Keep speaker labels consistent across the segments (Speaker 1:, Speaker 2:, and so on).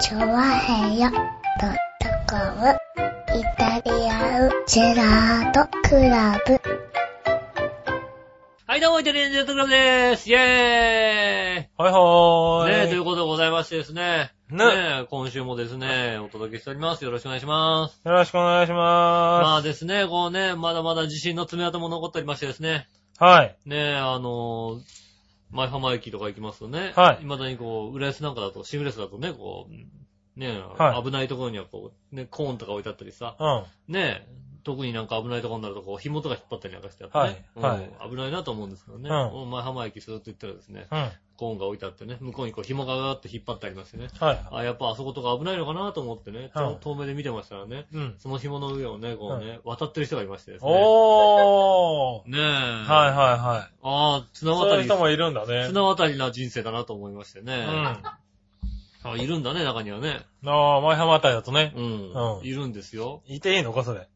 Speaker 1: チョワヘヨドットコムイタリアンジェラートクラブ。
Speaker 2: はい、どうも、イタリアンジェットクラブでーす。イェーイね
Speaker 3: はいは
Speaker 2: え、
Speaker 3: ーい。
Speaker 2: ということでございましてですね。
Speaker 3: ね
Speaker 2: え今週もですね、お届けしております。よろしくお願いします。
Speaker 3: よろしくお願いし
Speaker 2: ま
Speaker 3: ま
Speaker 2: あですね、こうね、まだまだ地震の爪痕も残っておりましてですね。
Speaker 3: す。はい。
Speaker 2: ねえ、あのー、前浜駅とか行きますとね。
Speaker 3: はい
Speaker 2: 未だにこう、浦安なんかだと、シングレスだとね、こう、ねえ、
Speaker 3: はい
Speaker 2: 危ないところにはこう、ね、コーンとか置いてあったりさ。
Speaker 3: うん。
Speaker 2: ねえ、特になんか危ないところになると、こう、紐とか引っ張ったりなんかしてあってね。
Speaker 3: はい
Speaker 2: うん危ないなと思うんですけどね。
Speaker 3: うん
Speaker 2: この前浜駅ずっと行ったらですね。
Speaker 3: うん。
Speaker 2: コーンが置いてあってね、向こうにこう紐がガーって引っ張ってありますよね。
Speaker 3: はい。
Speaker 2: あ、やっぱあそことか危ないのかなと思ってね、ちょ遠目で見てましたらね、
Speaker 3: うん。
Speaker 2: その紐の上をね、こうね、渡ってる人がいましてですね。
Speaker 3: おー。
Speaker 2: ねえ。
Speaker 3: は
Speaker 2: い。
Speaker 3: いはいはい。
Speaker 2: ああ、綱
Speaker 3: そう
Speaker 2: 渡
Speaker 3: いう
Speaker 2: り、
Speaker 3: 人もいるんだね。
Speaker 2: 綱渡りな人生だなと思いまして
Speaker 3: う
Speaker 2: ね
Speaker 3: ん。。あ
Speaker 2: あいるんだね、中にはね。
Speaker 3: あ、前浜あたりだとね。
Speaker 2: うん。
Speaker 3: うん
Speaker 2: いるんですよ。
Speaker 3: いていいのか、それ。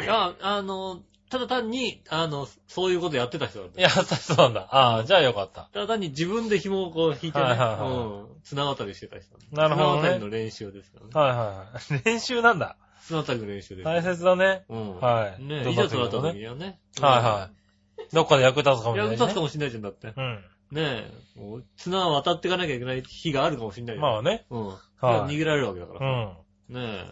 Speaker 2: いや、あの、ただ単に、あの、そういうことやってた人だった。
Speaker 3: いや、そうなんだ。ああ、じゃあよかった。
Speaker 2: ただ単に自分で紐をこう引いてね、
Speaker 3: はいはいはい
Speaker 2: うん。綱渡りしてた人。
Speaker 3: なるほどね
Speaker 2: 綱渡りの練習ですからね。
Speaker 3: はいはい はい。練習なんだ。
Speaker 2: 綱渡りの練習です。
Speaker 3: 大切だね。
Speaker 2: うん。
Speaker 3: はい
Speaker 2: ね
Speaker 3: ど
Speaker 2: いうざ
Speaker 3: だ
Speaker 2: となった
Speaker 3: とね
Speaker 2: 時にはね。
Speaker 3: はいはい。どっかで役立つかも
Speaker 2: い
Speaker 3: し
Speaker 2: や、
Speaker 3: れな
Speaker 2: 役
Speaker 3: い
Speaker 2: 立つか
Speaker 3: ね。
Speaker 2: もしんないじゃんだって。ね
Speaker 3: うん。
Speaker 2: え、もう綱を渡っていかなきゃいけない日があるかもしんないじゃん。
Speaker 3: まあね。
Speaker 2: うん。
Speaker 3: は
Speaker 2: 逃
Speaker 3: い。
Speaker 2: げられるわけだか
Speaker 3: う
Speaker 2: ら。
Speaker 3: ん。
Speaker 2: ね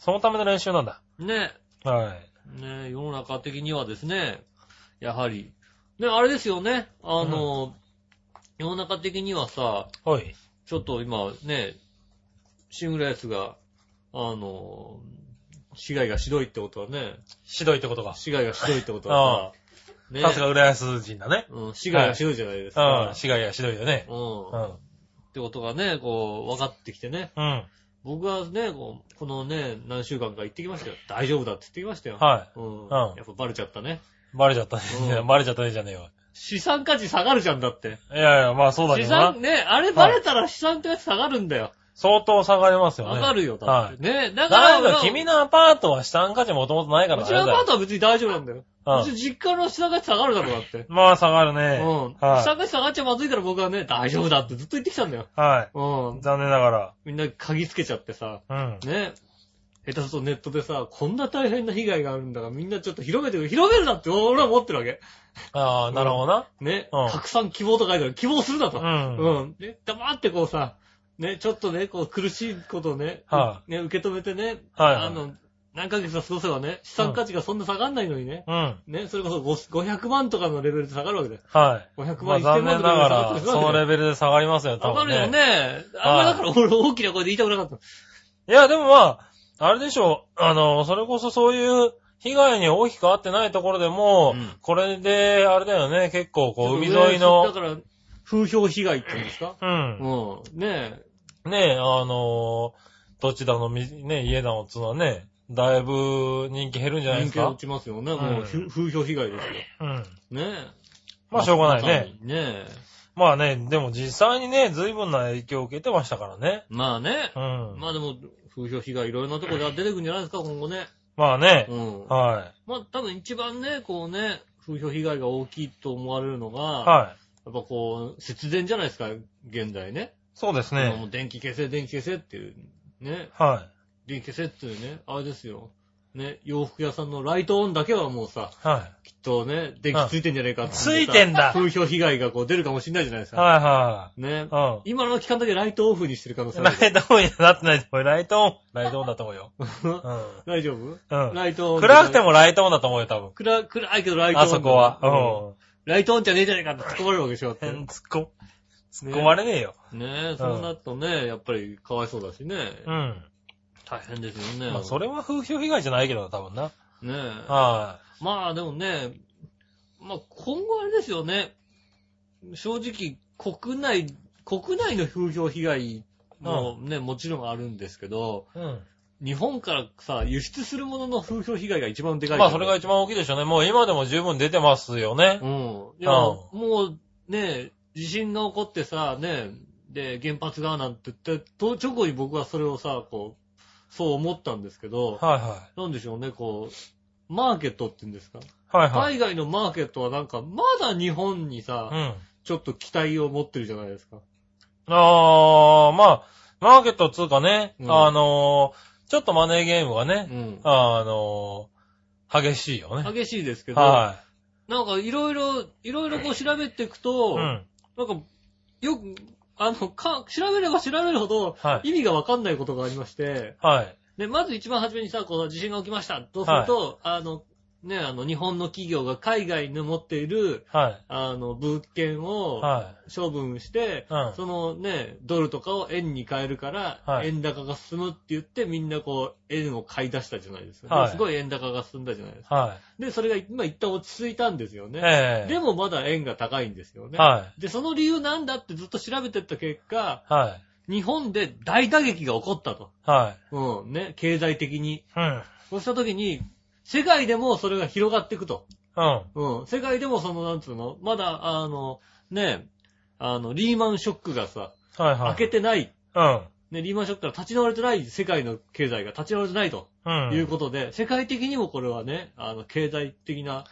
Speaker 3: そのための練習なんだ。
Speaker 2: え。ね
Speaker 3: はい。
Speaker 2: え。ねえ、世の中的にはですね、やはり、ね、あれですよね。あの、世の中的にはさ、
Speaker 3: ほい。
Speaker 2: ちょっと今ね、シングルやつが、あの、市街がひどいってことはね、
Speaker 3: しどいってことか。
Speaker 2: 市街がひどいってことはさ、ね
Speaker 3: さすが浦安人だね。
Speaker 2: うん、市街がひどいじゃないですか。
Speaker 3: うん。市街がしどいよね。う
Speaker 2: うん。っ
Speaker 3: ん。
Speaker 2: てことがね、こう、分かってきてね。
Speaker 3: うん。
Speaker 2: 僕はね、こうこのね、何週間か行ってきましたよ。大丈夫だって言ってきましたよ。
Speaker 3: はい。
Speaker 2: うん。
Speaker 3: うん
Speaker 2: やっぱバレちゃったね。
Speaker 3: バレちゃった
Speaker 2: う
Speaker 3: ね。
Speaker 2: ん
Speaker 3: バレちゃったねじゃねえよ。
Speaker 2: 資産価値下がるじゃんだって。
Speaker 3: いやいや、まあそうだけ
Speaker 2: 資
Speaker 3: どな
Speaker 2: 産、。ね、あれバレたら資産ってやつ下がるんだよ。
Speaker 3: 相当下がりますよね。
Speaker 2: 上がるよ、だって。ね、だか
Speaker 3: だ
Speaker 2: ら、
Speaker 3: けど、君のアパートは資産価値もともとないから
Speaker 2: うちのアパー
Speaker 3: ト
Speaker 2: トは別に大丈夫なんだよ。う
Speaker 3: う
Speaker 2: ち
Speaker 3: ん。
Speaker 2: 実家の資産価値下がるだろ、だって。
Speaker 3: まあ下がる
Speaker 2: うん。
Speaker 3: ね。
Speaker 2: 資
Speaker 3: は
Speaker 2: 産価値下がっちゃまずいから僕はね、大丈夫だってずっと言ってきたんだよ。
Speaker 3: い。は
Speaker 2: う
Speaker 3: い。
Speaker 2: ん。
Speaker 3: 残念なが
Speaker 2: みんな鍵つけちゃってさ。
Speaker 3: ら。うん。
Speaker 2: ね。下手するとネットでさ、こんな大変な被害があるんだからみんなちょっと広めてくれ、広めるなって俺は思ってるわけ。
Speaker 3: ああ、なるほどな。
Speaker 2: ね。
Speaker 3: うん
Speaker 2: 拡散希望と書いてある。希望するなと。
Speaker 3: うん
Speaker 2: うん。ね、黙ってこうさ、ね、ちょっとね、こう苦しいことをね、
Speaker 3: は
Speaker 2: ね、受け止めてね、
Speaker 3: はいはい
Speaker 2: あの、何ヶ月か過ごせばね、資産価値がそんな下がんないのにね、
Speaker 3: うん。
Speaker 2: ね、それこそ500 500万とかのレベルで下がるわけだよ。
Speaker 3: はい。
Speaker 2: 500
Speaker 3: ま
Speaker 2: 万、
Speaker 3: あ
Speaker 2: 1000万
Speaker 3: 残念
Speaker 2: と
Speaker 3: な
Speaker 2: かのレベルで下がっ
Speaker 3: が
Speaker 2: て
Speaker 3: ら、
Speaker 2: し
Speaker 3: そ
Speaker 2: まうわ
Speaker 3: の
Speaker 2: けだ
Speaker 3: レ
Speaker 2: よ。
Speaker 3: ベルで下がりますよ、多
Speaker 2: 上が
Speaker 3: 分
Speaker 2: るよ
Speaker 3: ね。
Speaker 2: ね。あんまりだから俺大きな声で言いたくなかった。
Speaker 3: いや、でもまあ、あれでしょう、あの、それこそそういう被害に大きく合ってないところでも
Speaker 2: うん、
Speaker 3: これで、あれだよね、結構こう、海沿い
Speaker 2: だ
Speaker 3: の、
Speaker 2: から、風評被害って言うんですか
Speaker 3: うん。
Speaker 2: うん。ねえ。
Speaker 3: ねえ、あのーどっちだのみ、ね、家だのっつうのはね、だいぶ人気減るんじゃない
Speaker 2: 人
Speaker 3: です
Speaker 2: 気が
Speaker 3: か
Speaker 2: 落。ちますよね。
Speaker 3: ん
Speaker 2: もうふ風評被害ですよ。
Speaker 3: うん。
Speaker 2: ねえ。
Speaker 3: まあしょうがないね
Speaker 2: まさにねえ。
Speaker 3: まあね、でも実際にね、随分な影響を受けてましたからね。
Speaker 2: まあね
Speaker 3: う。ん。
Speaker 2: まあでも、風評被害いろいろなところで出てくるんじゃないですか、今後ね。
Speaker 3: まあね
Speaker 2: う、ん。
Speaker 3: は
Speaker 2: まあ多分一番ね、こうね、風評被害が大きいと思われるのが、
Speaker 3: い。はい。
Speaker 2: やっぱこう、節電じゃないですか、現代ね。
Speaker 3: そうです
Speaker 2: も
Speaker 3: ね。
Speaker 2: う電気消せ、電気消せっていう、ね。
Speaker 3: は
Speaker 2: 電気消せっていうね、あれですよ。ね、洋服屋さんのライトオンだけはもうさ、
Speaker 3: い。は
Speaker 2: きっとね、電気ついてんじゃねえかって
Speaker 3: ついてん だ
Speaker 2: 風評被害がこう出るかもしれないじゃないです
Speaker 3: い。
Speaker 2: か。
Speaker 3: は
Speaker 2: ね
Speaker 3: い。。は
Speaker 2: 今の期間だけライトオフにしてる可能
Speaker 3: い。
Speaker 2: 性
Speaker 3: うん。
Speaker 2: あ
Speaker 3: ラ
Speaker 2: る。
Speaker 3: イトオンにはなってないと思うよ。 ライトオン。ライトオンだと思うよ。う
Speaker 2: 大丈夫
Speaker 3: ん。うん。
Speaker 2: ライトオン。
Speaker 3: 暗くて。もライトオンだと思うよ、多分。
Speaker 2: 暗、暗いけどライトオン。
Speaker 3: あそこは。
Speaker 2: ライトオンじゃねえじゃねえかって突っ込まれるわけでしょ。だっ
Speaker 3: う
Speaker 2: て
Speaker 3: ん。
Speaker 2: ね
Speaker 3: 突っ込、突っ込まれねえよ。
Speaker 2: え、そうなるとね、やっぱりかわいそうだしね。
Speaker 3: うん。
Speaker 2: 大変ですよね。
Speaker 3: まあ、それは風評被害じゃないけどな、多分な。
Speaker 2: ねえ。
Speaker 3: は
Speaker 2: まあでもね、まあ今後あれですよね。正直、国内、国内の風評被害もね、もちろんあるんですけど、
Speaker 3: い。うん。
Speaker 2: 日本からさ、輸出するものの風評被害が一番でかい。
Speaker 3: まあ、それが一番大きいでしょうね。もう今でも十分出てますよね。
Speaker 2: うん。いや、
Speaker 3: うん
Speaker 2: もうね、地震が起こってさ、ね、で、原発がなんて言って、と直後に僕はそれをさ、こう、そう思ったんですけど、
Speaker 3: はいは
Speaker 2: なんでしょうね、こう、マーケットって言うんですか
Speaker 3: い。はいはい。
Speaker 2: 海外のマーケットはなんか、まだ日本にさ、
Speaker 3: うん。
Speaker 2: ちょっと期待を持ってるじゃないですか。
Speaker 3: あー、まあ、マーケットっつうかね、
Speaker 2: うん
Speaker 3: あのーちょっとマネーゲームが
Speaker 2: う
Speaker 3: ね、
Speaker 2: ん。
Speaker 3: あのー激しいよね。
Speaker 2: 激しいですけど、
Speaker 3: は
Speaker 2: なんかいろいろ、いろいろこう調べていく
Speaker 3: い。
Speaker 2: と、
Speaker 3: うん。
Speaker 2: なんか、よく、あの、か、調べれば調べるほど
Speaker 3: は、い
Speaker 2: 意味がわかんないことがありまして、
Speaker 3: はい。
Speaker 2: で、まず一番初めにさ、こう、地震が起きました。とすると、あの、ね、あの、日本の企業が海外の持っている、
Speaker 3: は
Speaker 2: あの、物件
Speaker 3: い。
Speaker 2: を
Speaker 3: は
Speaker 2: 処分して、
Speaker 3: うん
Speaker 2: そのね、ドルとかを円に変えるから、
Speaker 3: はい
Speaker 2: 円高が進むって言って、みんなこう、円を買い出したじゃないですか。
Speaker 3: はい
Speaker 2: ですごい円高が進んだじゃないですか。
Speaker 3: い。は
Speaker 2: で、それが今一旦落ち着いたんですよ
Speaker 3: い。
Speaker 2: ね。
Speaker 3: ええ
Speaker 2: でもまだ円が高いんですよね。
Speaker 3: は
Speaker 2: で、その理由なんだってずっと調べてった結果、
Speaker 3: い。はい。
Speaker 2: 日本で大打撃が起こったと。
Speaker 3: はい。
Speaker 2: うん、ね、経済的に。
Speaker 3: うん。
Speaker 2: そうした時に、世界でもそれが広がっていくと。
Speaker 3: うん。
Speaker 2: うん、世界でもその、なんつうの、まだ、あの、ね、あの、リーマンショックがさ、
Speaker 3: はいは
Speaker 2: 開
Speaker 3: い。
Speaker 2: けてない、
Speaker 3: うん。
Speaker 2: ね、リーマンショックから立ち直れてない世界の経済が立ち直れてないと
Speaker 3: うん。
Speaker 2: いうことで、世界的にもこれはね、あの、経済的な、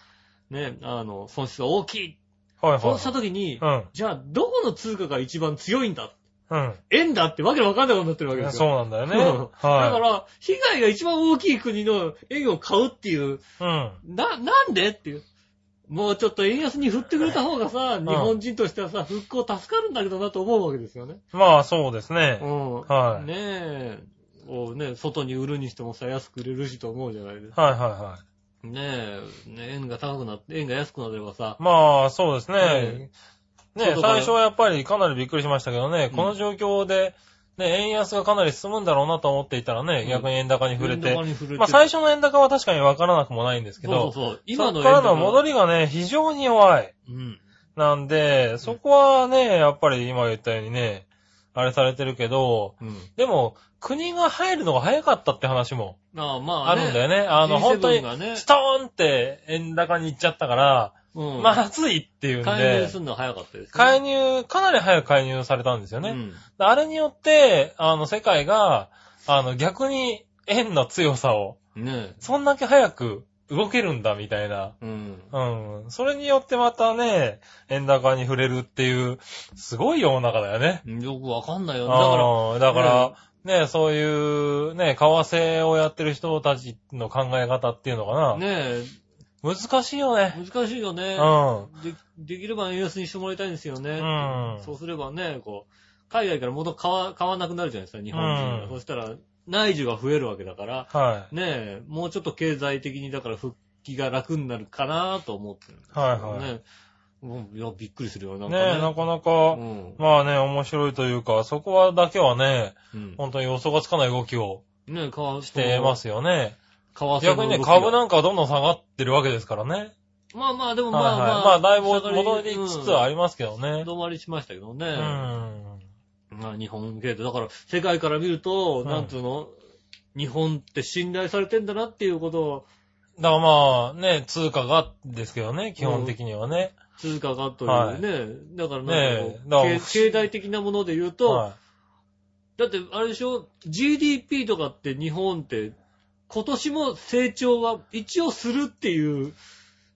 Speaker 2: ね、あの、損失が大きい。
Speaker 3: はいはい。
Speaker 2: そうした時に、
Speaker 3: うん。
Speaker 2: じゃあ、どこの通貨が一番強いんだ
Speaker 3: うん。
Speaker 2: 円だってわけのわかんないことになってるわけです
Speaker 3: そう
Speaker 2: よ。
Speaker 3: なんだよね。
Speaker 2: うんだか
Speaker 3: は
Speaker 2: ら、被害が一番大きい国の円を買うっていう、
Speaker 3: い。うん。
Speaker 2: な、なんでっていう。もうちょっと円安に振ってくれた方がさ、
Speaker 3: ん
Speaker 2: 日本人としてはさ、復興助かるんだけどなと思うわけですよね。
Speaker 3: まあ、そうですね
Speaker 2: う。ん。
Speaker 3: はい
Speaker 2: ねえ。をね、外に売るにしてもさ、安く売れるしと思うじゃないですか。
Speaker 3: はいはいは
Speaker 2: ねえ、ね円が高くなって、円が安くなればさ、
Speaker 3: い。まあ、そうですね
Speaker 2: え。そ
Speaker 3: ね、
Speaker 2: うだから
Speaker 3: 最初はやっぱりかなりびっくりしましたけどね、
Speaker 2: うん
Speaker 3: この状況で、ね、円安がかなり進むんだろうなと思っていたらね、
Speaker 2: うん
Speaker 3: 逆に円高に触れ
Speaker 2: 円
Speaker 3: て
Speaker 2: 高、に触れて
Speaker 3: まあ最初の円高は確かにわからなくもないんですけ
Speaker 2: そう
Speaker 3: ど、
Speaker 2: そうそう。
Speaker 3: 今
Speaker 2: 今
Speaker 3: の
Speaker 2: の
Speaker 3: そ
Speaker 2: 円
Speaker 3: こからの戻
Speaker 2: 戻り。
Speaker 3: りがね、非常に弱い。
Speaker 2: うん。
Speaker 3: なんで、そこはね、やっぱり今言ったようにね、あれされてるけど、
Speaker 2: うん。
Speaker 3: でも、国が入るのが早かったって話も
Speaker 2: まあまあ、
Speaker 3: あるんだよ
Speaker 2: ね。
Speaker 3: ね。あの、
Speaker 2: G7
Speaker 3: 本当に、
Speaker 2: がね
Speaker 3: ストーンって円高に行っちゃったから、
Speaker 2: うん。
Speaker 3: まずいっていうん
Speaker 2: 介入、
Speaker 3: です
Speaker 2: るの早かったですね。
Speaker 3: 介入、かなり早く介入されたんですよね。
Speaker 2: うん。
Speaker 3: あれによって、あの、世界が、あの、逆に円の強さを、
Speaker 2: ね
Speaker 3: そんだけ早く動けるんだ、みたいな。
Speaker 2: え。うん。
Speaker 3: うん。それによってまたね、円高に触れるっていう、すごい世の中だよね。
Speaker 2: よくわかんないよね。だか、
Speaker 3: あーだから、ね、そういう、ね、為替をやってる人たちの考え方っていうのからな。
Speaker 2: ねえ、
Speaker 3: 難しいよね。
Speaker 2: 難しいよ
Speaker 3: う
Speaker 2: ね
Speaker 3: ん。。は
Speaker 2: でできれば円安にしてもらいたいんですよね。
Speaker 3: うん
Speaker 2: そうすればね、こう、海外から元買わ、買わなくなるじゃないですか、日本人
Speaker 3: う
Speaker 2: が。
Speaker 3: ん
Speaker 2: そしたら、内需が増えるわけだから、
Speaker 3: い。はい
Speaker 2: ねえ、もうちょっと経済的にだから復帰が楽になるかなと思ってるんですけど
Speaker 3: は。
Speaker 2: ね。うんいや、びっくりするよ、ないん
Speaker 3: ね
Speaker 2: かね。
Speaker 3: なかな
Speaker 2: う
Speaker 3: か、
Speaker 2: ん。
Speaker 3: まあね、面白いというか、そこはだけはね、
Speaker 2: うん
Speaker 3: 本当に予想がつかない動きを
Speaker 2: ねえ、かわし
Speaker 3: してますよね。
Speaker 2: 為替の動きが
Speaker 3: 逆にね、株なんかはどんどん下がってるわけですからね。
Speaker 2: まあまあ、でもまあ
Speaker 3: はい
Speaker 2: ま
Speaker 3: は
Speaker 2: あ。
Speaker 3: い。まあ、だいぶ
Speaker 2: 下が
Speaker 3: 戻りつつありますけど
Speaker 2: うん
Speaker 3: ね。
Speaker 2: 止まりしましたけどね。
Speaker 3: うん。
Speaker 2: まあ、日本経済。だから、世界から見ると、
Speaker 3: うん
Speaker 2: なんつうの、日本って信頼されてんだなっていうことを、
Speaker 3: だからまあ、ね、通貨がですけどね、基本的にはね。
Speaker 2: 通貨がというね。だからなんか
Speaker 3: ねえだ
Speaker 2: こ
Speaker 3: か
Speaker 2: う、
Speaker 3: ら
Speaker 2: 経経済的なもので言うと、
Speaker 3: は
Speaker 2: だって、あれでしょ ?GDP とかって日本って、今年も成長は一応するっていう、
Speaker 3: い。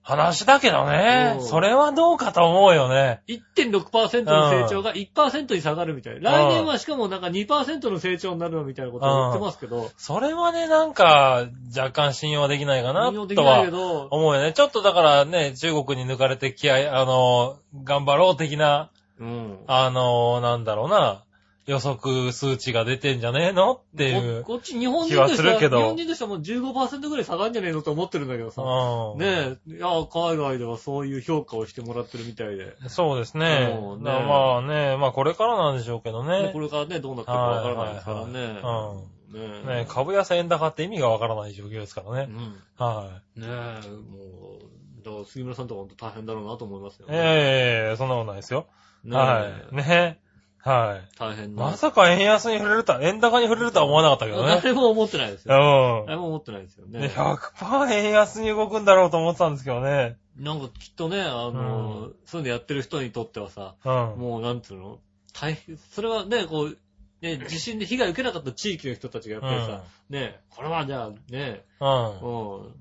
Speaker 3: 話だけどね、
Speaker 2: うん
Speaker 3: それはどうかと思うよね。
Speaker 2: 1.6%の成長が1%に下がるみたい。来年はしかもなんか2%の成長になるみたいなことを言ってますけど、
Speaker 3: それはね、なんか、若干信用できないかな、
Speaker 2: 信用でき
Speaker 3: と
Speaker 2: ないけ
Speaker 3: は
Speaker 2: ど、
Speaker 3: 思うよね。ちょっとだからね、中国に抜かれて気合、あの、頑張ろう的な、
Speaker 2: うん。
Speaker 3: あの、なんだろうな、予測数値が出てんじゃねえのっていう。
Speaker 2: ここっち日本人
Speaker 3: 気
Speaker 2: と
Speaker 3: は
Speaker 2: して
Speaker 3: する
Speaker 2: は、日
Speaker 3: けど
Speaker 2: 本人としてはもう15%ぐらい下がるんじゃねえのと思ってるんだけどさ。
Speaker 3: うん。
Speaker 2: ねえ、いや、海外ではそういう評価をしてもらってるみたいで。
Speaker 3: そうですね
Speaker 2: そう。ね
Speaker 3: だからまあね、まあこれからなんでしょうけど
Speaker 2: ね
Speaker 3: ね
Speaker 2: こ。れからね、どうなってるかわからないですからね。ねえ。
Speaker 3: ね株安円高って意味がわからない状況ですから
Speaker 2: う
Speaker 3: ね。
Speaker 2: ん。
Speaker 3: は
Speaker 2: ねえ、もう、だから杉村さんとか本当大変だろうなと思いますよ
Speaker 3: い。。ええそんなことないですよ。
Speaker 2: ねえ
Speaker 3: はい。ねはい。
Speaker 2: 大変な。
Speaker 3: まさか円安に触れるとは、円高に触れるとは思わなかったけどね。
Speaker 2: 誰も思ってないですよ。
Speaker 3: う
Speaker 2: 誰も思ってないですよ
Speaker 3: ん。ね
Speaker 2: ね。
Speaker 3: 100%円安に動くんだろうと思ってたんですけどね。
Speaker 2: なんかきっとね、あの、そういうのやってる人にとってはさ、
Speaker 3: うん。
Speaker 2: もうなんつうの大変、それはね、こう、 ね、地震で被害受けなかった地域の人たちがやっぱりさ、ね、これはじゃあね、
Speaker 3: うん。
Speaker 2: うん、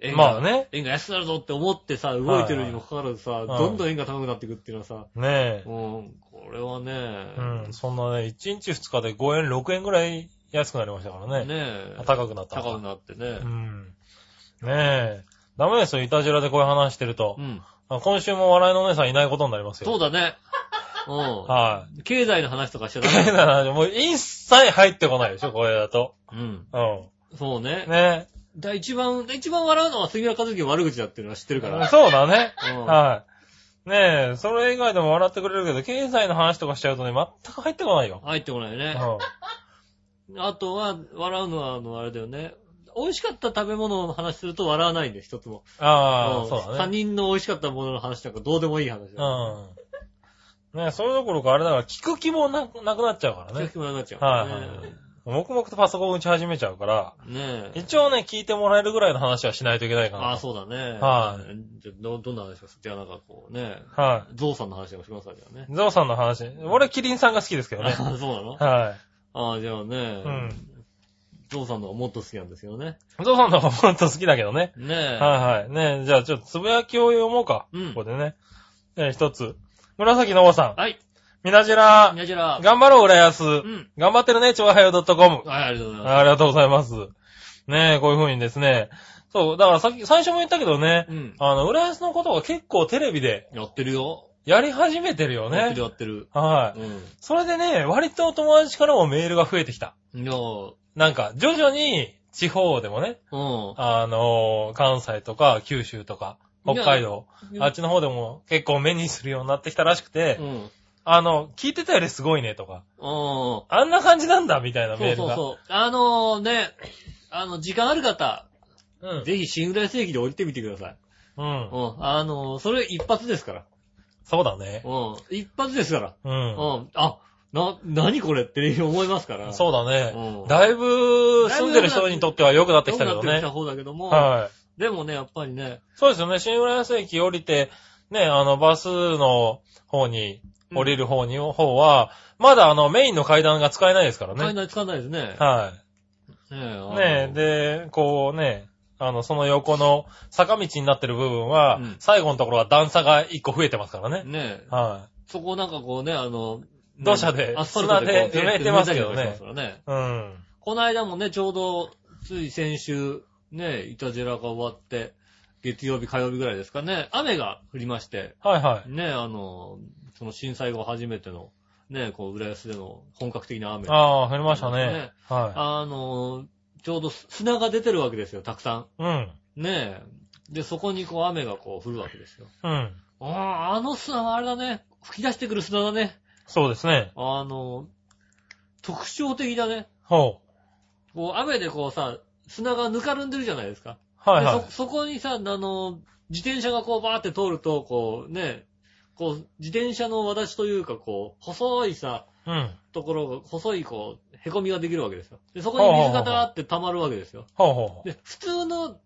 Speaker 2: 円
Speaker 3: まあ
Speaker 2: が、
Speaker 3: ね。
Speaker 2: 円が安くなるぞって思ってさ、動いてるにもかかわらずさ、
Speaker 3: はい
Speaker 2: どんどん円が高くなっていくっていうのはさ、
Speaker 3: ねえ
Speaker 2: う。ん、これはね、
Speaker 3: うん、そんなね、1日2日で5円、6円ぐらい安くなりましたからね。
Speaker 2: ねえ、
Speaker 3: 高くなった。
Speaker 2: 高くなってね
Speaker 3: う。ん。ねえ。ダメですよ、いたじらでこういう話してると
Speaker 2: う。ん。
Speaker 3: あ今週も笑いのお姉さんいないことになりますよ。
Speaker 2: そうだね。
Speaker 3: は
Speaker 2: うん。経済の話とかしちゃダ
Speaker 3: い。 変
Speaker 2: メ。
Speaker 3: な話、もう 一切入ってこないでしょ、これだと。
Speaker 2: うん。
Speaker 3: う
Speaker 2: そうね
Speaker 3: ん。。ね
Speaker 2: だ一番、一番笑うのは杉浦和樹の悪口だっていうのは知ってるから。
Speaker 3: そうだね。
Speaker 2: うん
Speaker 3: はい。ねえ、それ以外でも笑ってくれるけど、経済の話とかしちゃうとね、全く入ってこないよ。
Speaker 2: 入ってこない
Speaker 3: うん。
Speaker 2: ね。
Speaker 3: あ
Speaker 2: あとは、笑うのは、あの、あれだよね。美味しかった食べ物の話すると笑わないんで、一つも。
Speaker 3: あ
Speaker 2: う
Speaker 3: ー、
Speaker 2: ん
Speaker 3: そう
Speaker 2: 他
Speaker 3: だね。
Speaker 2: 人の美味しかったものの話なんかどうでもいい話だ。
Speaker 3: うん。ねえ、それどころかあれだから、聞く気もななくなっちゃうから
Speaker 2: 聞
Speaker 3: ね
Speaker 2: く。気もなくなっちゃうからね。
Speaker 3: はいはいはい黙々とパソコン打ち始めちゃうから、
Speaker 2: ねえ。
Speaker 3: 一応ね、聞いてもらえるぐらいの話はしないといけないかな。
Speaker 2: ああ、そうだね。。
Speaker 3: はい
Speaker 2: じゃあど、どんな話ですかじゃあなんかこうね、
Speaker 3: は
Speaker 2: ゾウさんの話でもしますかじゃあね。
Speaker 3: い。ゾウさんの話。俺、キリンさんが好きですけどね。
Speaker 2: ああ、 そうなの
Speaker 3: は
Speaker 2: ああ、じゃあ
Speaker 3: い。
Speaker 2: ね
Speaker 3: う、ん。
Speaker 2: ゾウさんの方がもっと好きなんですよね。
Speaker 3: ゾウさんの方がほんと好きだけどね。
Speaker 2: ねえ。
Speaker 3: はいはい。ねじゃあちょっとつぶやきを読もうか。
Speaker 2: うん
Speaker 3: ここでね。えー一つ。紫の王さん。
Speaker 2: はい。
Speaker 3: みなじら
Speaker 2: み。なじら。
Speaker 3: 頑張ろう、浦安。
Speaker 2: うん。
Speaker 3: 頑張ってるね、ちょうはよ .com。
Speaker 2: はい、ありがとうございます。
Speaker 3: ありがとうございます。ねえ、こういう風にですね。そう、だからさっき、最初も言ったけどね。
Speaker 2: うん。
Speaker 3: あの、浦安のことが結構テレビで
Speaker 2: やってるよ。
Speaker 3: やり始めてるよ
Speaker 2: やってる
Speaker 3: ね。
Speaker 2: やってる。
Speaker 3: はい。
Speaker 2: う
Speaker 3: それでね、割と友達からもメールが増えてきた。
Speaker 2: ん。いやー
Speaker 3: なんか、徐々に地方でもね、
Speaker 2: うん。
Speaker 3: あのー関西とか九州とか、北海道、あっちの方でも結構目にするようになってきたらしくて、
Speaker 2: うん。うん。
Speaker 3: あの、聞いてたよりすごいねとか、
Speaker 2: そ
Speaker 3: あんな感じなんだみたいな
Speaker 2: う
Speaker 3: メール
Speaker 2: そう
Speaker 3: が。
Speaker 2: そう。あのね、あの、時間ある方、
Speaker 3: うん
Speaker 2: ぜひ新浦安駅で降りてみてください。
Speaker 3: うん
Speaker 2: う。ん。あの、それ一発ですから。
Speaker 3: そうだね。
Speaker 2: うん。一発ですから。
Speaker 3: う。
Speaker 2: うんん。あ、な、何これって思いますから。
Speaker 3: そうだね
Speaker 2: う。ん
Speaker 3: だいぶ住んでる人にとっては良くなってきたけ
Speaker 2: 良
Speaker 3: ど
Speaker 2: くなってき
Speaker 3: ね
Speaker 2: た。方だけども、
Speaker 3: はい。
Speaker 2: でもね、やっぱりね、
Speaker 3: そうですよね。新浦安駅降りて、ね、あの、バスの方に、
Speaker 2: うん
Speaker 3: 降りる方に、方は、まだあの、メインの階段が使えないですから
Speaker 2: 買え
Speaker 3: ね。
Speaker 2: ない、つかないですね。
Speaker 3: は
Speaker 2: ねえあ
Speaker 3: い。
Speaker 2: の
Speaker 3: ねで、こうね、あの、その横の坂道になってる部分は、
Speaker 2: うん
Speaker 3: 最後のところは段差が一個増えてますからね。
Speaker 2: ねえ
Speaker 3: は
Speaker 2: そこをなんかこうね、あの、ね
Speaker 3: 土砂で
Speaker 2: アスファルトこう
Speaker 3: 砂で埋めてますけどね
Speaker 2: 埋めたりとかしてますからね。
Speaker 3: い。うん。
Speaker 2: この間もね、ちょうど、つい先週、ね、イタジェラが終わって、月曜日、火曜日ぐらいですかね、雨が降りまして、
Speaker 3: はいはい。
Speaker 2: ね、あの、その震災後初めての、ね、こう、浦安での本格的な雨。あ
Speaker 3: ああ、降りましたね
Speaker 2: ね。
Speaker 3: は
Speaker 2: の、ちょうど砂が出てるわけですよ、たくさ
Speaker 3: い。うん。
Speaker 2: ん。ねで、そこにこう雨がこう降るわけですよ。
Speaker 3: うん。
Speaker 2: ああ、あの砂はあれだね。吹き出してくる砂だね。
Speaker 3: そうですね。
Speaker 2: あの、特徴的だね。
Speaker 3: ほう。
Speaker 2: こう、雨でこうさ、砂がぬかるんでるじゃないですか。
Speaker 3: はいは
Speaker 2: でそそこにさ、あの、自転車がこうバーって通ると、こうね、こう、自転車の私というか、こう、細いさ、
Speaker 3: い。うん。
Speaker 2: ところが、細いこう、凹みができるわけですよ。で、そこに水がダーって溜まるわけですよ。
Speaker 3: ほうほうほう。
Speaker 2: で、普通の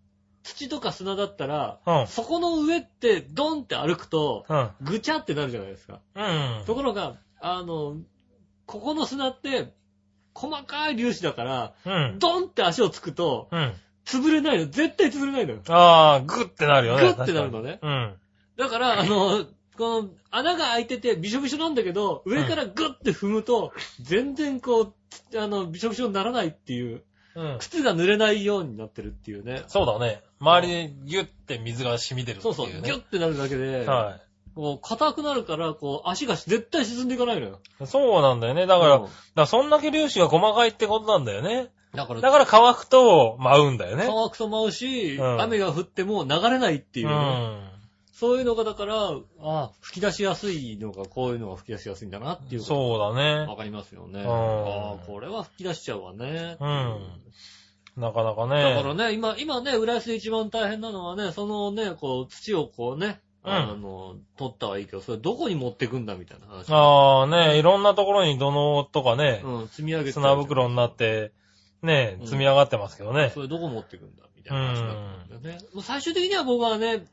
Speaker 2: 土とか砂だったら、
Speaker 3: うん。
Speaker 2: そこの上ってドンって歩くと、
Speaker 3: うん。
Speaker 2: ぐちゃってなるじゃないですか。
Speaker 3: うん。
Speaker 2: ところが、あの、ここの砂って、細かい粒子だから、
Speaker 3: うん。
Speaker 2: ドンって足をつくと、
Speaker 3: うん。
Speaker 2: 潰れないの。絶対潰れないのよ。
Speaker 3: ああ、グッてなるよね。
Speaker 2: グッてなるのね
Speaker 3: 確かにうん。
Speaker 2: だから、あの、この穴が開いててびしょびしょなんだけど、上からグッて踏むと、全然こう、あの、びしょびしょにならないっていう、
Speaker 3: うん。
Speaker 2: 靴が濡れないようになってるっていうね。
Speaker 3: そうだね。周りでギュッて水が染み出るってい、
Speaker 2: そう
Speaker 3: ね。
Speaker 2: そう、ギュッてなるだけで、
Speaker 3: は
Speaker 2: こう、硬くなるから、こう、足が絶対沈んでいかないのよ。
Speaker 3: い。そうなんだよね。だから、
Speaker 2: うん
Speaker 3: だからそんだけ粒子が細かいってことなんだよね。
Speaker 2: だから、
Speaker 3: だから乾くと舞うんだよね。
Speaker 2: 乾くと舞うし、
Speaker 3: うん。
Speaker 2: 雨が降っても流れないっていうね。そういうのがだから、ああ、吹き出しやすいのが、こういうのが吹き出しやすいんだなっていううんのが
Speaker 3: そうだ
Speaker 2: わ
Speaker 3: ね。
Speaker 2: かりますよね。
Speaker 3: うん
Speaker 2: ああ、これは吹き出しちゃうわね。
Speaker 3: うんなかなかね。
Speaker 2: だからね、今、今ね、浦安で一番大変なのはね、そのね、こう、土をこうね、
Speaker 3: うん
Speaker 2: あの、取ったはいいけど、それどこに持ってくんだみたいな話。
Speaker 3: ああね、いろんなところに土のうとかね、
Speaker 2: うん、積み上げて。
Speaker 3: 砂袋になって、ね
Speaker 2: う、ん
Speaker 3: 積み上がってますけどね
Speaker 2: そ。れどこ持ってくんだみたいな話になってくるんだよね。もう最終的には僕はね、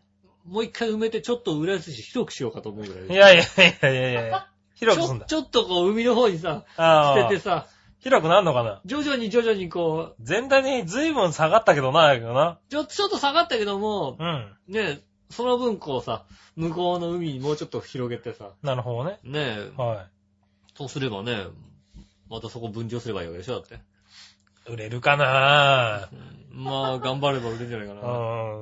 Speaker 2: もう一回埋めて、ちょっと浦安市広くしようかと思うぐらいで
Speaker 3: いやいやいやいやいや。広くすんだ。
Speaker 2: ちょちょっとこう、海の方にさ、
Speaker 3: あ
Speaker 2: 捨
Speaker 3: あ
Speaker 2: ててさ、
Speaker 3: 広くなるのかな
Speaker 2: 徐々に徐々にこ
Speaker 3: 全体に随分下がったけどな、やけどな。
Speaker 2: う、ちょ、ちょっと下がったけども、
Speaker 3: うん。
Speaker 2: ね、その分こうさ、向こうの海にもうちょっと広げてさ、
Speaker 3: なるほどね。
Speaker 2: ね、
Speaker 3: は
Speaker 2: そうすればね、またそこ分譲すればいいわけでしょ、だって。
Speaker 3: い。売れるかな
Speaker 2: まあ、頑張れば売れるんじゃないか
Speaker 3: う
Speaker 2: な。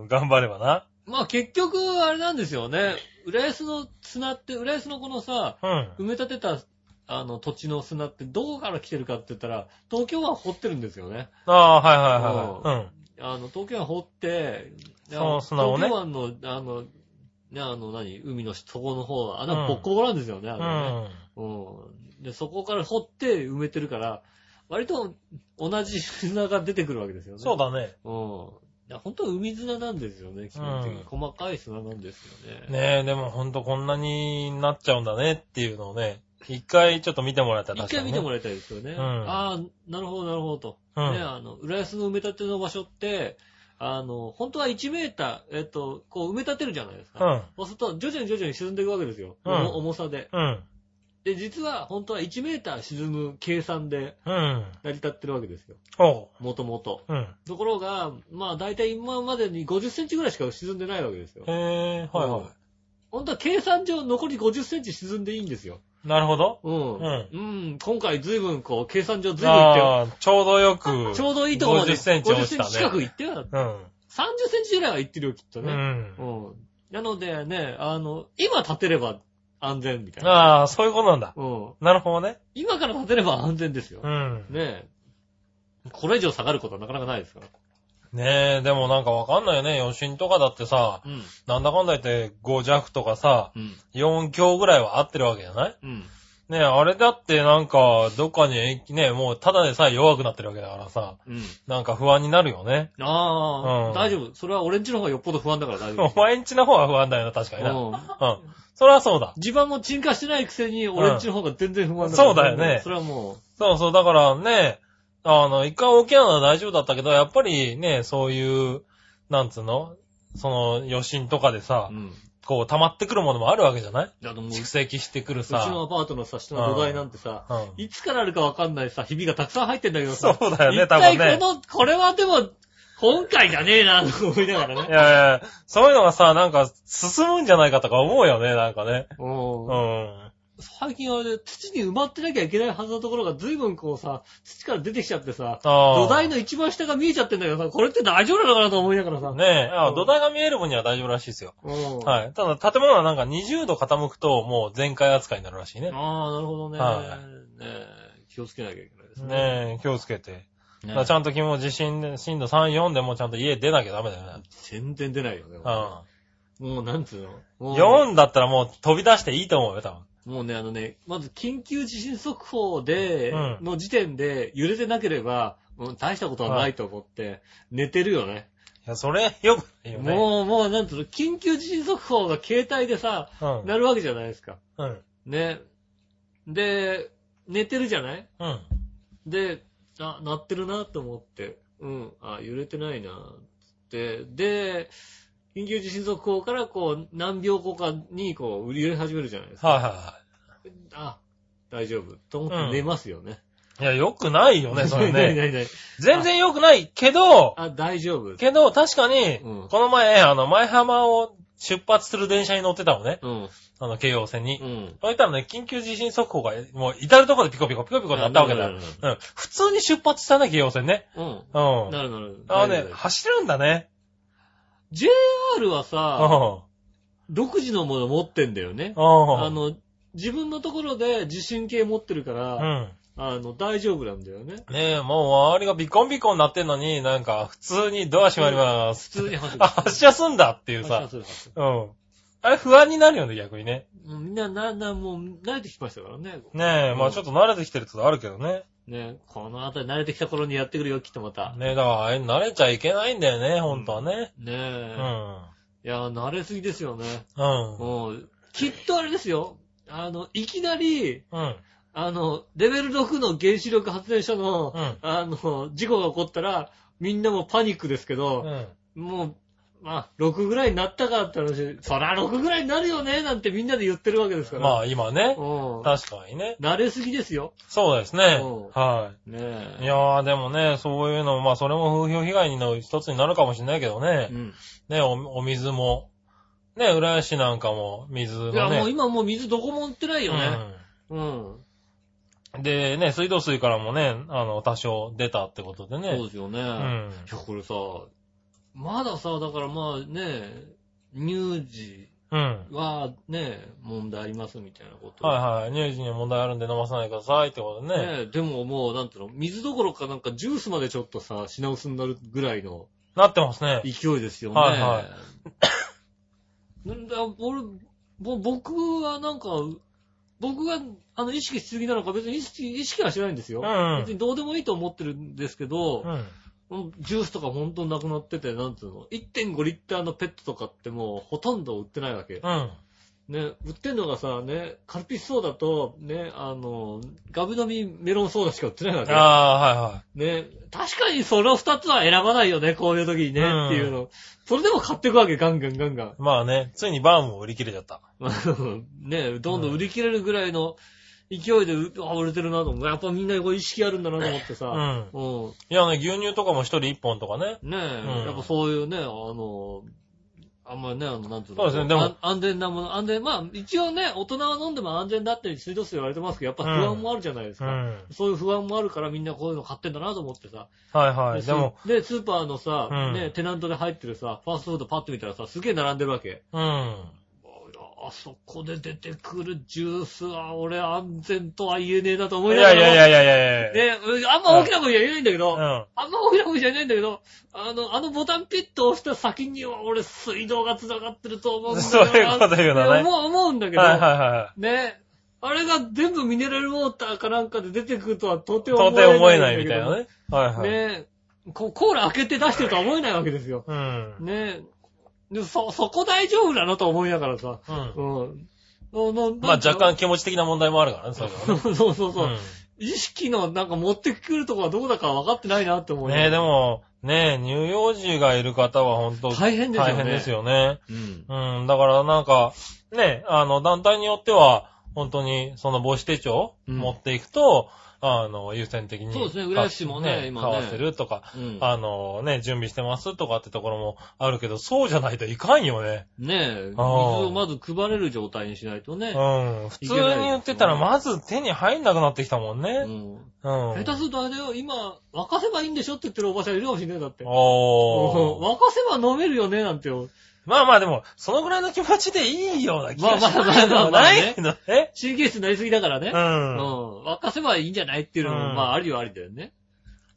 Speaker 3: ん、頑張ればな。
Speaker 2: まあ、結局、あれなんですよね。浦安の砂って、浦安のこのさ、
Speaker 3: うん。
Speaker 2: 埋め立てた、あの、土地の砂ってどこから来てるかって言ったら、東京は掘ってるんですよね。
Speaker 3: ああ、はいはいはいはい。
Speaker 2: あの、東京湾掘って、
Speaker 3: その砂をね
Speaker 2: 東京湾の、あの、ね、あの、何、海の底の方は、穴ボッコボコなんですよね、あ
Speaker 3: う
Speaker 2: のね
Speaker 3: ん。うん。
Speaker 2: うん。で、そこから掘って埋めてるから、割と同じ砂が出てくるわけですよね。
Speaker 3: そうだね。
Speaker 2: うん。いや、本当は海砂なんですよね、基本的に。細かい砂なんですよね。
Speaker 3: ねえ、でもほんとこんなになっちゃうんだねっていうのをね、一回ちょっと見てもらえたら
Speaker 2: 一
Speaker 3: 確か
Speaker 2: 回見
Speaker 3: に、ね。
Speaker 2: てもらいたいですよね。
Speaker 3: ん
Speaker 2: ああ、なるほど、なるほどと。
Speaker 3: うん
Speaker 2: ね、あの、浦安の埋め立ての場所って、あの、本当は1メーター、えっと、こう埋め立てるじゃないですか。そうすると、徐々に徐々に沈んでいくわけですよ。
Speaker 3: うん
Speaker 2: 重重さで。
Speaker 3: うん。うん。
Speaker 2: で、実は、本当は1メーター沈む計算で
Speaker 3: うん。
Speaker 2: 成り立ってるわけですよ。
Speaker 3: おう。
Speaker 2: もともと。
Speaker 3: うん。
Speaker 2: ところが、まあ、大体今までに50センチぐらいしか沈んでないわけですよ
Speaker 3: へ。え、はいは
Speaker 2: 本当は計算上残り50センチ沈んでいいんですよ。
Speaker 3: い。なるほど。
Speaker 2: うん。
Speaker 3: うん
Speaker 2: うん。今回随分こう、計算上随分行ってよ。
Speaker 3: ああ、ちょうどよく。
Speaker 2: ちょうどいいところで
Speaker 3: 50センチ落
Speaker 2: 50
Speaker 3: ち
Speaker 2: セ
Speaker 3: た
Speaker 2: ン
Speaker 3: ね。
Speaker 2: チ近く行ってよ。30
Speaker 3: うん。
Speaker 2: センチぐらいは行ってるよ、きっと
Speaker 3: う
Speaker 2: ね。
Speaker 3: ん。
Speaker 2: うん。なのでね、あの、今立てれば安全みたいな。
Speaker 3: ああ、そういうことなんだ。
Speaker 2: うん。
Speaker 3: なるほどね。
Speaker 2: 今から立てれば安全ですよ。
Speaker 3: うん。
Speaker 2: ねえ。これ以上下がることはなかなかないですから。
Speaker 3: ねえ、でもなんかわかんないよね。余震とかだってさ、
Speaker 2: うん。
Speaker 3: なんだかんだ言って5弱とかさ、
Speaker 2: うん。
Speaker 3: 4強ぐらいは合ってるわけじゃない
Speaker 2: うん。
Speaker 3: ねえ、あれだってなんか、どっかに影響ね、もうただでさえ弱くなってるわけだからさ、
Speaker 2: うん。
Speaker 3: なんか不安になるよね。
Speaker 2: ああ、
Speaker 3: うん
Speaker 2: 大丈夫。それは俺んちの方がよっぽど不安だから大丈
Speaker 3: お
Speaker 2: 夫。
Speaker 3: 前んちの方は不安だよな、確かにな。うん。
Speaker 2: うん
Speaker 3: それはそうだ。
Speaker 2: 地盤も沈下してないくせに、俺んちの方が全然不安だ
Speaker 3: うんそうだよね
Speaker 2: それはも
Speaker 3: そうそう、だからね、あの、一回大きなのは大丈夫だったけど、やっぱりね、そういう、なんつうのその、余震とかでさ
Speaker 2: う、、うん。
Speaker 3: こう溜まってくるものもあるわけじゃない
Speaker 2: だともう、う
Speaker 3: 蓄
Speaker 2: ち
Speaker 3: 積してくるさ。
Speaker 2: のアパートのさ、下の土台なんてさ、
Speaker 3: うん
Speaker 2: いつからあるかわかんないさ、ひびがたくさん入ってんだけど
Speaker 3: そ
Speaker 2: さ。
Speaker 3: うだよね、
Speaker 2: 一
Speaker 3: 多分ね
Speaker 2: 体。この、これはでも、今回じゃねえな、と思いながら
Speaker 3: い
Speaker 2: ね。
Speaker 3: やいや、そういうのがさ、なんか、進むんじゃないかとか思うよね、なんかね。
Speaker 2: うん
Speaker 3: うん。
Speaker 2: 最近はね、土に埋まってなきゃいけないはずのところが随分こうさ、土から出てきちゃってさ、
Speaker 3: あー
Speaker 2: 土台の一番下が見えちゃってんだけどさ、これって大丈夫なのかなと思いながらさ。
Speaker 3: ねえ、あ
Speaker 2: うん
Speaker 3: 土台が見える分には大丈夫らしいですよ。
Speaker 2: うん。い。
Speaker 3: はい。ただ、建物はなんか20度傾くと、もう全開扱いになるらしいね。
Speaker 2: ああ、なるほどね。
Speaker 3: は
Speaker 2: ねえ気をつけなきゃいけないですね。
Speaker 3: ねえ、気をつけて。だ
Speaker 2: ね
Speaker 3: からちゃんと君も地震で、震度3、4でもちゃんと家出なきゃダメだよね。
Speaker 2: 全然出ないよね。
Speaker 3: う
Speaker 2: もうなんつうの。も
Speaker 3: ん。
Speaker 2: う
Speaker 3: 4だったらもう飛び出していいと思うよ、多分。
Speaker 2: もうね、あのね、まず緊急地震速報で
Speaker 3: うん、
Speaker 2: の時点で揺れてなければ、もう大したことはないと思って、寝てるよね。
Speaker 3: いや、それ、よくないよね。
Speaker 2: もう、もう、なんつうの、緊急地震速報が携帯でさ、
Speaker 3: うん。
Speaker 2: なるわけじゃないですか。
Speaker 3: うん。
Speaker 2: ね。で、寝てるじゃない
Speaker 3: うん。
Speaker 2: で、あ、鳴ってるなと思って、うん、あ、揺れてないなって、で、緊急地震速報からこう、何秒後かにこう、揺れ始めるじゃないですか。
Speaker 3: はいはいは
Speaker 2: あ、大丈夫。と思って寝ますよね。
Speaker 3: い。いや、よくないよね、そ れ
Speaker 2: ない
Speaker 3: ね。
Speaker 2: ないない
Speaker 3: 全然良くないけど、
Speaker 2: あ、大丈夫。
Speaker 3: けど、確かに、
Speaker 2: うん
Speaker 3: この前、あの、前浜を出発する電車に乗ってたのね。
Speaker 2: うん、
Speaker 3: あの、京王線に。
Speaker 2: うん。
Speaker 3: そういったらね、緊急地震速報が、もう、至るところでピコピコ、ピコピコ鳴ったわけだ。
Speaker 2: あ
Speaker 3: う
Speaker 2: なるほ
Speaker 3: ん。普通に出発したね、京王線ね。
Speaker 2: うん。
Speaker 3: うん。
Speaker 2: なるなる。
Speaker 3: あ
Speaker 2: 大
Speaker 3: の
Speaker 2: 丈
Speaker 3: ね
Speaker 2: 夫、
Speaker 3: 走るんだね。
Speaker 2: JR は
Speaker 3: うん。
Speaker 2: さ、
Speaker 3: うん。
Speaker 2: 独自のもの持ってんだよね。あ
Speaker 3: あ、
Speaker 2: の、自分のところで地震計持ってるか
Speaker 3: う
Speaker 2: ら、
Speaker 3: ん。
Speaker 2: あの、大丈夫なんだよね。
Speaker 3: ねえ、もう周りがビコンビコンなってんのに、なんか、普通にドア閉まります。
Speaker 2: 普通に走る
Speaker 3: あ、発車すんだっていう
Speaker 2: 発射
Speaker 3: さ。
Speaker 2: する発射
Speaker 3: うん。あれ不安になるよね、逆にね。
Speaker 2: もうみんな、な、な、もう、慣れてきましたからね。
Speaker 3: ねえ、まあちょっと慣れてきてるってのあるけどね。
Speaker 2: ね、この辺り慣れてきた頃にやってくるよ、きっとまた。
Speaker 3: ねえ、だからあれ慣れちゃいけないんだよね、本当はね。
Speaker 2: ね
Speaker 3: う
Speaker 2: え。
Speaker 3: ん。
Speaker 2: いや、慣れすぎですよね。
Speaker 3: うん。
Speaker 2: もう、きっとあれですよ。あの、いきなり、
Speaker 3: うん。
Speaker 2: あの、レベル6の原子力発電所の、
Speaker 3: うん
Speaker 2: あの、事故が起こったら、みんなもパニックですけど、
Speaker 3: うん。
Speaker 2: もう、まあ、6ぐらいになったかって話、そら6ぐらいになるよね、なんてみんなで言ってるわけですから。
Speaker 3: まあ今ね。
Speaker 2: うん。
Speaker 3: 確かにね。
Speaker 2: 慣れすぎですよ。
Speaker 3: そうですね
Speaker 2: うん。
Speaker 3: は
Speaker 2: ね
Speaker 3: い。い
Speaker 2: え。
Speaker 3: やーでもね、そういうのも、まあそれも風評被害の一つになるかもしれないけどね
Speaker 2: う。ん。
Speaker 3: ね、おお水も。ね、浦安市なんかも水の
Speaker 2: いや、
Speaker 3: ね。
Speaker 2: もう今もう水どこも売ってないよね。
Speaker 3: うん
Speaker 2: うん。
Speaker 3: で、ね、水道水からもね、あの、多少出たってことでね。
Speaker 2: そうですよね。
Speaker 3: う
Speaker 2: い
Speaker 3: ん。
Speaker 2: や、これさ、まださ、だからまあね、乳児
Speaker 3: うん。
Speaker 2: はね、問題ありますみたいなこと。
Speaker 3: はいはい。乳児に問題あるんで飲まさないでくださいってことでね。
Speaker 2: ねでももう、なんていうの、水どころかなんかジュースまでちょっとさ、品薄になるぐらいの
Speaker 3: なってますね。
Speaker 2: 勢いですよね。
Speaker 3: はいは
Speaker 2: なんだ俺、ぼ僕はなんか、僕があの意識しすぎなのか別に意識意識はしないんですよ。
Speaker 3: うん
Speaker 2: 別にどうでもいいと思ってるんですけど、
Speaker 3: うん。
Speaker 2: ジュースとかほんとなくなってて、なんつうの、1.5リッターのペットとかってもうほとんど売ってないわけ。
Speaker 3: うん。
Speaker 2: ね、売ってんのがさ、ね、カルピスソーダと、ね、あの、ガブ飲みメロンソーダしか売ってないわ
Speaker 3: あ
Speaker 2: け。
Speaker 3: あ、はいはい。
Speaker 2: ね、確かにその2つは選ばないよね、こういう時にね、
Speaker 3: うん
Speaker 2: っていうの。それでも買っていくわけ、ガンガンガンガン。
Speaker 3: まあね、ついにバームを売り切れちゃった。
Speaker 2: ね、どんどん売り切れるぐらいの勢いで、うあ、売れてるなと思う。やっぱみんなこう意識あるんだなと思って
Speaker 3: う
Speaker 2: さ。
Speaker 3: ん。
Speaker 2: うん
Speaker 3: いやね、牛乳とかも一人一本とかね。
Speaker 2: ねえ、
Speaker 3: うん
Speaker 2: やっぱそういうね、あの、あんまりね、あの、なんつうの。
Speaker 3: そうですねでも
Speaker 2: あ安全なもの、安全、まあ、一応ね、大人は飲んでも安全だって水道水言われてますけど、やっぱ不安もあるじゃないです
Speaker 3: う
Speaker 2: か。
Speaker 3: ん。はい
Speaker 2: そういう不安もあるからみんなこういうの買ってんだなと思ってさ。
Speaker 3: はい。でも、
Speaker 2: スで、スーパーのさ、
Speaker 3: うん
Speaker 2: ね、テナントで入ってるさ、ファーストフードパッと見たらさ、すげえ並んでるわけ。
Speaker 3: うん。
Speaker 2: ああそこで出てくるジュースは、俺安全とは言えねえなと
Speaker 3: い
Speaker 2: 思いな
Speaker 3: や
Speaker 2: が
Speaker 3: い
Speaker 2: ら。
Speaker 3: やいやいやいやいや。
Speaker 2: ね、うんあんま大きな声じゃ言えないんだけど、
Speaker 3: うん。
Speaker 2: あんま大きな声じゃないんだけど、あの、あのボタンピッと押した先には俺水道が繋がってると思うんだよな
Speaker 3: そういうこと言うのね
Speaker 2: って思う思うんだけど、
Speaker 3: はいはいは
Speaker 2: ね。あれが全部ミネラルウォーターかなんかで出てくるとはとて
Speaker 3: い。
Speaker 2: も
Speaker 3: 到底思えないみたい
Speaker 2: んだ
Speaker 3: なね。はいはい。
Speaker 2: けど。ね。こうコーラ開けて出してるとは思えないわけですよ。
Speaker 3: うん。
Speaker 2: ね。でそ、そこ大丈夫なのと思いながらさ。
Speaker 3: うん。
Speaker 2: うん。のの
Speaker 3: まあ
Speaker 2: なんか
Speaker 3: 若干気持ち的な問題もあるからね、それはね。
Speaker 2: そうそうそうそう、
Speaker 3: う
Speaker 2: 意識のなんか持ってくるとこはどこだか分かってないなって思う
Speaker 3: ん
Speaker 2: よ
Speaker 3: ねえ、でも、ねえ、乳幼児がいる方は本当
Speaker 2: 大変ですよね
Speaker 3: 大変ですよね。
Speaker 2: うん。
Speaker 3: うん、だからなんか、ねえ、あの、団体によっては、本当に、その母子手帳
Speaker 2: うん
Speaker 3: 持っていくと、あの、優先的に。
Speaker 2: そうですね浦安市もね今ね
Speaker 3: 買わせるとか、
Speaker 2: うん
Speaker 3: あの、ね、準備してますとかってところもあるけど、そうじゃないといかんよね。
Speaker 2: ねえ、水
Speaker 3: あー
Speaker 2: をまず配れる状態にしないとね。
Speaker 3: うん。普通に売ってたら、まず手に入んなくなってきたもん
Speaker 2: う
Speaker 3: ね。
Speaker 2: ん。
Speaker 3: う
Speaker 2: 下
Speaker 3: ん。
Speaker 2: 手するとあれだよ、今、沸かせばいいんでしょって言ってるおばちゃんいるかもしれないだって。
Speaker 3: おー。
Speaker 2: 沸かせば飲めるよね、なんてよ。
Speaker 3: まあまあでも、そのぐらいの気持ちでいいような気がし
Speaker 2: まあまあまあまあまあ
Speaker 3: ないけどね。
Speaker 2: 神経質になりすぎだからね。
Speaker 3: う。
Speaker 2: うん沸かせばいいんじゃないっていうのも、
Speaker 3: うん
Speaker 2: まあ、ありはありだよね。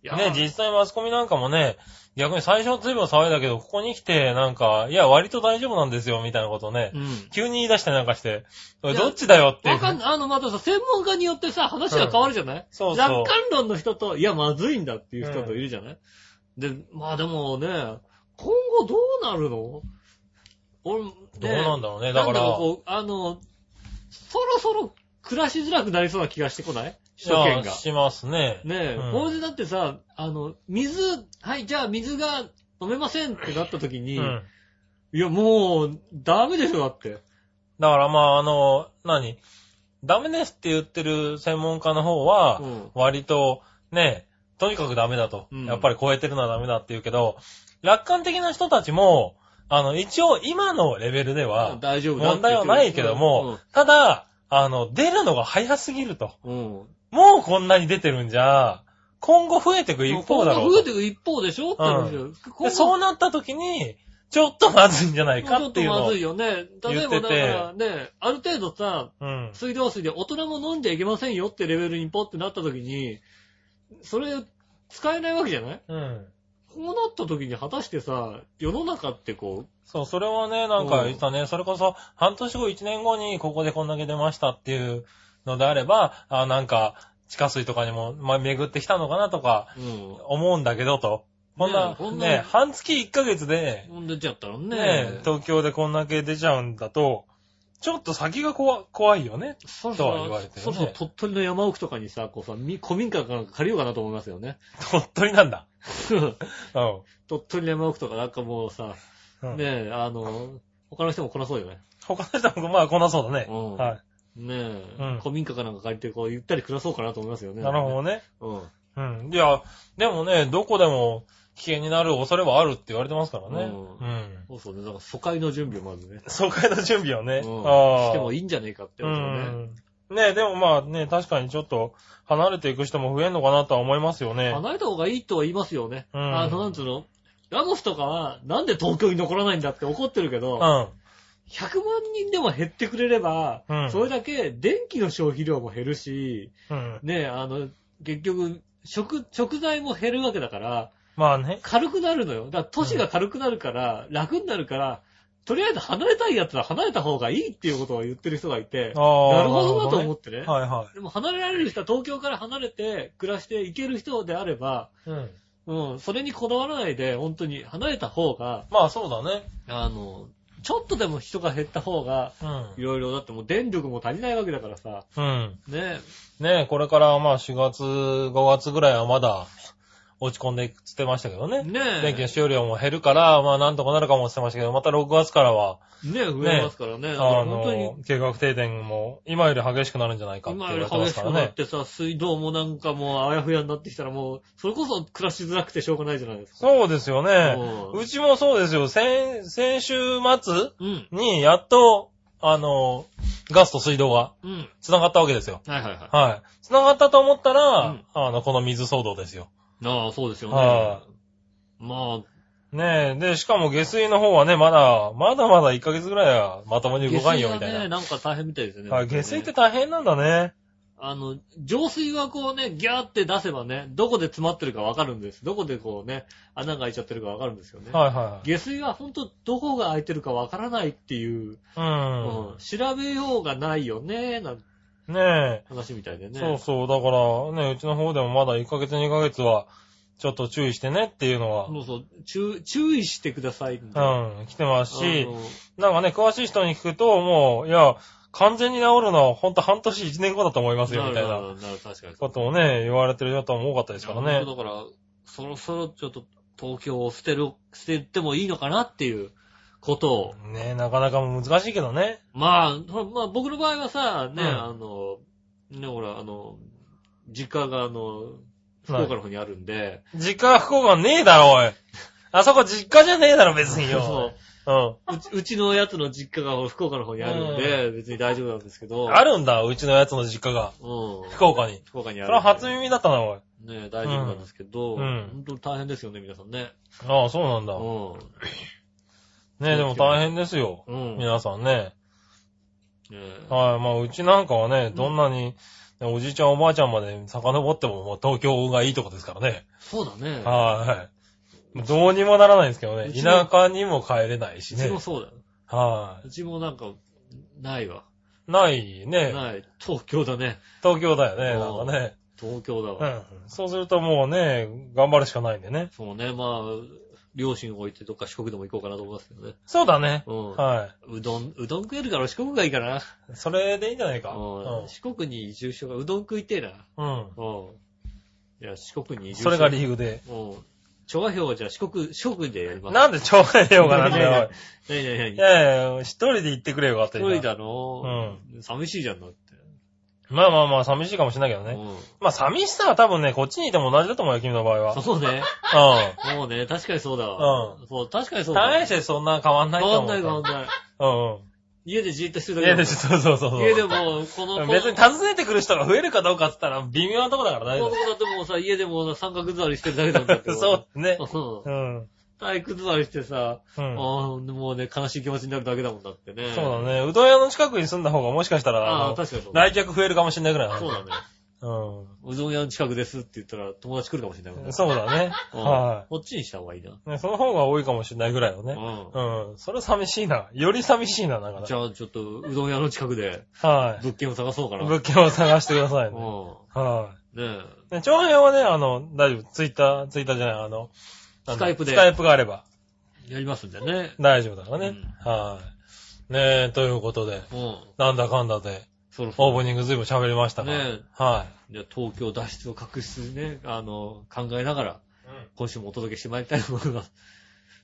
Speaker 2: いや
Speaker 3: ね、実際マスコミなんかもね、逆に最初は随分騒いだけど、ここに来て、なんか、いや、割と大丈夫なんですよ、みたいなことをね、
Speaker 2: うん。
Speaker 3: 急に言い出したりなんかして、おい
Speaker 2: いや
Speaker 3: どっちだよっていう。
Speaker 2: わかんない。あの、またさ、専門家によってさ、話が変わるじゃない
Speaker 3: そう
Speaker 2: 楽
Speaker 3: そう。
Speaker 2: 観論の人と、いや、まずいんだっていう人といるじゃない、で、まあでもね、今後どうなるの俺、ね、
Speaker 3: どうなんだろうね。
Speaker 2: な
Speaker 3: だ
Speaker 2: ん
Speaker 3: か
Speaker 2: だ
Speaker 3: ら、
Speaker 2: ろうこう、あの、そろそろ暮らしづらくなりそうな気がしてこない首都圏
Speaker 3: いや
Speaker 2: が。
Speaker 3: しますね。
Speaker 2: ねえ、
Speaker 3: うん
Speaker 2: これでだってさ、あの、水、はい、じゃあ水が飲めませんってなった時に、
Speaker 3: うん。
Speaker 2: いや、もう、ダメでしょ、だって。
Speaker 3: だからまあ、あの、何ダメですって言ってる専門家の方は、
Speaker 2: うん
Speaker 3: 割と、ね、とにかくダメだと。
Speaker 2: うん
Speaker 3: やっぱり超えてるのはダメだって言うけど、楽観的な人たちも、あの、一応今のレベルでは、
Speaker 2: 大丈夫だって
Speaker 3: 問題はないけども、ただ、あの、出るのが早すぎると。
Speaker 2: うん、うん。
Speaker 3: もうこんなに出てるんじゃ、今後増えてく一方だろ
Speaker 2: 今後増え
Speaker 3: う
Speaker 2: て
Speaker 3: と。
Speaker 2: いく一方でしょって話よ
Speaker 3: でそうなった時に、ちょっとまずいんじゃない
Speaker 2: ち
Speaker 3: か
Speaker 2: ょ
Speaker 3: っ
Speaker 2: ってと
Speaker 3: いうの
Speaker 2: ま
Speaker 3: を。
Speaker 2: ずいよね。例えば
Speaker 3: 言
Speaker 2: だ
Speaker 3: っ
Speaker 2: か
Speaker 3: てて
Speaker 2: らね、ある程度さ、
Speaker 3: うん。
Speaker 2: 水道水で大人も飲んじゃいけませんよってレベルにポッてなった時に、それ使えないわけじゃない
Speaker 3: うん。
Speaker 2: こうなった時に果たしてさ、世の中ってこ
Speaker 3: そう、それはね、なんか言ってたね、それこそ、半年後、一年後にここでこんだけ出ましたっていうのであれば、あなんか、地下水とかにも、まあ、巡ってきたのかなとか、
Speaker 2: う、うん。
Speaker 3: 思うんだけどと。こん
Speaker 2: ねえ
Speaker 3: な
Speaker 2: こ、んな
Speaker 3: ね、半月一ヶ月で、
Speaker 2: 飲んでちゃったら
Speaker 3: ね
Speaker 2: ね
Speaker 3: え、、東京でこんだけ出ちゃうんだと、ちょっと先が怖怖いよね。
Speaker 2: そろ
Speaker 3: と
Speaker 2: そ
Speaker 3: は言
Speaker 2: ろ
Speaker 3: われ、てるね
Speaker 2: そろそろ鳥取の山奥とかにさ、こうさ、み古民家かなんか借りようかなと思いますよね。
Speaker 3: 鳥取なんだ。うん。
Speaker 2: 鳥取の山奥とかなんかもうさ、
Speaker 3: うん
Speaker 2: ねえ、あの、他の人も来なそうよね。
Speaker 3: 他の人も、まあ、こんなそうだね。
Speaker 2: うん
Speaker 3: は
Speaker 2: ねえ、
Speaker 3: うん
Speaker 2: 古民家かなんか借りて、こう、ゆったり暮らそうかなと思いますよ
Speaker 3: い。
Speaker 2: ね。
Speaker 3: なるほどね。
Speaker 2: ど。
Speaker 3: うん。いや、でもね、どこでも危険になる恐れはあるって言われてますからね。
Speaker 2: う
Speaker 3: うん。
Speaker 2: うん。そうそうね。だから、疎開の準備をまずね。
Speaker 3: 疎開の準備を
Speaker 2: う
Speaker 3: ね。
Speaker 2: ん。
Speaker 3: ああ。
Speaker 2: してもいいんじゃねえかって
Speaker 3: う
Speaker 2: ことね。
Speaker 3: ん。ねでもまあね、確かにちょっと離れていく人も増えるのかなとは思いますよね。
Speaker 2: 離れた方がいいとは言いますよね。
Speaker 3: うん
Speaker 2: あの、なんつうのラモスとかは、なんで東京に残らないんだって怒ってるけど、
Speaker 3: うん。
Speaker 2: 100万人でも減ってくれれば、
Speaker 3: うん
Speaker 2: それだけ電気の消費量も減るし、
Speaker 3: うん。
Speaker 2: ねえ、あの、結局、食、食材も減るわけだから、
Speaker 3: まあね。
Speaker 2: 軽くなるのよ。だから都市が軽くなるから、楽になるから、とりあえず離れたいやつは離れた方がいいっていうことを言ってる人がいて、
Speaker 3: あ
Speaker 2: な
Speaker 3: あ。
Speaker 2: るほどなと思ってね。
Speaker 3: ね。はいは
Speaker 2: でも離れられる人は東京から離れて暮らしていける人であれば、
Speaker 3: い。うん。
Speaker 2: うん、それにこだわらないで、本当に離れた方が、
Speaker 3: まあそうだね。
Speaker 2: あの、ちょっとでも人が減った方が、いろいろ、だってもう電力も足りないわけだからさ、
Speaker 3: うん。うん。
Speaker 2: ね
Speaker 3: ねこれからまあ4月、5月ぐらいはまだ落ち込んでいくって言ってましたけど
Speaker 2: え、
Speaker 3: ね。
Speaker 2: ねえ、
Speaker 3: 電気の使用量も減るから、まあなんとかなるかもって言ってましたけど、また6月からは、
Speaker 2: ねえ、増えますからね。だから
Speaker 3: あ
Speaker 2: 本当に
Speaker 3: の、計画停電も今より激しくなるんじゃないかって
Speaker 2: 今
Speaker 3: 言
Speaker 2: よ
Speaker 3: わ
Speaker 2: り
Speaker 3: れてま
Speaker 2: 激
Speaker 3: す
Speaker 2: し
Speaker 3: か
Speaker 2: く
Speaker 3: ら
Speaker 2: なっ
Speaker 3: ね。
Speaker 2: てさ、水道もなんかもうあやふやになってきたらもう、それこそ暮らしづらくてしょうがないじゃないですか。
Speaker 3: そうですよね。
Speaker 2: うん
Speaker 3: うちもそうですよ。先、先週末
Speaker 2: うん。
Speaker 3: に、やっと、あの、ガスと水道が
Speaker 2: うん。
Speaker 3: 繋がったわけですよ。
Speaker 2: はいはいはい。
Speaker 3: はい。繋がったと思ったら、
Speaker 2: うん
Speaker 3: あの、この水騒動ですよ。
Speaker 2: ああ、そうですよね
Speaker 3: は。
Speaker 2: まあ、
Speaker 3: ねえ。で、しかも下水の方はね、まだ、まだまだ1ヶ月ぐらいはまともに動かんよ、みた
Speaker 2: 下水はね、
Speaker 3: いな。
Speaker 2: なんか大変みたいですよね。
Speaker 3: はい、
Speaker 2: 本当にね
Speaker 3: 下水って大変なんだね。
Speaker 2: あの、浄水はこうね、ギャーって出せばね、どこで詰まってるかわかるんです。どこでこうね、穴が開いちゃってるかわかるんですよね。
Speaker 3: はいは
Speaker 2: 下水はほんとどこが開いてるかわからないっていう、
Speaker 3: い
Speaker 2: う
Speaker 3: は
Speaker 2: ん調べようがないよね、なんて
Speaker 3: い。うん。ねえ。
Speaker 2: 話みたいでね。
Speaker 3: そうそう。だから、ね、うちの方でもまだ1ヶ月2ヶ月は、ちょっと注意してねっていうのは、
Speaker 2: そうそう、注注意してください。うん。
Speaker 3: うん、来てますし、なんかね、詳しい人に聞くと、もう、いや、完全に治るのは、ほんと半年1年後だと思いますよ、
Speaker 2: な
Speaker 3: み
Speaker 2: る
Speaker 3: たい
Speaker 2: な
Speaker 3: な
Speaker 2: るなる、確かに。
Speaker 3: ことをね、言われてる方も多かったですからね。
Speaker 2: だから、そろそろちょっと東京を捨てる、捨ててもいいのかなっていうことを。
Speaker 3: ねなかなか難しいけどね。
Speaker 2: まあ、ほらまあ僕の場合はさ、ね、
Speaker 3: うん
Speaker 2: あの、ね、ほら、あの、実家があの、福岡の方にあるんで、
Speaker 3: 実家は福岡ねえだろ、おい。あそこ実家じゃねえだろ、別によ。うん。
Speaker 2: そううち、うちのやつの実家が福岡の方にあるんで、別に大丈夫なんですけど、
Speaker 3: あるんだ、うちのやつの実家が。
Speaker 2: うん。
Speaker 3: 福岡に。
Speaker 2: 福岡にあ
Speaker 3: そ
Speaker 2: る。
Speaker 3: れは初耳だったな、おい。
Speaker 2: ね、大丈夫なんですけど、
Speaker 3: うんうん
Speaker 2: 本当に大変ですよね、皆さんね。
Speaker 3: ああ、そうなんだ。
Speaker 2: う
Speaker 3: ねでも大変ですよ。
Speaker 2: ん。うん。ね
Speaker 3: 皆さんね。
Speaker 2: え
Speaker 3: はい。まあ、うちなんかはね、どんなに、ねおじいちゃんおばあちゃんまで遡っても、もう東京がいいとこですからね。
Speaker 2: そうだね。
Speaker 3: はい。どうにもならないんですけどね。
Speaker 2: うちも
Speaker 3: 田舎にも帰れないし
Speaker 2: うち
Speaker 3: ね
Speaker 2: も。そうだよ。
Speaker 3: は
Speaker 2: うちもなんか、ないわ。
Speaker 3: い。ないね。
Speaker 2: ない。東京だね。
Speaker 3: 東京だよね。
Speaker 2: う
Speaker 3: なんんかね。
Speaker 2: 東京だ
Speaker 3: う
Speaker 2: わ。
Speaker 3: ん。そうするともうね、頑張るしかないんでね。
Speaker 2: そうね、まあ、両親を置いてどっか四国でも行こうかなと思いますけどね。
Speaker 3: そうだね。
Speaker 2: う
Speaker 3: は
Speaker 2: ん。うどん、うどん食えるから四国がいいかな。
Speaker 3: い。それでいいんじゃないか。
Speaker 2: うん。
Speaker 3: う
Speaker 2: 四国に移住しようか。うどん食いてえな。
Speaker 3: ん。うん。
Speaker 2: うん。いや、四国に移住し
Speaker 3: それが理由で。
Speaker 2: 由。うん。調和表はじゃあ四国、四国でやります。
Speaker 3: なんで超えようかなん だ
Speaker 2: いやい
Speaker 3: よ。
Speaker 2: なになにないに
Speaker 3: やいや、一人で行ってくれよかった
Speaker 2: 一
Speaker 3: よ
Speaker 2: 人だの
Speaker 3: う
Speaker 2: うん。寂しいじゃんだって。
Speaker 3: まあまあまあ、寂しいかもしれないけど
Speaker 2: う
Speaker 3: ね。
Speaker 2: ん。
Speaker 3: まあ、寂しさは多分ね、こっちにいても同じだと思うよ、君の場合は。
Speaker 2: そうね。
Speaker 3: う
Speaker 2: もうね、確かにそうだわ。そう、確かにそう
Speaker 3: ん。
Speaker 2: だわ。
Speaker 3: 大してそんな変わんない
Speaker 2: 変
Speaker 3: と思
Speaker 2: わ
Speaker 3: う。
Speaker 2: んない変わんない。家でじーっとしてる
Speaker 3: うんう
Speaker 2: だ
Speaker 3: ん。
Speaker 2: け
Speaker 3: 家
Speaker 2: だもん。
Speaker 3: で、そうそうそうそう。
Speaker 2: 家でも、この、この
Speaker 3: 別に訪ねてくる人が増えるかどうかって言ったら微妙なとこだから大
Speaker 2: こ
Speaker 3: 丈
Speaker 2: の子だってもうさ、家でもさ三角座りしてるだけなんだけ
Speaker 3: 夫。
Speaker 2: ど。
Speaker 3: そうね。
Speaker 2: う。
Speaker 3: うんん。うん。
Speaker 2: 体育座りしてさ、あ
Speaker 3: そ
Speaker 2: ーもうね、悲しい気持ちになるだけだもんだってね。
Speaker 3: うだ。ね。うどん屋の近くに住んだ方がもしかしたら、
Speaker 2: あ
Speaker 3: あ
Speaker 2: あ、
Speaker 3: の
Speaker 2: 確かにそうだ。
Speaker 3: 来客増えるかもしれないぐらい
Speaker 2: そうだね。
Speaker 3: うん。
Speaker 2: うどん屋の近くですって言ったら友達来るかもしれないもんね。
Speaker 3: そうだね。
Speaker 2: うん
Speaker 3: は
Speaker 2: こっちにした方がいいな。
Speaker 3: い。ね、その方が多いかもしれないぐらいの
Speaker 2: う
Speaker 3: ね。
Speaker 2: ん。
Speaker 3: うん。それ寂しいな。より寂しいな、だか
Speaker 2: じゃあ、ちょっと、うどん屋の近くで
Speaker 3: ら。はい。
Speaker 2: 物件を探そうかな。
Speaker 3: 物件を探してくださいね。
Speaker 2: う
Speaker 3: は
Speaker 2: ん。ね
Speaker 3: い。ね、長編はね、あの、大丈夫。ツイッター、ツイッターじゃない、あの、なん
Speaker 2: ス
Speaker 3: だ
Speaker 2: カイプで
Speaker 3: スカイプがあれば
Speaker 2: え。やりますんでね。
Speaker 3: 大丈夫だからね。
Speaker 2: う
Speaker 3: はい。ねえ、ということで、
Speaker 2: うん。
Speaker 3: なんだかんだで、
Speaker 2: そろそろ。
Speaker 3: オープニング随分喋りましたが。
Speaker 2: ね
Speaker 3: は
Speaker 2: じゃあ東京脱出を確実にね、あの、考えながら、
Speaker 3: い。
Speaker 2: 今週もお届けしてまいりたいと思います。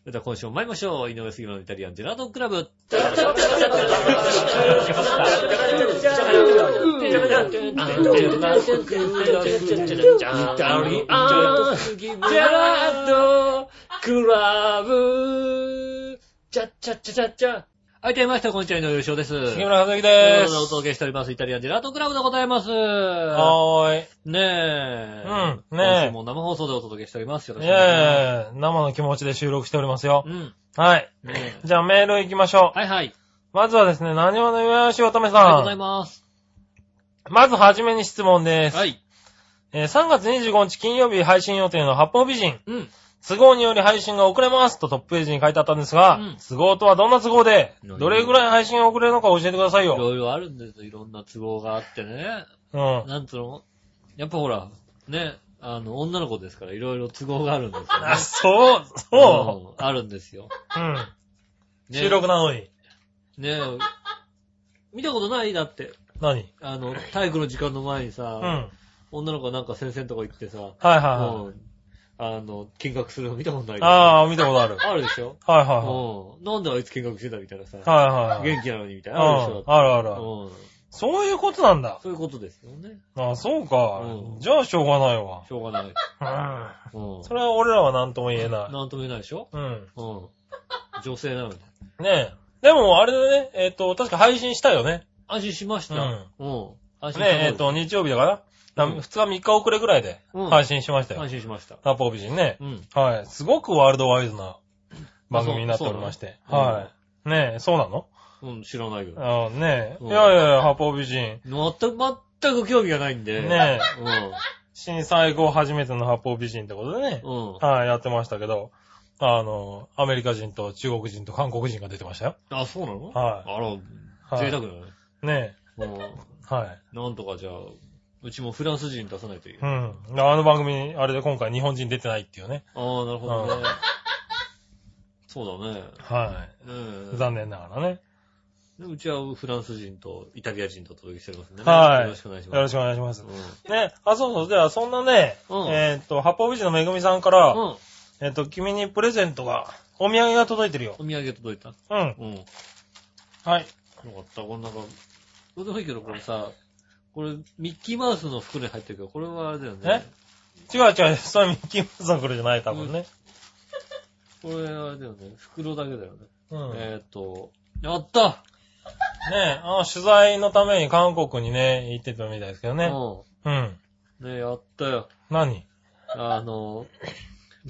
Speaker 2: それでは今週も参りましょう。井上杉村のイタリアンジェラートクラブ。ジェラートクラブ。チャッチャッチャチャッチャ。はい、どうもみなさんこんにちは、井上優勝です。
Speaker 3: 杉村和樹で
Speaker 2: お
Speaker 3: す。
Speaker 2: 届けしております。イタリアンジェラートクラブでございます。
Speaker 3: はーい。
Speaker 2: ねえ。
Speaker 3: うんねえ
Speaker 2: 今週も生放送でお届けしております。よろしくお願いし
Speaker 3: ええ、生の気持ちで収録しております
Speaker 2: ま
Speaker 3: よ
Speaker 2: す。。うん。
Speaker 3: はい。
Speaker 2: ねえ
Speaker 3: じゃあメール行きましょう。
Speaker 2: はいはい。
Speaker 3: まずはですね、何話の岩橋乙女
Speaker 2: ありがとうござ
Speaker 3: さ
Speaker 2: い
Speaker 3: ん。
Speaker 2: ます。
Speaker 3: まずはじめに質問です。
Speaker 2: はい。
Speaker 3: えー3月25日金曜日配信予定の八方美人。
Speaker 2: うん。
Speaker 3: 都合により配信が遅れますとトップページに書いてあったんですが、
Speaker 2: うん
Speaker 3: 都合とはどんな都合で、
Speaker 2: 何
Speaker 3: どれぐらい配信が遅れるのか教えてください
Speaker 2: い
Speaker 3: よ。
Speaker 2: ろいろあるんですよ。いろんな都合があってね。
Speaker 3: うん。
Speaker 2: なんつうのやっぱほら、ね、あの、女の子ですから、いろいろ都合があるんですよ、ね。
Speaker 3: あ、そう、そ
Speaker 2: うんあるんですよ。
Speaker 3: う。うん。
Speaker 2: ね
Speaker 3: 収録なのに。
Speaker 2: ね見たことないだって。
Speaker 3: 何
Speaker 2: あの、体育の時間の前に
Speaker 3: うん。
Speaker 2: さ、
Speaker 3: はい
Speaker 2: 女の子がなんか先生のとこ行ってさ、
Speaker 3: はい
Speaker 2: も
Speaker 3: は
Speaker 2: うあの、見学するの見たことない
Speaker 3: い。
Speaker 2: よあ
Speaker 3: ああ、見たことある。は
Speaker 2: る
Speaker 3: い
Speaker 2: でしょ
Speaker 3: はいは
Speaker 2: うん。なんであいつ見学してたみたいなさ
Speaker 3: い。、はいはい。
Speaker 2: 元気なのにみたいな。あるで
Speaker 3: う
Speaker 2: し
Speaker 3: ん。あるある。
Speaker 2: ょ。うん。
Speaker 3: そういうことなんだ。
Speaker 2: そういうことですよね。
Speaker 3: ああ、そうか
Speaker 2: う。ん
Speaker 3: じゃあしょうがないわ。
Speaker 2: しょうがない。
Speaker 3: う
Speaker 2: うん
Speaker 3: ん。。それは俺らは何とも言えない。
Speaker 2: なんとも言えないでしょ
Speaker 3: うん。
Speaker 2: うん。女性なのに。
Speaker 3: ねえ。でも、あれだね、えっ、と、確か配信したよね。
Speaker 2: 安心しました。
Speaker 3: うん。
Speaker 2: うん。安心し
Speaker 3: ねえ、えっ、と、日曜日だから、
Speaker 2: うん
Speaker 3: 2日3日遅れぐらいで
Speaker 2: うん
Speaker 3: 配信しましたよ。
Speaker 2: 安心しました。
Speaker 3: タッポー美人ね。
Speaker 2: うん。
Speaker 3: はい。すごくワールドワイズな番組になっておりまして。
Speaker 2: そうそうなの
Speaker 3: はい。ねえ、そうなの
Speaker 2: うん、知らないけど。
Speaker 3: あーねえ。
Speaker 2: うん
Speaker 3: いやいやいや、ハポー美人。
Speaker 2: 全く、全く興味がないんで。
Speaker 3: ね
Speaker 2: え。
Speaker 3: 震災後初めてのハポー美人ってことでね
Speaker 2: う。ん。うん。
Speaker 3: はい、やってましたけど、あの、アメリカ人と中国人と韓国人が出てましたよ。
Speaker 2: あ、そうなの
Speaker 3: はい
Speaker 2: あら、
Speaker 3: はい
Speaker 2: 贅沢だね。
Speaker 3: ね
Speaker 2: う
Speaker 3: え。はい。
Speaker 2: ん。なんとかじゃあ、うちもフランス人出さないといけ
Speaker 3: う
Speaker 2: ない。
Speaker 3: ん。あの番組、あれで今回日本人出てないっていうね。
Speaker 2: ああ、なるほど ね。そうだね。
Speaker 3: は
Speaker 2: うん
Speaker 3: い。。残念ながらね。
Speaker 2: でうちはフランス人とイタリア人とお届けしておりますんでね。
Speaker 3: はい
Speaker 2: よろしくお願いし
Speaker 3: よろ
Speaker 2: ま
Speaker 3: しくお願いします
Speaker 2: す。。う
Speaker 3: ね、あ、そうそう。では、そんなね、
Speaker 2: うん
Speaker 3: えーっと、八方美人のめぐみさんから、
Speaker 2: ん。うん。
Speaker 3: えーっと、君にプレゼントが、お土産が届いてるよ。
Speaker 2: お土産届いた
Speaker 3: うん。
Speaker 2: うん。よ
Speaker 3: はい。
Speaker 2: かった。これなんか、どうでもいいけど、これさ、これ、ミッキーマウスの袋に入ってるけど、これはあれだよね。
Speaker 3: 違う違う、それミッキーマウスのこれじゃない、多分ね。
Speaker 2: これあれだよね。袋だけだよね。
Speaker 3: うん。ね
Speaker 2: えっと、やった
Speaker 3: あの、取材のために韓国にね、行ってたみたいですけどね。
Speaker 2: う
Speaker 3: うん。
Speaker 2: ん。ねやったよ。
Speaker 3: 何
Speaker 2: あの、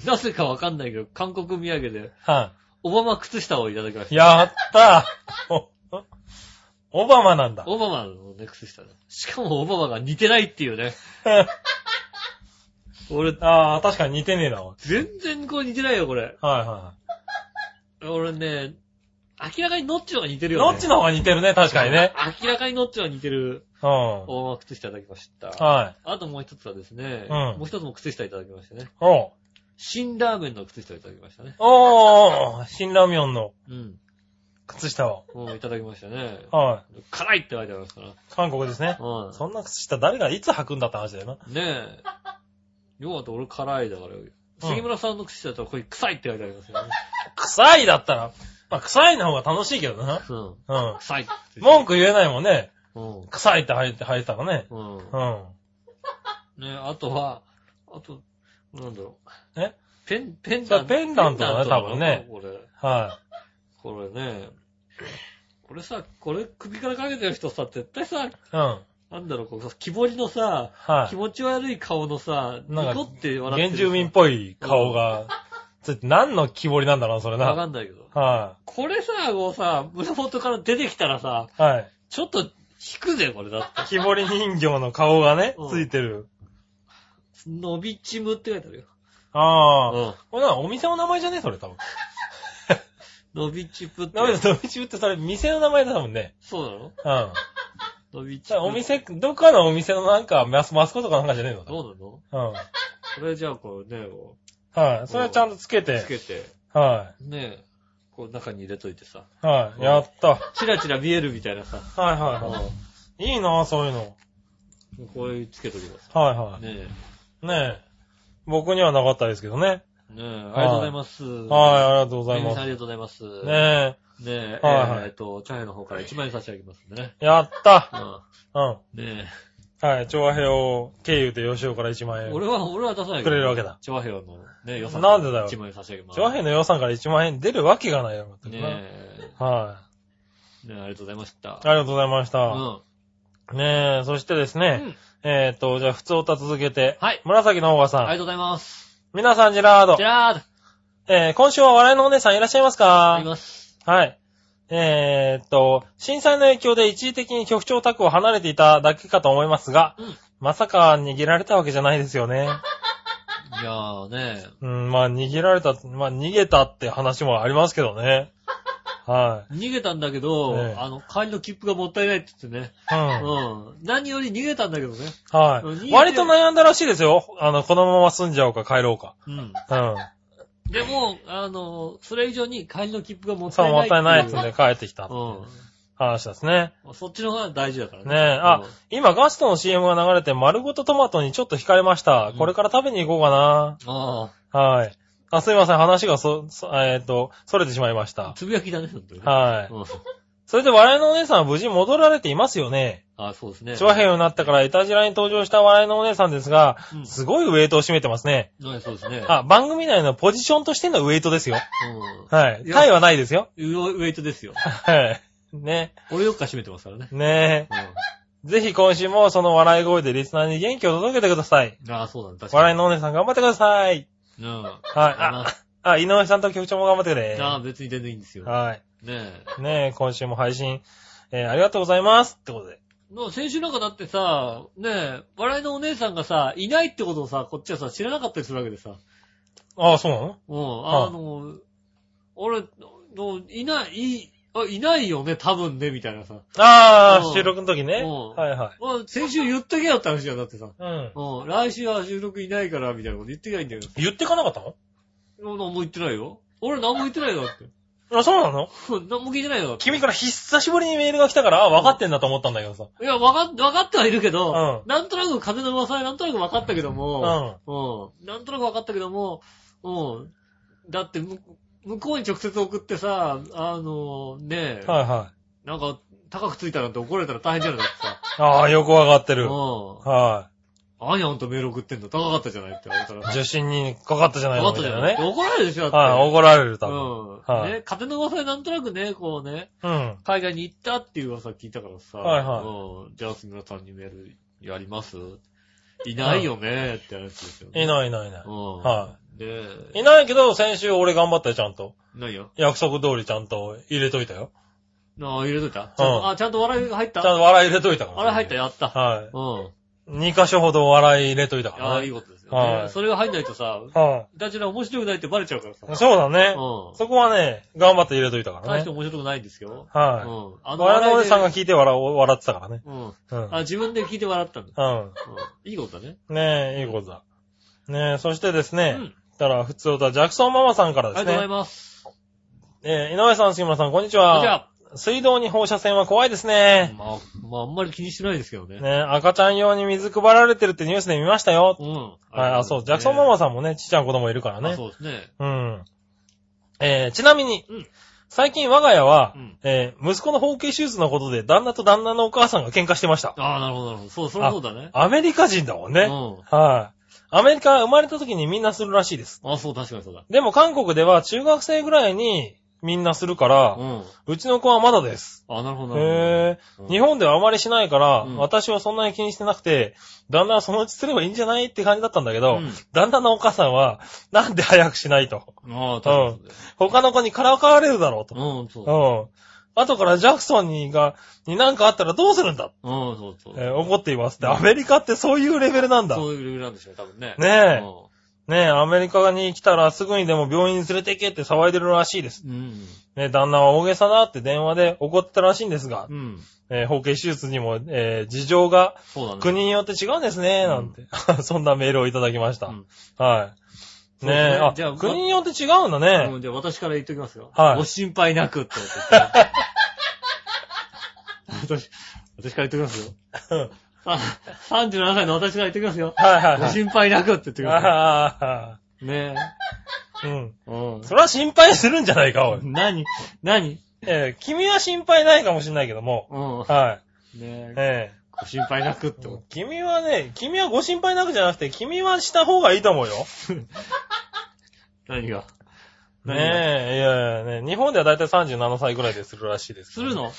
Speaker 2: なぜかわかんないけど、韓国土産で、
Speaker 3: は
Speaker 2: オバマ靴下をいただきまし
Speaker 3: い。
Speaker 2: た。
Speaker 3: やったお オバマなんだ。
Speaker 2: オバマのね、靴下だ。しかもオバマが似てないっていうね。俺、
Speaker 3: ああ、確かに似てねえな、おい
Speaker 2: 全然こう似てないよ、これ。
Speaker 3: はいは
Speaker 2: 俺ね、明らかにノッチのが似て
Speaker 3: い。
Speaker 2: るよ、
Speaker 3: ノ
Speaker 2: ね。
Speaker 3: ッチの方が似てるね、確かにね。。
Speaker 2: 明らかにノッチのが似てる
Speaker 3: うん。
Speaker 2: オバマ靴下いただきました。
Speaker 3: はい。
Speaker 2: あともう一つはですね、
Speaker 3: うん
Speaker 2: もう一つも靴下いただきましたね。
Speaker 3: おう
Speaker 2: 辛ラーメンの靴下をいただきましたね。
Speaker 3: おー、新ラミオンの
Speaker 2: うん。
Speaker 3: 靴下を。
Speaker 2: うん、いただきましたね。
Speaker 3: は
Speaker 2: 辛いって書いてありますから。
Speaker 3: い。韓国ですね。
Speaker 2: うん。
Speaker 3: そんな靴下誰がいつ履くんだって話だよな。
Speaker 2: ねえ。よかった、俺辛いだから。杉村さんの口だと、これ臭いって書いてありますよね。
Speaker 3: 臭いだったら、まあ臭いの方が楽しいけどな。
Speaker 2: うん。
Speaker 3: うん。
Speaker 2: 臭いって。
Speaker 3: 文句言えないもんね。
Speaker 2: う
Speaker 3: 臭いって履いて、履いてたらね。
Speaker 2: ん。うん。
Speaker 3: うん。
Speaker 2: ねえ、あとは、あと、なんだろう。
Speaker 3: え
Speaker 2: ペン、ペンダン
Speaker 3: そ
Speaker 2: ト。
Speaker 3: れペンダントだね
Speaker 2: ペンダなの
Speaker 3: 多分ね
Speaker 2: これ、
Speaker 3: は
Speaker 2: これね。これさ、これ首からかけてる人さ、絶対さ、
Speaker 3: い。うん。
Speaker 2: なんだろう、こう木彫りのさ、
Speaker 3: は
Speaker 2: 気持ち悪い顔のさ、ニ
Speaker 3: なんか
Speaker 2: コって
Speaker 3: い。
Speaker 2: 笑って
Speaker 3: 原
Speaker 2: る。
Speaker 3: 住民っぽい顔が、つって何の木彫りなんだろう、それ
Speaker 2: わ
Speaker 3: な。
Speaker 2: かんないけど。
Speaker 3: は
Speaker 2: これさ、もうさ、胸元から出てきたらさ、
Speaker 3: い。はい。
Speaker 2: ちょっと引くぜ、これだって。
Speaker 3: 木彫り人形の顔がね
Speaker 2: う、ん
Speaker 3: ついてる。
Speaker 2: のびちむって書いてあるよ。
Speaker 3: ああ。
Speaker 2: うん。
Speaker 3: これな、お店の名前じゃねそれ多分。
Speaker 2: のびちぷって
Speaker 3: ダ。メだ、ドビチブってそれ店の名前だもんね。
Speaker 2: そうなの
Speaker 3: うん。
Speaker 2: のびち
Speaker 3: じゃ
Speaker 2: ぷ。
Speaker 3: あお店、どっかのお店のなんかマスマスコットかなんかじゃねえの
Speaker 2: どうなのこ
Speaker 3: うん。
Speaker 2: れじゃあこうね、こ
Speaker 3: はい。それはちゃんとつけ
Speaker 2: う
Speaker 3: て
Speaker 2: つ。けて、
Speaker 3: は
Speaker 2: ねえ、こう中に入れといてさ、
Speaker 3: い。はい。やった。はい
Speaker 2: チラチラ見えるみたいなさ、
Speaker 3: はいはい。いいなそういうの。
Speaker 2: こういうつけとけばさ、
Speaker 3: はいは
Speaker 2: ねえ、
Speaker 3: い。ねえ。僕にはなかったですけどね。
Speaker 2: ねえ、ありがとうございます。
Speaker 3: はい、ありがとうござい
Speaker 2: めぐみ
Speaker 3: ま
Speaker 2: さんあ
Speaker 3: す。
Speaker 2: りがとうございます。ねえ。
Speaker 3: ね
Speaker 2: ねえ、
Speaker 3: はいは
Speaker 2: え
Speaker 3: い
Speaker 2: ーっと、チャイの方から1枚差し上げますんでね。
Speaker 3: え、やった
Speaker 2: う
Speaker 3: うん。
Speaker 2: ん。ね
Speaker 3: はい、調和平を経由で吉尾から1万
Speaker 2: え。
Speaker 3: 円。
Speaker 2: 俺は、俺は出さない
Speaker 3: くれるわけだ。
Speaker 2: 調和兵のね、予算。
Speaker 3: なんでだよ
Speaker 2: 1枚差し上げます。
Speaker 3: 調和平の予算から1万円出るわけがないよ。全く
Speaker 2: ね
Speaker 3: な
Speaker 2: え。
Speaker 3: は
Speaker 2: ねえ、ありがとうございました。
Speaker 3: い。ありがとうございまし
Speaker 2: う
Speaker 3: た。
Speaker 2: ん。
Speaker 3: ねえ、そしてですね、
Speaker 2: うん
Speaker 3: えーっと、じゃあ、普通歌続けて、
Speaker 2: はい。
Speaker 3: 紫のオーガさ
Speaker 2: ありが
Speaker 3: ん、
Speaker 2: とうございます。
Speaker 3: 皆さん、ジェラード
Speaker 2: じ、ゃあ、
Speaker 3: えー、今週は笑いのお姉さんいらっしゃいます
Speaker 2: あ
Speaker 3: か
Speaker 2: ります。
Speaker 3: はい。えーっと、震災の影響で一時的に局長宅を離れていただけかと思いますが、
Speaker 2: うん
Speaker 3: まさか逃げられたわけじゃないです よね。
Speaker 2: いやーね
Speaker 3: うん、まあ逃げられた、まあ逃げたって話もありますけ どね。は
Speaker 2: 逃げたんだけど、
Speaker 3: ええ
Speaker 2: あの、帰りの切符がもったいないって言ってね。
Speaker 3: い。う。
Speaker 2: うんん。何より逃げたんだけどね。逃げ
Speaker 3: は
Speaker 2: て
Speaker 3: い。割と悩んだらしいですよ。あの、このまま住んじゃおうか帰ろうか。
Speaker 2: うん。
Speaker 3: うん。
Speaker 2: でも、あの、それ以上に帰りの切符がもっ
Speaker 3: そ
Speaker 2: た
Speaker 3: う、
Speaker 2: い
Speaker 3: も
Speaker 2: ない
Speaker 3: ったいないっつ
Speaker 2: て
Speaker 3: う
Speaker 2: うん
Speaker 3: で帰ってきたっていう話ですね。
Speaker 2: うん。そっちの方が大事だからね。
Speaker 3: ねえ、あ、今ガストの CM が流れて丸ごとトマトにちょっと惹かれました
Speaker 2: うん。
Speaker 3: これから食べに行こうかな。
Speaker 2: あ
Speaker 3: はい。あ、すいません。話がそ、そえっ、と、それてしまいまし
Speaker 2: あ、
Speaker 3: た。
Speaker 2: つぶやきだね、本当にね。
Speaker 3: はい。
Speaker 2: うん
Speaker 3: それで笑いのお姉さんは無事戻られていますよね。
Speaker 2: あそうですね。
Speaker 3: 調和平になったからイタジラに登場した笑いのお姉さんですが、
Speaker 2: うん
Speaker 3: すごいウェイトを占めてますね。
Speaker 2: ねそうですね。
Speaker 3: あ、番組内のポジションとしてのウェイトですよ。はい。
Speaker 2: いや
Speaker 3: タイはないですよ。
Speaker 2: うん。ウェイトですよ。
Speaker 3: はい。ね。
Speaker 2: 俺よくかしめてますからね。
Speaker 3: ね
Speaker 2: う
Speaker 3: え。ぜひ今週もその笑い声でリスナーに元気を届けてください。
Speaker 2: ん。ああ、そうなんだ。確か
Speaker 3: 笑いのお姉さん頑張ってください。
Speaker 2: に。うん。はい。
Speaker 3: はい。
Speaker 2: あ
Speaker 3: あ、あ、井上さんと局長も頑張ってくれ。
Speaker 2: あ、別に全然いいんですよ。ね
Speaker 3: はい。
Speaker 2: え。
Speaker 3: ねえ、今週も配信、えーありがとうございます。ってことで。
Speaker 2: な先週なんかだってさ、ねえ、笑いのお姉さんがさ、いないってことをさ、こっちはさ、知らなかったりするわけでさ。
Speaker 3: ああ、そうなの
Speaker 2: うん、あの、俺、のいない、いあいないよね、多分ね、みたいなさ。
Speaker 3: あ
Speaker 2: う
Speaker 3: あ、
Speaker 2: ん
Speaker 3: 収録の時ね。
Speaker 2: うん
Speaker 3: はいはい。
Speaker 2: まあ、先週言っとけよって話じゃん、だってさ。
Speaker 3: うん。
Speaker 2: うん、来週は収録いないから、みたいなこと言ってきゃいいんだけど。
Speaker 3: 言ってかなかったの
Speaker 2: 何も言ってないよ。俺何も言ってないよ、だって。
Speaker 3: あ、そうなの
Speaker 2: うん何も聞いてないよ、だって。
Speaker 3: 君から久しぶりにメールが来たから、あ分かってんだと思ったんだけどさ。
Speaker 2: いや、わかっ、わかってはいるけど、
Speaker 3: う
Speaker 2: なんとなく風の噂でなんとなくわかったけど
Speaker 3: う
Speaker 2: も、
Speaker 3: ん。
Speaker 2: うん、なんとなくわかったけども、うん、だってむ、向こうに直接送ってさ、あの、ねえ、
Speaker 3: はいはい。
Speaker 2: なんか、高くついたなんて怒られたら大変じゃないだってさ。
Speaker 3: ああ、よくわかってる。
Speaker 2: う
Speaker 3: は
Speaker 2: ん。あんやほんとメール送ってんだ。高かったじゃないって言われたら。
Speaker 3: い。受信にかかったじゃない
Speaker 2: 高かっ
Speaker 3: の
Speaker 2: た
Speaker 3: みた
Speaker 2: じ
Speaker 3: い
Speaker 2: ゃ
Speaker 3: な
Speaker 2: ないって
Speaker 3: ね。
Speaker 2: 怒られるでしょ、だ
Speaker 3: はい、
Speaker 2: って。
Speaker 3: 怒られる、多分。
Speaker 2: うん。
Speaker 3: はい
Speaker 2: ね、風の噂でなんとなくね、こうね、
Speaker 3: うん。
Speaker 2: 海外に行ったっていう噂聞いたからさ。
Speaker 3: はいはい
Speaker 2: うん。じゃあ、杉村さんにメールやりますいないよね、って話ですよね。
Speaker 3: いないいないいな
Speaker 2: うん。。
Speaker 3: はい
Speaker 2: で、
Speaker 3: い。いないけど、先週俺頑張ったよ、ちゃんと。
Speaker 2: いないよ。
Speaker 3: 約束通りちゃんと入れといたよ。
Speaker 2: あ入れといたちゃん
Speaker 3: うん
Speaker 2: とあ、ちゃんと笑い入っ
Speaker 3: ちゃん
Speaker 2: た
Speaker 3: と笑い入れといたから。
Speaker 2: あれ入った、やった。
Speaker 3: は
Speaker 2: うん。
Speaker 3: い。2箇所ほど笑い入れといたか
Speaker 2: あ
Speaker 3: ら
Speaker 2: あ、いい
Speaker 3: ね。
Speaker 2: ことですよ
Speaker 3: は
Speaker 2: ね。
Speaker 3: い
Speaker 2: それが入んないとさ、
Speaker 3: はい
Speaker 2: たちら面白くないってバレちゃうからさ。
Speaker 3: そうだね。
Speaker 2: うん。
Speaker 3: そこはね、頑張って入れといたから
Speaker 2: 大して
Speaker 3: ね。
Speaker 2: 面白くないんですよ。う
Speaker 3: はい。
Speaker 2: ん。あ
Speaker 3: 我々のお姉さんが
Speaker 2: い
Speaker 3: 聞いて笑お笑ってたからね。
Speaker 2: うん。
Speaker 3: うん。
Speaker 2: あ、自分で聞いて笑ったんだ。
Speaker 3: う
Speaker 2: うん。いいことだね。
Speaker 3: ん。ねえ、いいことだ。ねえ、そしてです
Speaker 2: う
Speaker 3: ね、
Speaker 2: ん。
Speaker 3: たら、普通だ、ジャクソンママさんか
Speaker 2: あ
Speaker 3: ら
Speaker 2: り
Speaker 3: で
Speaker 2: が
Speaker 3: す
Speaker 2: とうござい
Speaker 3: ね。
Speaker 2: ます。
Speaker 3: えー井上さん、杉村さん、こんにち
Speaker 2: じゃ
Speaker 3: は。
Speaker 2: あ、
Speaker 3: 水道に放射線は怖いですね。
Speaker 2: まあ、まあ、あんまり気にしてないですけどね。
Speaker 3: ね赤ちゃん用に水配られてるってニュースで見ましたよ。
Speaker 2: うん。
Speaker 3: はい、あ、そう、ジャクソンママさんもね、ちっちゃな子供いるから
Speaker 2: ね。あ
Speaker 3: ね。
Speaker 2: そうですね。
Speaker 3: うん。えーちなみに、
Speaker 2: うん
Speaker 3: 最近我が家は、
Speaker 2: うん
Speaker 3: えー息子の包茎手術のことで、旦那と旦那のお母さんが喧嘩してました。
Speaker 2: ああ、なるほど、なるほど。そう、そりゃそうだね。
Speaker 3: アメリカ人だもんね。
Speaker 2: う
Speaker 3: はい。アメリカは生まれた時にみんなするらしいです。
Speaker 2: ん。あそう、確かにそうだ。
Speaker 3: でも韓国では中学生ぐらいにみんなするから、
Speaker 2: う。
Speaker 3: うんちの子はまだです。
Speaker 2: あなるほど、なる
Speaker 3: へ
Speaker 2: ほ
Speaker 3: ぇ
Speaker 2: ど。
Speaker 3: 日本ではあまりしないから、
Speaker 2: うん
Speaker 3: 私はそんなに気にしてなくて、旦那はそのうちすればいいんじゃないって感じだったんだけど、
Speaker 2: うん
Speaker 3: 旦那のお母さんは、なんで早くしないと。
Speaker 2: うん。ああ、確かにそうだよ
Speaker 3: 他の子にからかわれるだろうと。
Speaker 2: うん、そうだ。
Speaker 3: うん。後からジャクソンにが、になんかあったらどうするんだ、
Speaker 2: うん、そうそう。
Speaker 3: えー怒っていますって。
Speaker 2: うん
Speaker 3: アメリカってそういうレベルなんだ。
Speaker 2: そういうレベルなんでしょうね、多分ね。
Speaker 3: ねえ。ねえ、アメリカに来たらすぐにでも病院に連れて行けって騒いでるらしいです。
Speaker 2: うん。
Speaker 3: ねえ、旦那は大げさだって電話で怒ってたらしいんですが
Speaker 2: う、ん。
Speaker 3: えー包茎手術にも、えー事情が
Speaker 2: そうだね。
Speaker 3: 国によって違うんですね、
Speaker 2: うん
Speaker 3: なんて。 そんなメールをいただきました。
Speaker 2: うん
Speaker 3: はい。
Speaker 2: そうです
Speaker 3: ねえ、
Speaker 2: ねじゃあ
Speaker 3: あ、国によって違うんだね。
Speaker 2: うん、じゃあ私から言っときますよ。
Speaker 3: はい
Speaker 2: ご心配なくって言って私、私から言っときますよ。あ37歳の私から言っときますよ。
Speaker 3: はいはい
Speaker 2: ご
Speaker 3: はい。
Speaker 2: 心配なくって言ってくださ
Speaker 3: あ
Speaker 2: い。ね
Speaker 3: うん。
Speaker 2: うん。
Speaker 3: それは心配するんじゃないか、おい。
Speaker 2: 何何
Speaker 3: ええ君は心配ないかもしれないけども。
Speaker 2: うん。
Speaker 3: は
Speaker 2: ね
Speaker 3: い。
Speaker 2: え、
Speaker 3: え
Speaker 2: ご心配なくっ
Speaker 3: え
Speaker 2: てこと。
Speaker 3: 君はね、君はご心配なくじゃなくて、君はした方がいいと思うよ。
Speaker 2: 何が
Speaker 3: ねえ、
Speaker 2: 何
Speaker 3: い
Speaker 2: が
Speaker 3: やいやね、日本ではだいたい37歳ぐらいでするらしいです。
Speaker 2: するの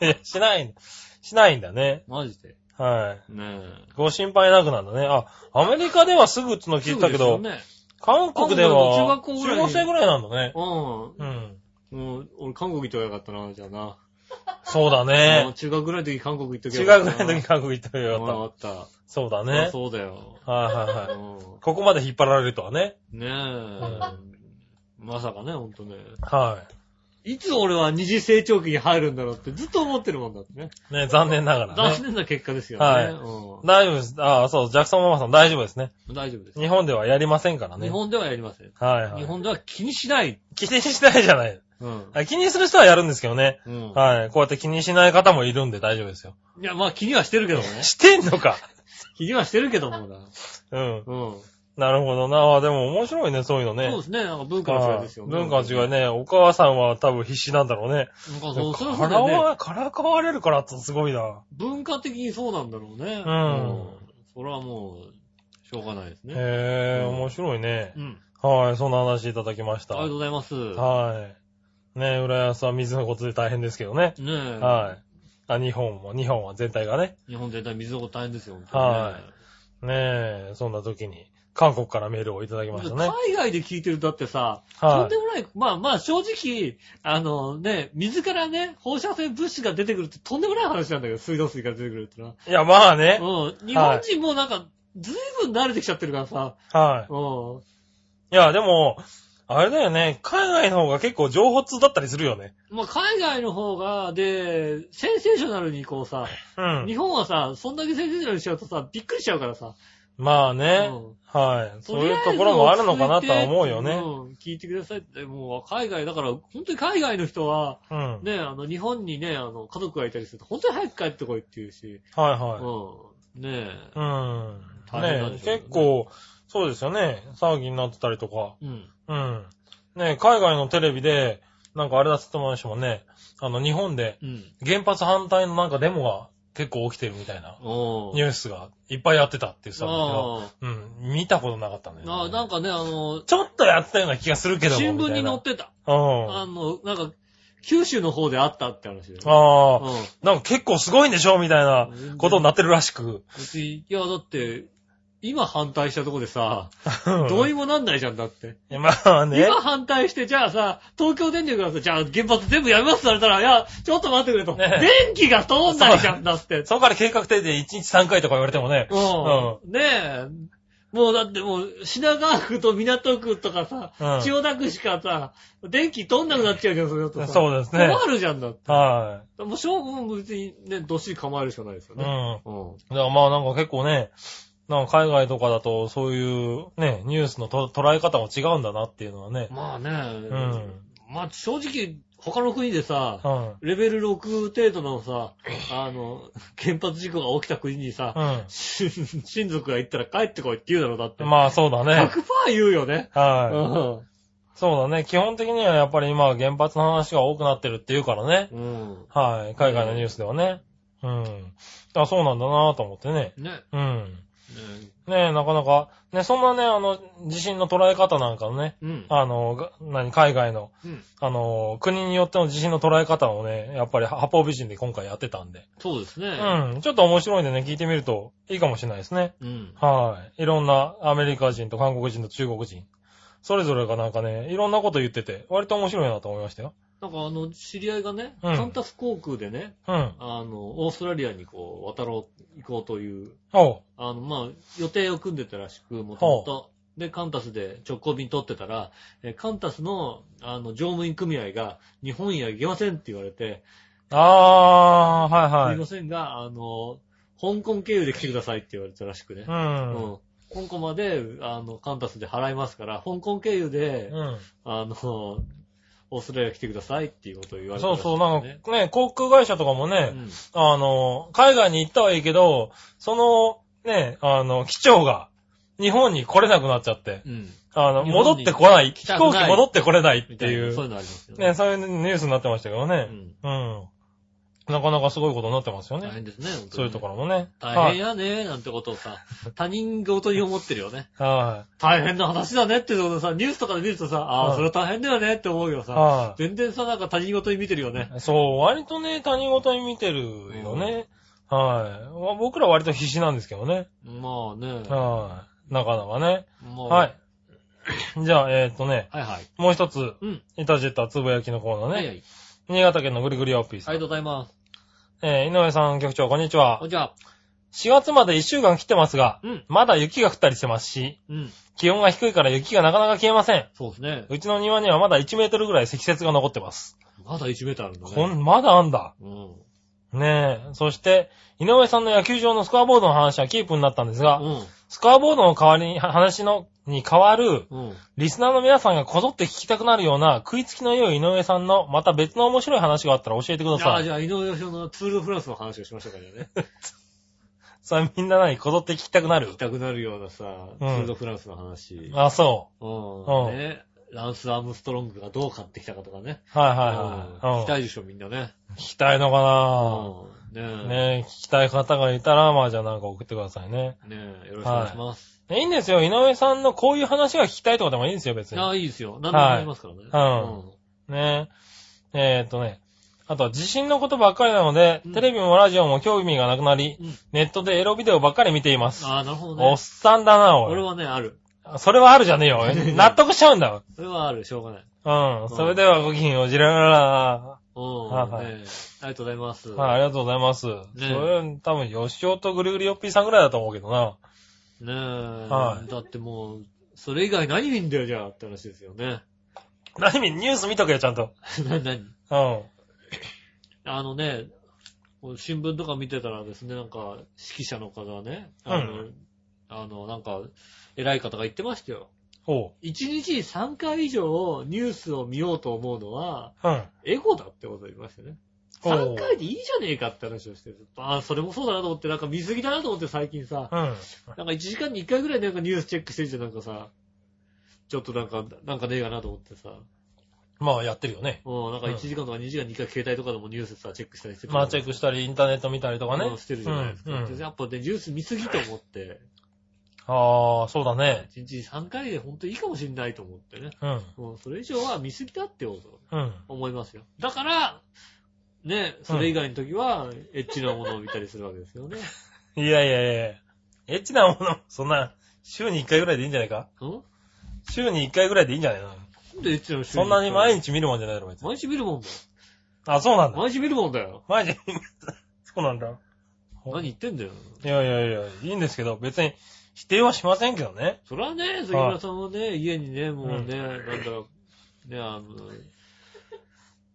Speaker 3: いや、 しない、しないんだね。
Speaker 2: マジで。
Speaker 3: はい。
Speaker 2: ね
Speaker 3: ご心配なくなんだね。あ、アメリカではすぐっつうの
Speaker 2: え。
Speaker 3: 聞いたけ
Speaker 2: す
Speaker 3: ど、
Speaker 2: ぐです
Speaker 3: 韓国で
Speaker 2: 韓
Speaker 3: は
Speaker 2: 国の中学校ぐらいに
Speaker 3: 15歳ぐらいなんだね。
Speaker 2: よね。う
Speaker 3: うん。
Speaker 2: ん。もう、俺韓国行ってばよかったな、じゃあな。
Speaker 3: そうだ
Speaker 2: もう
Speaker 3: ね。
Speaker 2: 中学ぐらいの時韓国行っとけ
Speaker 3: 中
Speaker 2: ばよ
Speaker 3: 学
Speaker 2: かった
Speaker 3: ぐら
Speaker 2: な
Speaker 3: いの時韓国行ったらよかっ
Speaker 2: あった。ね
Speaker 3: た。そうだ
Speaker 2: そりゃ
Speaker 3: ね。
Speaker 2: そうだよ。
Speaker 3: はいはいは
Speaker 2: う
Speaker 3: い。
Speaker 2: ん
Speaker 3: ここまで引っ張られるとはね。
Speaker 2: ねえ。まさかね、ほんとね。
Speaker 3: はい
Speaker 2: つ俺は二次成長期に入るんだろうってずっと思ってるもんだってね。
Speaker 3: い。ね、残念ながら
Speaker 2: 残
Speaker 3: ね。
Speaker 2: 念な結果ですよね。
Speaker 3: はい
Speaker 2: うん
Speaker 3: 大丈夫です。ああ、そう、ジャクソンママさん大丈夫ですね。
Speaker 2: 大丈夫です。
Speaker 3: 日本ではやりませんからね。
Speaker 2: 日本ではやりません。
Speaker 3: はい、はい。
Speaker 2: 日本では気にしない。
Speaker 3: 気にしないじゃない。
Speaker 2: うん。
Speaker 3: あ気にする人はやるんですけどね。
Speaker 2: うん。
Speaker 3: はい。こうやって気にしない方もいるんで大丈夫ですよ。
Speaker 2: いや、まあ気にはしてるけどもね。
Speaker 3: してんのか。
Speaker 2: 気にはしてるけどもな。
Speaker 3: うん。
Speaker 2: うん。
Speaker 3: なるほどな。あでも面白いね、そういうのね。
Speaker 2: そうですね。なんか文化の違い
Speaker 3: は
Speaker 2: です
Speaker 3: い
Speaker 2: よね。
Speaker 3: 文化は違い
Speaker 2: ね。
Speaker 3: ね。お母さんは多分必死なんだろうね。
Speaker 2: なんかそう、それはそうだ
Speaker 3: から
Speaker 2: よね。
Speaker 3: わ、からかわれるからってすごいな。
Speaker 2: 文化的にそうなんだろうね。
Speaker 3: うん
Speaker 2: それはもう、しょうがないですね。
Speaker 3: へえ、
Speaker 2: うん
Speaker 3: 面白いね
Speaker 2: う。ん。
Speaker 3: はい、そんな話いただきまし
Speaker 2: あ
Speaker 3: た。
Speaker 2: りがとうございます。
Speaker 3: はい。ねえ、浦安は水のことで大変ですけどね。
Speaker 2: ねえ。
Speaker 3: はい。あ、日本も、日本は全体がね。
Speaker 2: 日本全体水のこと大変ですよ、本当にね
Speaker 3: はねえ、そんな時に、韓国からメールをいただきましたね。
Speaker 2: 海外で聞いてるとだってさ、とん
Speaker 3: は
Speaker 2: でもない、まあまあ正直、あのね、水からね、放射線物質が出てくるってとんでもない話なんだけど、水道水から出てくるってのは。
Speaker 3: い。いや、まあね。
Speaker 2: うん。日本人もうなんか、ずいぶん慣れてきちゃってるからさ、
Speaker 3: は
Speaker 2: うん。
Speaker 3: い。いや、でも、あれだよね。海外の方が結構情報通だったりするよね。
Speaker 2: まあ海外の方が、で、センセーショナルにこう さ、
Speaker 3: うん。
Speaker 2: 日本はさ、そんだけセンセーショナルにしちゃうとさ、びっくりしちゃうからさ。
Speaker 3: まあね。
Speaker 2: うん
Speaker 3: はい。そういうところもあるのかなとは思うよね。
Speaker 2: うん聞いてくださいって、もう海外、だから、本当に海外の人は、
Speaker 3: うん。はい
Speaker 2: ね、あの、日本にね、あの、家族がいたりすると、本当に早く帰ってこいっていうし、
Speaker 3: は
Speaker 2: うん。ね
Speaker 3: い。うん。
Speaker 2: 大変なん
Speaker 3: ね
Speaker 2: でしょうね
Speaker 3: 結構、そうですよね。騒ぎになってたりとか。
Speaker 2: え。うん。
Speaker 3: うん。ね海外のテレビで、なんかあれだって言ってましたもんね。あの、日本で
Speaker 2: うん。
Speaker 3: 原発反対のなんかデモが結構起きてるみたいな
Speaker 2: お
Speaker 3: ニュースがいっぱいやってたっていうさ、
Speaker 2: あ
Speaker 3: うん、見たことなかったんだよ、ね。
Speaker 2: ああ、なんかね、あの、
Speaker 3: ちょっとやったような気がするけども。
Speaker 2: 新聞に載
Speaker 3: み
Speaker 2: ってた。
Speaker 3: たいなうん。
Speaker 2: あ
Speaker 3: あ
Speaker 2: の、なんか、九州の方であったって話で。
Speaker 3: あー、
Speaker 2: うん。
Speaker 3: なんか結構すごいんでしょみたいなことになってるらしく。
Speaker 2: うち、いや、だって、今反対したとこでさ、ど
Speaker 3: ど
Speaker 2: う
Speaker 3: い
Speaker 2: にもなんないじゃんだって。
Speaker 3: うまあね。
Speaker 2: 今反対して、じゃあさ、東京電力がさ、じゃあ原発全部やめますって言われたら、いや、ちょっと待ってくれと。
Speaker 3: ね
Speaker 2: 電気が通んないじゃんだって。
Speaker 3: そこから計画停電1日3回とか言われてもね。
Speaker 2: うん。ねえ。もうだってもう、品川区と港区とかさ、
Speaker 3: うん
Speaker 2: 千代田区しかさ、電気通んなくなっちゃうじゃん、それだとさ。
Speaker 3: そうですね
Speaker 2: 困るじゃんだって。
Speaker 3: は
Speaker 2: もう、しょうも別にね、どっしり構えるしかないですよ
Speaker 3: い。
Speaker 2: ね。
Speaker 3: うん。
Speaker 2: うん。
Speaker 3: だからまあなんか結構ね、なんか海外とかだとそういうね、ニュースのと捉え方も違うんだなっていうのはね。
Speaker 2: まあね、
Speaker 3: ん
Speaker 2: まあ正直、他の国でさ
Speaker 3: う、ん。
Speaker 2: レベル6程度のさ、あの、原発事故が起きた国にさ、
Speaker 3: う
Speaker 2: 親族が行ったら帰ってこいって言うだろ、だって。
Speaker 3: ん。まあそうだね。
Speaker 2: 100%言 うよね。う
Speaker 3: は
Speaker 2: ん。
Speaker 3: い。そうだね。基本的にはやっぱり今は原発の話が多くなってるっていうからね。
Speaker 2: うん。
Speaker 3: はい。海外のニュースではね。うん。あ、そうなんだなと思ってね。
Speaker 2: ね。ね
Speaker 3: うん。ねえ、なかなか、ね、そんなね、あの、地震の捉え方なんかのね、
Speaker 2: うん。
Speaker 3: あの、が何、海外の、
Speaker 2: うん
Speaker 3: あの、国によっての地震の捉え方をね、やっぱり八方美人で今回やってたんで。
Speaker 2: そうですね。
Speaker 3: うん。ちょっと面白いんでね、聞いてみるといいかもしれないですね。
Speaker 2: うん。
Speaker 3: はい。いろんなアメリカ人と韓国人と中国人。それぞれがなんかね、いろんなこと言ってて、割と面白いなと思いましたよ。
Speaker 2: なんかあの、知り合いがね、
Speaker 3: うん
Speaker 2: カンタス航空でね、
Speaker 3: うん。
Speaker 2: あの、オーストラリアにこう、渡ろう、行こうという、
Speaker 3: おう。
Speaker 2: あの、まあ、予定を組んでたらしく、もともと。で、カンタスで直行便取ってたら、えカンタスの、あの、乗務員組合が、日本へは行けませんって言われて、
Speaker 3: あー、は
Speaker 2: すい
Speaker 3: いはい。
Speaker 2: ませんが、あの、香港経由で来てくださいって言われたらしくね。
Speaker 3: うん。
Speaker 2: うん。香港まで、あの、カンタスで払いますから、香港経由で、
Speaker 3: うん。
Speaker 2: あの、 オーストラリア来てくださいっていうことを言われた
Speaker 3: そ
Speaker 2: ら
Speaker 3: う
Speaker 2: しい
Speaker 3: そう、
Speaker 2: です
Speaker 3: なんかね、航空会社とかもね、
Speaker 2: ね。
Speaker 3: あの、海外に行ったはいいけど、その、ね、あの、機長が、日本に来れなくなっちゃって、
Speaker 2: うん。
Speaker 3: あの、
Speaker 2: 日本に
Speaker 3: 戻ってこない、
Speaker 2: 来
Speaker 3: 飛
Speaker 2: たくない
Speaker 3: 行機戻ってこれないっ
Speaker 2: み
Speaker 3: て
Speaker 2: たい
Speaker 3: い
Speaker 2: なそういう
Speaker 3: う、
Speaker 2: のありますよね。
Speaker 3: ね、そういうニュースになってましたけど
Speaker 2: う
Speaker 3: ね。
Speaker 2: ん。
Speaker 3: うん。なかなかすごいことになってますよ
Speaker 2: 大
Speaker 3: ね。
Speaker 2: 変ですね、本当に
Speaker 3: そういうところもね。
Speaker 2: 大
Speaker 3: は
Speaker 2: 変
Speaker 3: い。
Speaker 2: やね、なんてことをさ、他人ごとに思ってるよね。
Speaker 3: は
Speaker 2: 大変な話だねってことでさ、ニュースとかで見るとさ、あ
Speaker 3: は
Speaker 2: あ、
Speaker 3: い
Speaker 2: それは大変だよねって思うよ
Speaker 3: い。
Speaker 2: さ、
Speaker 3: は
Speaker 2: 全然さ、なんか他人ごとに見てるよね。
Speaker 3: い。そう、割とね、他人事に見てるよね。はいわ。僕ら割と必死なんですけどね。
Speaker 2: まあね。
Speaker 3: はい。なかなかね。
Speaker 2: もう
Speaker 3: はい。。じゃあ、えーっとね、
Speaker 2: はいはい。
Speaker 3: もう一つ、
Speaker 2: うん。
Speaker 3: イタジェッタつぶやきのコーナー
Speaker 2: はい
Speaker 3: ね。
Speaker 2: はい。
Speaker 3: 新潟県のぐりぐりオピー
Speaker 2: あ
Speaker 3: さ
Speaker 2: りがと
Speaker 3: ん。
Speaker 2: うございます。
Speaker 3: えー、井上さん局長、こんにちは
Speaker 2: あ。じゃあ、
Speaker 3: 4月まで1週間来てますが、
Speaker 2: うん。
Speaker 3: まだ雪が降ったりしてますし、
Speaker 2: うん。
Speaker 3: 気温が低いから雪がなかなか消えません。
Speaker 2: そうですね。
Speaker 3: うちの庭にはまだ1メートルぐらい積雪が残ってます。
Speaker 2: まだ1メーターあるんだね。
Speaker 3: こん、まだあんだ。
Speaker 2: うん。
Speaker 3: ねえ。そして、井上さんの野球場のスコアボードの話はキープになったんですが、
Speaker 2: うん。
Speaker 3: スコアボードの代わりに、は話の、に変わる、
Speaker 2: うん。
Speaker 3: リスナーの皆さんがこぞって聞きたくなるような食いつきの良い井上さんの、また別の面白い話があったら教えてくだ
Speaker 2: じゃ
Speaker 3: さ
Speaker 2: あ、
Speaker 3: い。
Speaker 2: じゃあ、井上義雄のツールフランスの話をしましたからね。
Speaker 3: さあみんな何こぞって聞きたくな
Speaker 2: 行
Speaker 3: る
Speaker 2: きたくなるようなさ、ツールフランスの話。
Speaker 3: あ、そううん
Speaker 2: ん。ね。ランス・アームストロングがどう買ってきたかとかね。
Speaker 3: う。はい
Speaker 2: うん聞
Speaker 3: はい
Speaker 2: き
Speaker 3: は
Speaker 2: た
Speaker 3: い。
Speaker 2: いでしょ、みんなね。
Speaker 3: うん聞きたいのか
Speaker 2: ね
Speaker 3: な
Speaker 2: え。ね
Speaker 3: ねえ、聞きたい方がいたら、まあじゃあなんか送ってくださいね。
Speaker 2: え。よろしくお願いします。
Speaker 3: いいんですよ。井上さんのこういう話が聞きたいとかでもいいんですよ、別
Speaker 2: あ
Speaker 3: に。
Speaker 2: あ、いいですよ。何でもありますからね。
Speaker 3: はいねえ。えーっとね。あとは地震のことばっかりなので、
Speaker 2: うん
Speaker 3: テレビもラジオも興味がなくなり、
Speaker 2: うん
Speaker 3: ネットでエロビデオばっかり見ています。
Speaker 2: ああ、なるほど
Speaker 3: お
Speaker 2: ね
Speaker 3: っ。さんだな、おい。
Speaker 2: 俺はね、ある。
Speaker 3: それはあるじゃねえ よ。納得しちゃうんだよ。
Speaker 2: それはある、しょうがない。
Speaker 3: うん。それではごきげんよう、じららら。はい
Speaker 2: うん。
Speaker 3: はい
Speaker 2: ねえありがとうございます。
Speaker 3: はい、ありがとうございます。それ、多分、吉尾とぐるぐるよっぴーさんぐらいだと思うけどな。
Speaker 2: ねえ、
Speaker 3: はい
Speaker 2: だってもう、それ以外何見んだよ、じゃあ、って話ですよね。
Speaker 3: 何見、ニュース見とけよ、ちゃんと。
Speaker 2: 何何
Speaker 3: うん。
Speaker 2: あのね、こう新聞とか見てたらですね、なんか、指揮者の方がね、あの、
Speaker 3: う
Speaker 2: あの、なんか、偉い方が言ってましたよ。
Speaker 3: おう。
Speaker 2: 1日に3回以上ニュースを見ようと思うのは、
Speaker 3: うん。
Speaker 2: エゴだってことを言いましたね。
Speaker 3: お
Speaker 2: 3
Speaker 3: う
Speaker 2: 回でいいじゃねえかって話をしてる。ああ、それもそうだなと思って、なんか見過ぎだなと思って最近さ、
Speaker 3: うん。
Speaker 2: なんか1時間に1回ぐらいなんかニュースチェックしてるじゃん、なんかさ、ちょっとなんか、なんかねえかなと思ってさ、
Speaker 3: まあ、やってるよね。
Speaker 2: うん、なんか
Speaker 3: うん
Speaker 2: 1時間とか2時間に1回携帯とかでもニュースさ、チェックしたりしてる。
Speaker 3: まあ、チェックしたり、インターネット見たりとか
Speaker 2: うん
Speaker 3: ね。
Speaker 2: してるじゃないですか。
Speaker 3: うんうん
Speaker 2: でやっぱね、ニュース見すぎと思って、
Speaker 3: ああ、そうだね。
Speaker 2: 1日3回で本当いいかもしんないと思ってね。
Speaker 3: うん。
Speaker 2: うん、それ以上は見すぎだってこと。
Speaker 3: うん。
Speaker 2: 思いますよ。だから、ね、それ以外の時は、エッチなものを見たりするわけですよね。
Speaker 3: いやいやいやエッチなもの、そんな、週に1回ぐらいでいいんじゃないか
Speaker 2: うん
Speaker 3: 週に1回ぐらいでいいんじゃないの
Speaker 2: なんでエッチなの
Speaker 3: そんなに毎
Speaker 2: 日。
Speaker 3: 日見るもんじゃないだろ、別に。
Speaker 2: 毎日見るもんだよ。
Speaker 3: あ、そうなんだ。
Speaker 2: 毎日見るもんだよ。
Speaker 3: 毎日見る。 そうなんだ。
Speaker 2: 何言ってんだよ。
Speaker 3: いやいやいや、いいんですけど、別に否定はしませんけどね。
Speaker 2: それはね、杉村さんもね、家にね、もうね、なんだろう、ね、あの、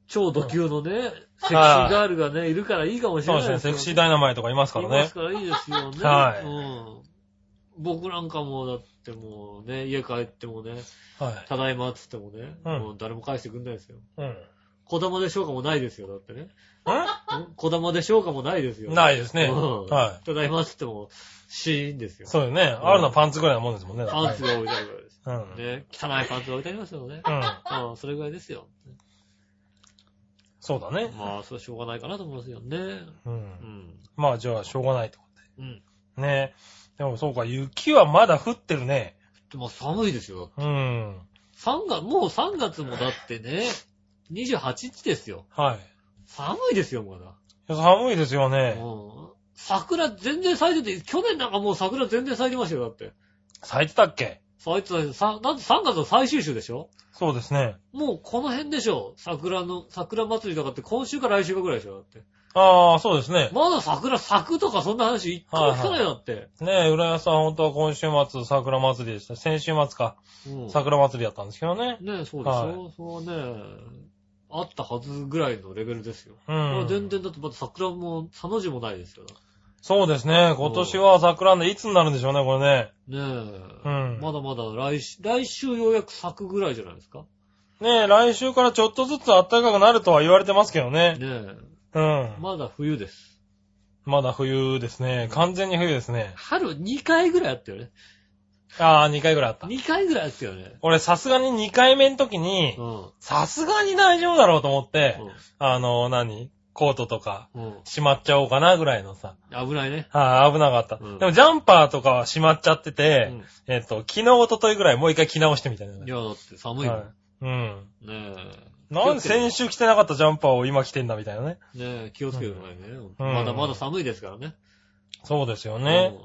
Speaker 2: 超ド級のね、セクシーガールがね、いるからいいかもしれ
Speaker 3: そう
Speaker 2: な
Speaker 3: で
Speaker 2: い
Speaker 3: すね、セクシー
Speaker 2: ダ
Speaker 3: ダイナマイトがいますから
Speaker 2: いま
Speaker 3: ね
Speaker 2: す。からいいですよね。
Speaker 3: はい
Speaker 2: うん。僕なんかもう、だってもうね、家帰ってもね、
Speaker 3: はい。
Speaker 2: ただいまっつってもね、
Speaker 3: うん
Speaker 2: もう誰も返してくんないですよ。
Speaker 3: うん。
Speaker 2: 小玉でしょうかもないですよ、だってね。ん小玉でしょうかもないですよ。
Speaker 3: ないですね。
Speaker 2: うん
Speaker 3: は
Speaker 2: ただいまっつっても、シーンです
Speaker 3: い。
Speaker 2: よ。
Speaker 3: そうよね。あるのはパンツぐらいなもんですもんね。
Speaker 2: パンツが置いてあるからです。
Speaker 3: うん。
Speaker 2: ね、汚いパンツが置いてありますよね。
Speaker 3: うん。
Speaker 2: うん、それぐらいですよ。
Speaker 3: そうだね。
Speaker 2: まあ、それはしょうがないかなと思いますよね。
Speaker 3: う。
Speaker 2: うんん。
Speaker 3: まあ、じゃあ、しょうがないと。
Speaker 2: うん。
Speaker 3: ねでもそうか、雪はまだ降ってるね。
Speaker 2: でも寒いですよ。
Speaker 3: うん。
Speaker 2: 3月、もう3月もだってね、28日ですよ。
Speaker 3: はい。
Speaker 2: 寒いですよ、まだ。
Speaker 3: いや寒いですよね。
Speaker 2: うん。桜全然咲いてて、去年なんかもう桜全然咲いてましたよ、だって。
Speaker 3: 咲いてたっけ
Speaker 2: 咲いてたよさだって3月の最終週でしょ
Speaker 3: そうですね。
Speaker 2: もうこの辺でしょ桜の、桜祭りとかって今週か来週かぐらいでしょだって。
Speaker 3: ああ、そうですね。
Speaker 2: まだ桜咲くとかそんな話一回も聞かないよだって。
Speaker 3: ねえ、浦安さん本当は今週末桜祭りでした。先週末か、
Speaker 2: うん。
Speaker 3: 桜祭りだったんですけどね。
Speaker 2: ねそうでし
Speaker 3: は
Speaker 2: ょそうね、あったはずぐらいのレベルですよ。
Speaker 3: う
Speaker 2: まあ全
Speaker 3: ん。
Speaker 2: 然だってまだ桜も、さの字もないですよ。
Speaker 3: そうですね。今年は桜でいつになるんでしょうね、これね。
Speaker 2: ねえ。
Speaker 3: うん
Speaker 2: まだまだ来週、来週ようやく咲くぐらいじゃないですか。
Speaker 3: ねえ、来週からちょっとずつ暖かくなるとは言われてますけど
Speaker 2: ね
Speaker 3: ね。
Speaker 2: え。
Speaker 3: うん。
Speaker 2: まだ冬です。
Speaker 3: まだ冬ですね。完全に冬ですね。
Speaker 2: 春2回ぐらいあったよね。
Speaker 3: ああ、2回ぐらいあった。
Speaker 2: 2回ぐらいあったよね。
Speaker 3: 俺、さすがに2回目の時に
Speaker 2: う、ん。
Speaker 3: さすがに大丈夫だろうと思って、あの、何コートとか、
Speaker 2: うん。うん
Speaker 3: しまっちゃおうかなぐらいのさ。
Speaker 2: 危ないね。
Speaker 3: はい、危なかった。
Speaker 2: うん
Speaker 3: でも、ジャンパーとかはしまっちゃってて、
Speaker 2: うん
Speaker 3: えっと、昨日、一昨日ぐらいもう一回着直してみたいな。
Speaker 2: いや、だって寒いもん。
Speaker 3: はいうん。
Speaker 2: ねえ。
Speaker 3: なんで先週着てなかったジャンパーを今着てんだみたいなね。
Speaker 2: ねえ、気をつけてくださいね。
Speaker 3: うん
Speaker 2: まだまだ寒いですからね。
Speaker 3: そうですよね。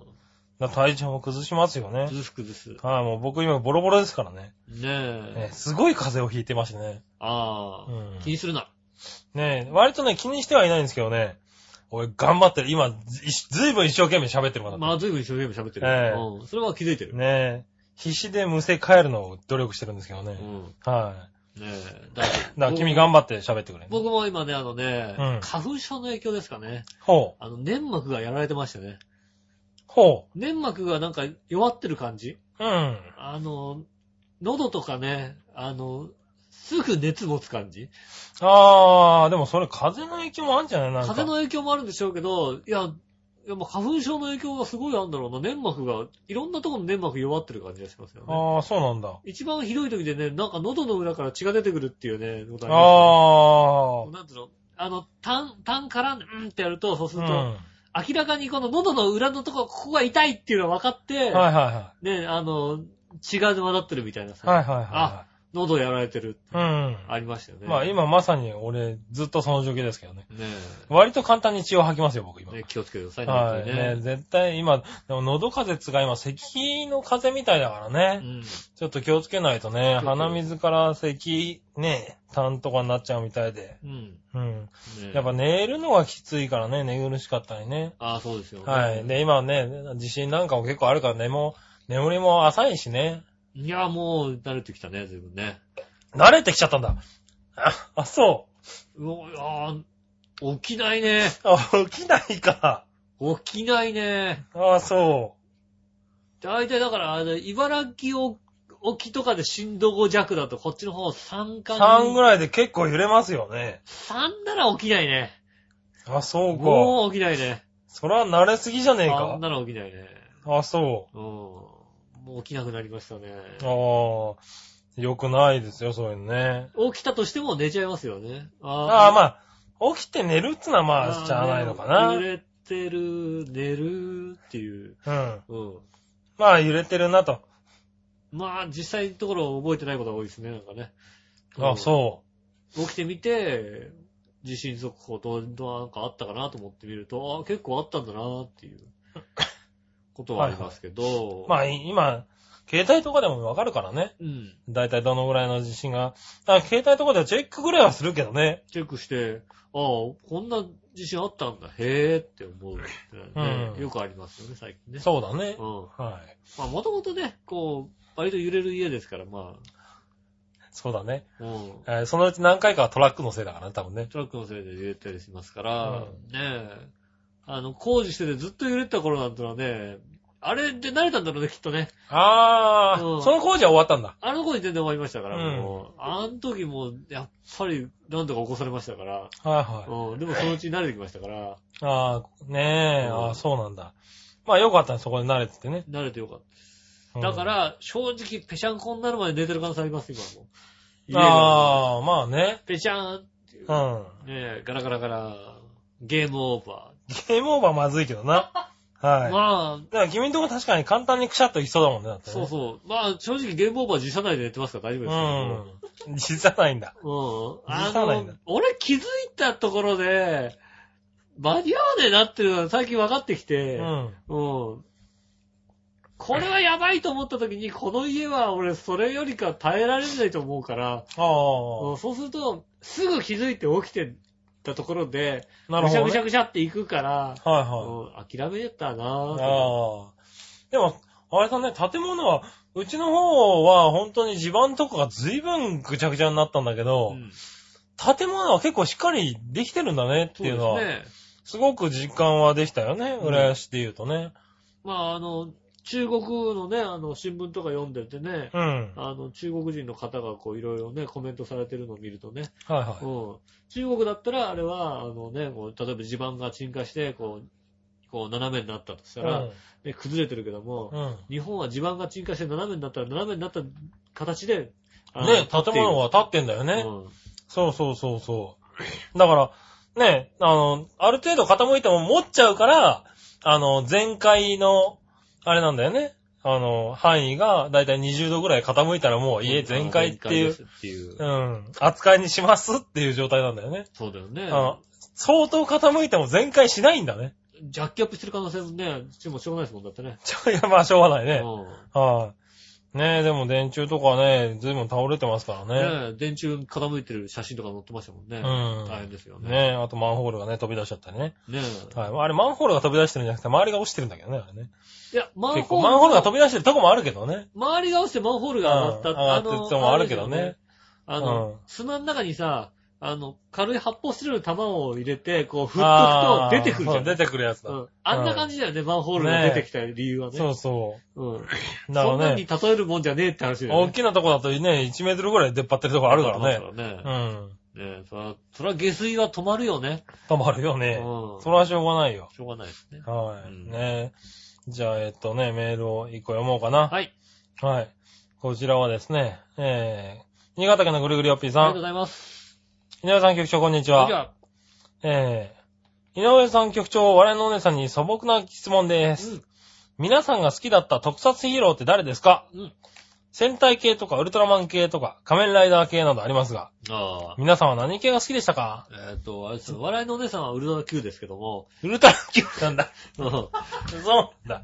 Speaker 3: だから体調も崩しますよ
Speaker 2: う
Speaker 3: ね
Speaker 2: ん。。ずすくずす。ね
Speaker 3: はい、もう僕今ボロボロですからね。ね
Speaker 2: え。
Speaker 3: すごい風邪をひいてましてね。
Speaker 2: あ
Speaker 3: うん
Speaker 2: あ、気にするな。
Speaker 3: ねえ、割とね、気にしてはいないんですけどね。俺頑張ってる。今、ずいずいぶん一生懸命喋ってるから。
Speaker 2: まあ、ずいぶん一生懸命喋って
Speaker 3: ええ
Speaker 2: る。うん。それは気づいてる。
Speaker 3: ねえ、必死でむせ返るのを努力してるんですけどね。
Speaker 2: うん。
Speaker 3: は
Speaker 2: ねえ、大丈
Speaker 3: い。
Speaker 2: 夫。
Speaker 3: だから君頑張って喋ってくれ、
Speaker 2: 僕も今ね、あのね、
Speaker 3: うん
Speaker 2: 花粉症の影響ですかね。
Speaker 3: ほう。
Speaker 2: あの、粘膜がやられてましたね。
Speaker 3: ほ
Speaker 2: 粘膜がなんか弱ってる感じ
Speaker 3: う。うん。
Speaker 2: あの、喉とかね、あの、すぐ熱持つ感じ
Speaker 3: あー、でもそれ風の影響もあるんじゃないなんか。
Speaker 2: 風の影響もあるんでしょうけど、いや、いやもう花粉症の影響がすごいあるんだろうな。粘膜が、いろんなところの粘膜弱ってる感じがしますよね。
Speaker 3: あー、そうなんだ。
Speaker 2: 一番ひどい時でね、なんか喉の裏から血が出てくるっていうね、ことりましたねな
Speaker 3: あー。
Speaker 2: んていうのあの、痰、痰絡んで、うんってやると、そうす
Speaker 3: う
Speaker 2: る
Speaker 3: ん。
Speaker 2: と、
Speaker 3: は
Speaker 2: 明らかにこの喉の裏のところ、ここが痛いっていうのが分かって、
Speaker 3: いはいは
Speaker 2: ね、あの、血が混ざってるみたいなさ、
Speaker 3: い。はいはいは
Speaker 2: 喉やられてるって
Speaker 3: いはい。
Speaker 2: ありましたよ
Speaker 3: う
Speaker 2: ね。
Speaker 3: ん。まあ今まさに俺ずっとその状況ですけどね。
Speaker 2: ね
Speaker 3: 割と簡単に血を吐きますよ、僕今。
Speaker 2: え、ね気をつけてくださいね。
Speaker 3: は
Speaker 2: 本
Speaker 3: い。
Speaker 2: 当
Speaker 3: ね
Speaker 2: にね
Speaker 3: 絶対今、でも喉風邪つが今、咳の風邪みたいだからね。
Speaker 2: うん。
Speaker 3: ちょっと気をつけないとね、
Speaker 2: 気をつける
Speaker 3: 鼻水から咳、ね、痰とかになっちゃうみたいで。
Speaker 2: うん。
Speaker 3: うん。
Speaker 2: ね
Speaker 3: やっぱ寝るのがきついからね、寝苦しかったりね。
Speaker 2: ああ、そうですよね。
Speaker 3: はい。で、今はね、地震なんかも結構あるからね、もう、眠りも浅いしね。
Speaker 2: いや、もう、慣れてきたね、随分ね。
Speaker 3: 慣れてきちゃったんだ。あ、あそう
Speaker 2: お、あー起きないね。
Speaker 3: う。あ、起きないか。
Speaker 2: 起きないね。
Speaker 3: あ、そ
Speaker 2: 大体だから、あの茨城沖とかで震度5弱だと、こっちの方3
Speaker 3: う。
Speaker 2: か
Speaker 3: 3ぐ
Speaker 2: らい。
Speaker 3: らいで結構揺れますよね。
Speaker 2: 3なら起きないね。
Speaker 3: あ、そうか。
Speaker 2: もう起きないね。
Speaker 3: それは慣れすぎじゃねえ
Speaker 2: 3
Speaker 3: か。
Speaker 2: なら起きないね。
Speaker 3: あ、そ
Speaker 2: うん。もう起きなくなりましたね。
Speaker 3: う。ああ、良くないですよ、そういうのね。
Speaker 2: 起きたとしても寝ちゃいますよね。
Speaker 3: ああ、
Speaker 2: あ
Speaker 3: まあ、起きて寝るっつのはまあ、しちゃあないのかな。
Speaker 2: 揺れてる、寝るっていう。
Speaker 3: うん。
Speaker 2: うん。
Speaker 3: まあ、揺れてるなと。
Speaker 2: まあ、実際のところ覚えてないことが多いですね、なんかね。
Speaker 3: あそ
Speaker 2: うん。起きてみて、地震速報と、どうなんかあったかなと思ってみると、あ結構あったんだなって いう、ことはありますけど
Speaker 3: う。。まあ、い今、携帯とかでもわかるからね。
Speaker 2: うん。
Speaker 3: だいたいどのぐらいの地震が。あ携帯とかではチェックぐらいはするけどね。
Speaker 2: チェックして、ああ、こんな地震あったんだ、へえって思う、ね
Speaker 3: うん
Speaker 2: よくありますよね、最近ね。
Speaker 3: そうだね
Speaker 2: う。ん。
Speaker 3: はい。
Speaker 2: まあ、もともとね、こう、割と揺れる家ですから、ま
Speaker 3: そうだね。
Speaker 2: あ、うん。
Speaker 3: えーそのうち何回かはトラックのせいだからね、多分ね。
Speaker 2: トラックのせいで揺れたりしますから、
Speaker 3: う
Speaker 2: ねえ。あの、工事しててずっと揺れてた頃なんてのはね、あれで慣れたんだろうね、きっとね。
Speaker 3: ああ、
Speaker 2: うん
Speaker 3: その工事は終わったんだ。
Speaker 2: あの工事全然終わりましたから、
Speaker 3: うん
Speaker 2: もう。あの時も、やっぱり何度か起こされましたから、
Speaker 3: はいはい。
Speaker 2: うん。でもそのうち慣れてきましたから、
Speaker 3: ああ、ねえ、
Speaker 2: うん
Speaker 3: ああ、そうなんだ。まあ、よかったね、そこで慣れててね。
Speaker 2: 慣れてよかっ
Speaker 3: うん
Speaker 2: た。だか、ら、正直、ぺしゃんこになるまで寝てる可能性あります、今もう。あ。
Speaker 3: ああ、まあね。
Speaker 2: ぺしゃーん。
Speaker 3: うん。
Speaker 2: ねえ、ガラガラガラ。ゲームオーバ
Speaker 3: ゲームオーバーまずいけ どな。
Speaker 2: ー。
Speaker 3: は
Speaker 2: ま
Speaker 3: い。
Speaker 2: あ、
Speaker 3: だから君んとこ確かに簡単にくしゃっといきそうだもんね、だってね、
Speaker 2: そうそう。まあ、正直ゲームオーバー自社内で寝てますから大丈夫ですけど。
Speaker 3: うん。実さないんだ。
Speaker 2: うん。
Speaker 3: 許
Speaker 2: あ
Speaker 3: さないんだ
Speaker 2: の、俺気づいたところで、間に合わねえなっていうのは最近分かってき
Speaker 3: う
Speaker 2: て、
Speaker 3: ん。
Speaker 2: うん。これはやばいと思った時に、この家は俺それよりか耐えられないと思うから、
Speaker 3: ああ
Speaker 2: うん、そうすると、すぐ気づいて起きてたところで、
Speaker 3: な
Speaker 2: ぐ
Speaker 3: るほ
Speaker 2: しゃ
Speaker 3: ど、
Speaker 2: ぐしゃ
Speaker 3: ね。
Speaker 2: ぐしゃって行くから、
Speaker 3: はいは
Speaker 2: うん、諦めたなぁ
Speaker 3: い。
Speaker 2: と。
Speaker 3: ああ。でも、あれだね、建物は、うちの方は本当に地盤とかが随分ぐちゃぐちゃになったんだけど、
Speaker 2: うん
Speaker 3: 建物は結構しっかりできてるんだねっていうのは、
Speaker 2: そうですね。
Speaker 3: すごく実感はできたよね、
Speaker 2: うん
Speaker 3: 浦安市で言うとね。
Speaker 2: まあ、あの、中国のね、あの、新聞とか読んでてね、
Speaker 3: うん。
Speaker 2: あの、中国人の方がこういろいろね、コメントされてるのを見るとね、
Speaker 3: はいは
Speaker 2: うん中国だったらあれは、あのね、こう例えば地盤が沈下して、こう、こう斜めになったとした
Speaker 3: う
Speaker 2: ら、
Speaker 3: ん。
Speaker 2: ね、崩れてるけども、
Speaker 3: うん。
Speaker 2: 日本は地盤が沈下して斜めになったら斜めになった形で、あの
Speaker 3: ね、
Speaker 2: 立ってい
Speaker 3: 建
Speaker 2: る
Speaker 3: 物は立ってんだよね。
Speaker 2: うん
Speaker 3: そうそうそうそう。だから、ね、あの、ある程度傾いても持っちゃうから、あの、前回の、あれなんだよね。あの、範囲がだいたい20度ぐらい傾いたらもう家全開って
Speaker 2: 全
Speaker 3: いう
Speaker 2: です、っていう
Speaker 3: うん、扱いにしますっていう状態なんだよね。
Speaker 2: そうだよ
Speaker 3: あ
Speaker 2: ね。
Speaker 3: の相当傾いても全開しないんだね。
Speaker 2: ジャッキアップしてる可能性もね、ちもしょうがないですもんだってね。
Speaker 3: ちょいや、まあ、しょうがないうね。はい。ねえ、でも電柱とかね、ずいぶん倒れてますか
Speaker 2: ん
Speaker 3: らね。
Speaker 2: ね電柱傾いてる写真とか載ってましたもんね。
Speaker 3: うん
Speaker 2: 大変ですよね。
Speaker 3: ねえ、あとマンホールがね、飛び出しちゃったりね。
Speaker 2: ね
Speaker 3: はい。あれ、マンホールが飛び出してるんじゃなくて、周りが落ちてるんだけどね、あれね。
Speaker 2: いや、マン
Speaker 3: 結
Speaker 2: ホー
Speaker 3: 構、
Speaker 2: ル。
Speaker 3: マンホールが飛び出してるとこもあるけどね。
Speaker 2: 周りが落ちてマンホールが上がった
Speaker 3: うん上がってるとこもあるけどね。
Speaker 2: あの、
Speaker 3: うん
Speaker 2: 砂の中にさ、あの、軽い発泡スチロールの玉を入れて、こう、振っとくと出てくるじゃ
Speaker 3: あー
Speaker 2: ん。
Speaker 3: そう出てくるやつだ。
Speaker 2: うん。あんな感じだよね、マンホールが出てきた理由はね。。
Speaker 3: そうそう
Speaker 2: ん。
Speaker 3: う。だか
Speaker 2: そんな
Speaker 3: ら
Speaker 2: に
Speaker 3: ね、
Speaker 2: 例えるもんじゃねえって話だよ
Speaker 3: 大
Speaker 2: ね。
Speaker 3: きなとこだとね、1メートルぐらい出っ張ってるとこあるからね。
Speaker 2: ね。ね
Speaker 3: うん。
Speaker 2: え、そら、そら下水は止まるよね。
Speaker 3: 止まるよ
Speaker 2: うん。
Speaker 3: ね。
Speaker 2: し
Speaker 3: それはしょうがないよ。
Speaker 2: ょうがないですね。
Speaker 3: は
Speaker 2: う
Speaker 3: い。
Speaker 2: ん
Speaker 3: ねえ。じゃあ、えっとね、メールを一個読もうかな。
Speaker 2: はい。
Speaker 3: はい。こちらはですね、えー、新潟県のぐるぐるよっ
Speaker 2: あ
Speaker 3: ぴー
Speaker 2: り
Speaker 3: さ
Speaker 2: がとうご
Speaker 3: ん。
Speaker 2: ざいます。
Speaker 3: 井上さん局長、こんにち
Speaker 2: じ
Speaker 3: は。
Speaker 2: ゃあ、
Speaker 3: えー、井上さん局長、我々のお姉さんに素朴な質問です。皆さんが好きだった特撮ヒーローって誰ですか
Speaker 2: うん。うん。
Speaker 3: 戦隊系とかウルトラマン系とか仮面ライダー系などありますが、
Speaker 2: ああ。
Speaker 3: 皆さんは何系が好きでしたか
Speaker 2: えっと、あれですね笑いのお姉さんはウルトラ Q ですけども、
Speaker 3: ウルトラ Q なんだ。
Speaker 2: うん。うん。ウルト
Speaker 3: そうなん
Speaker 2: ラ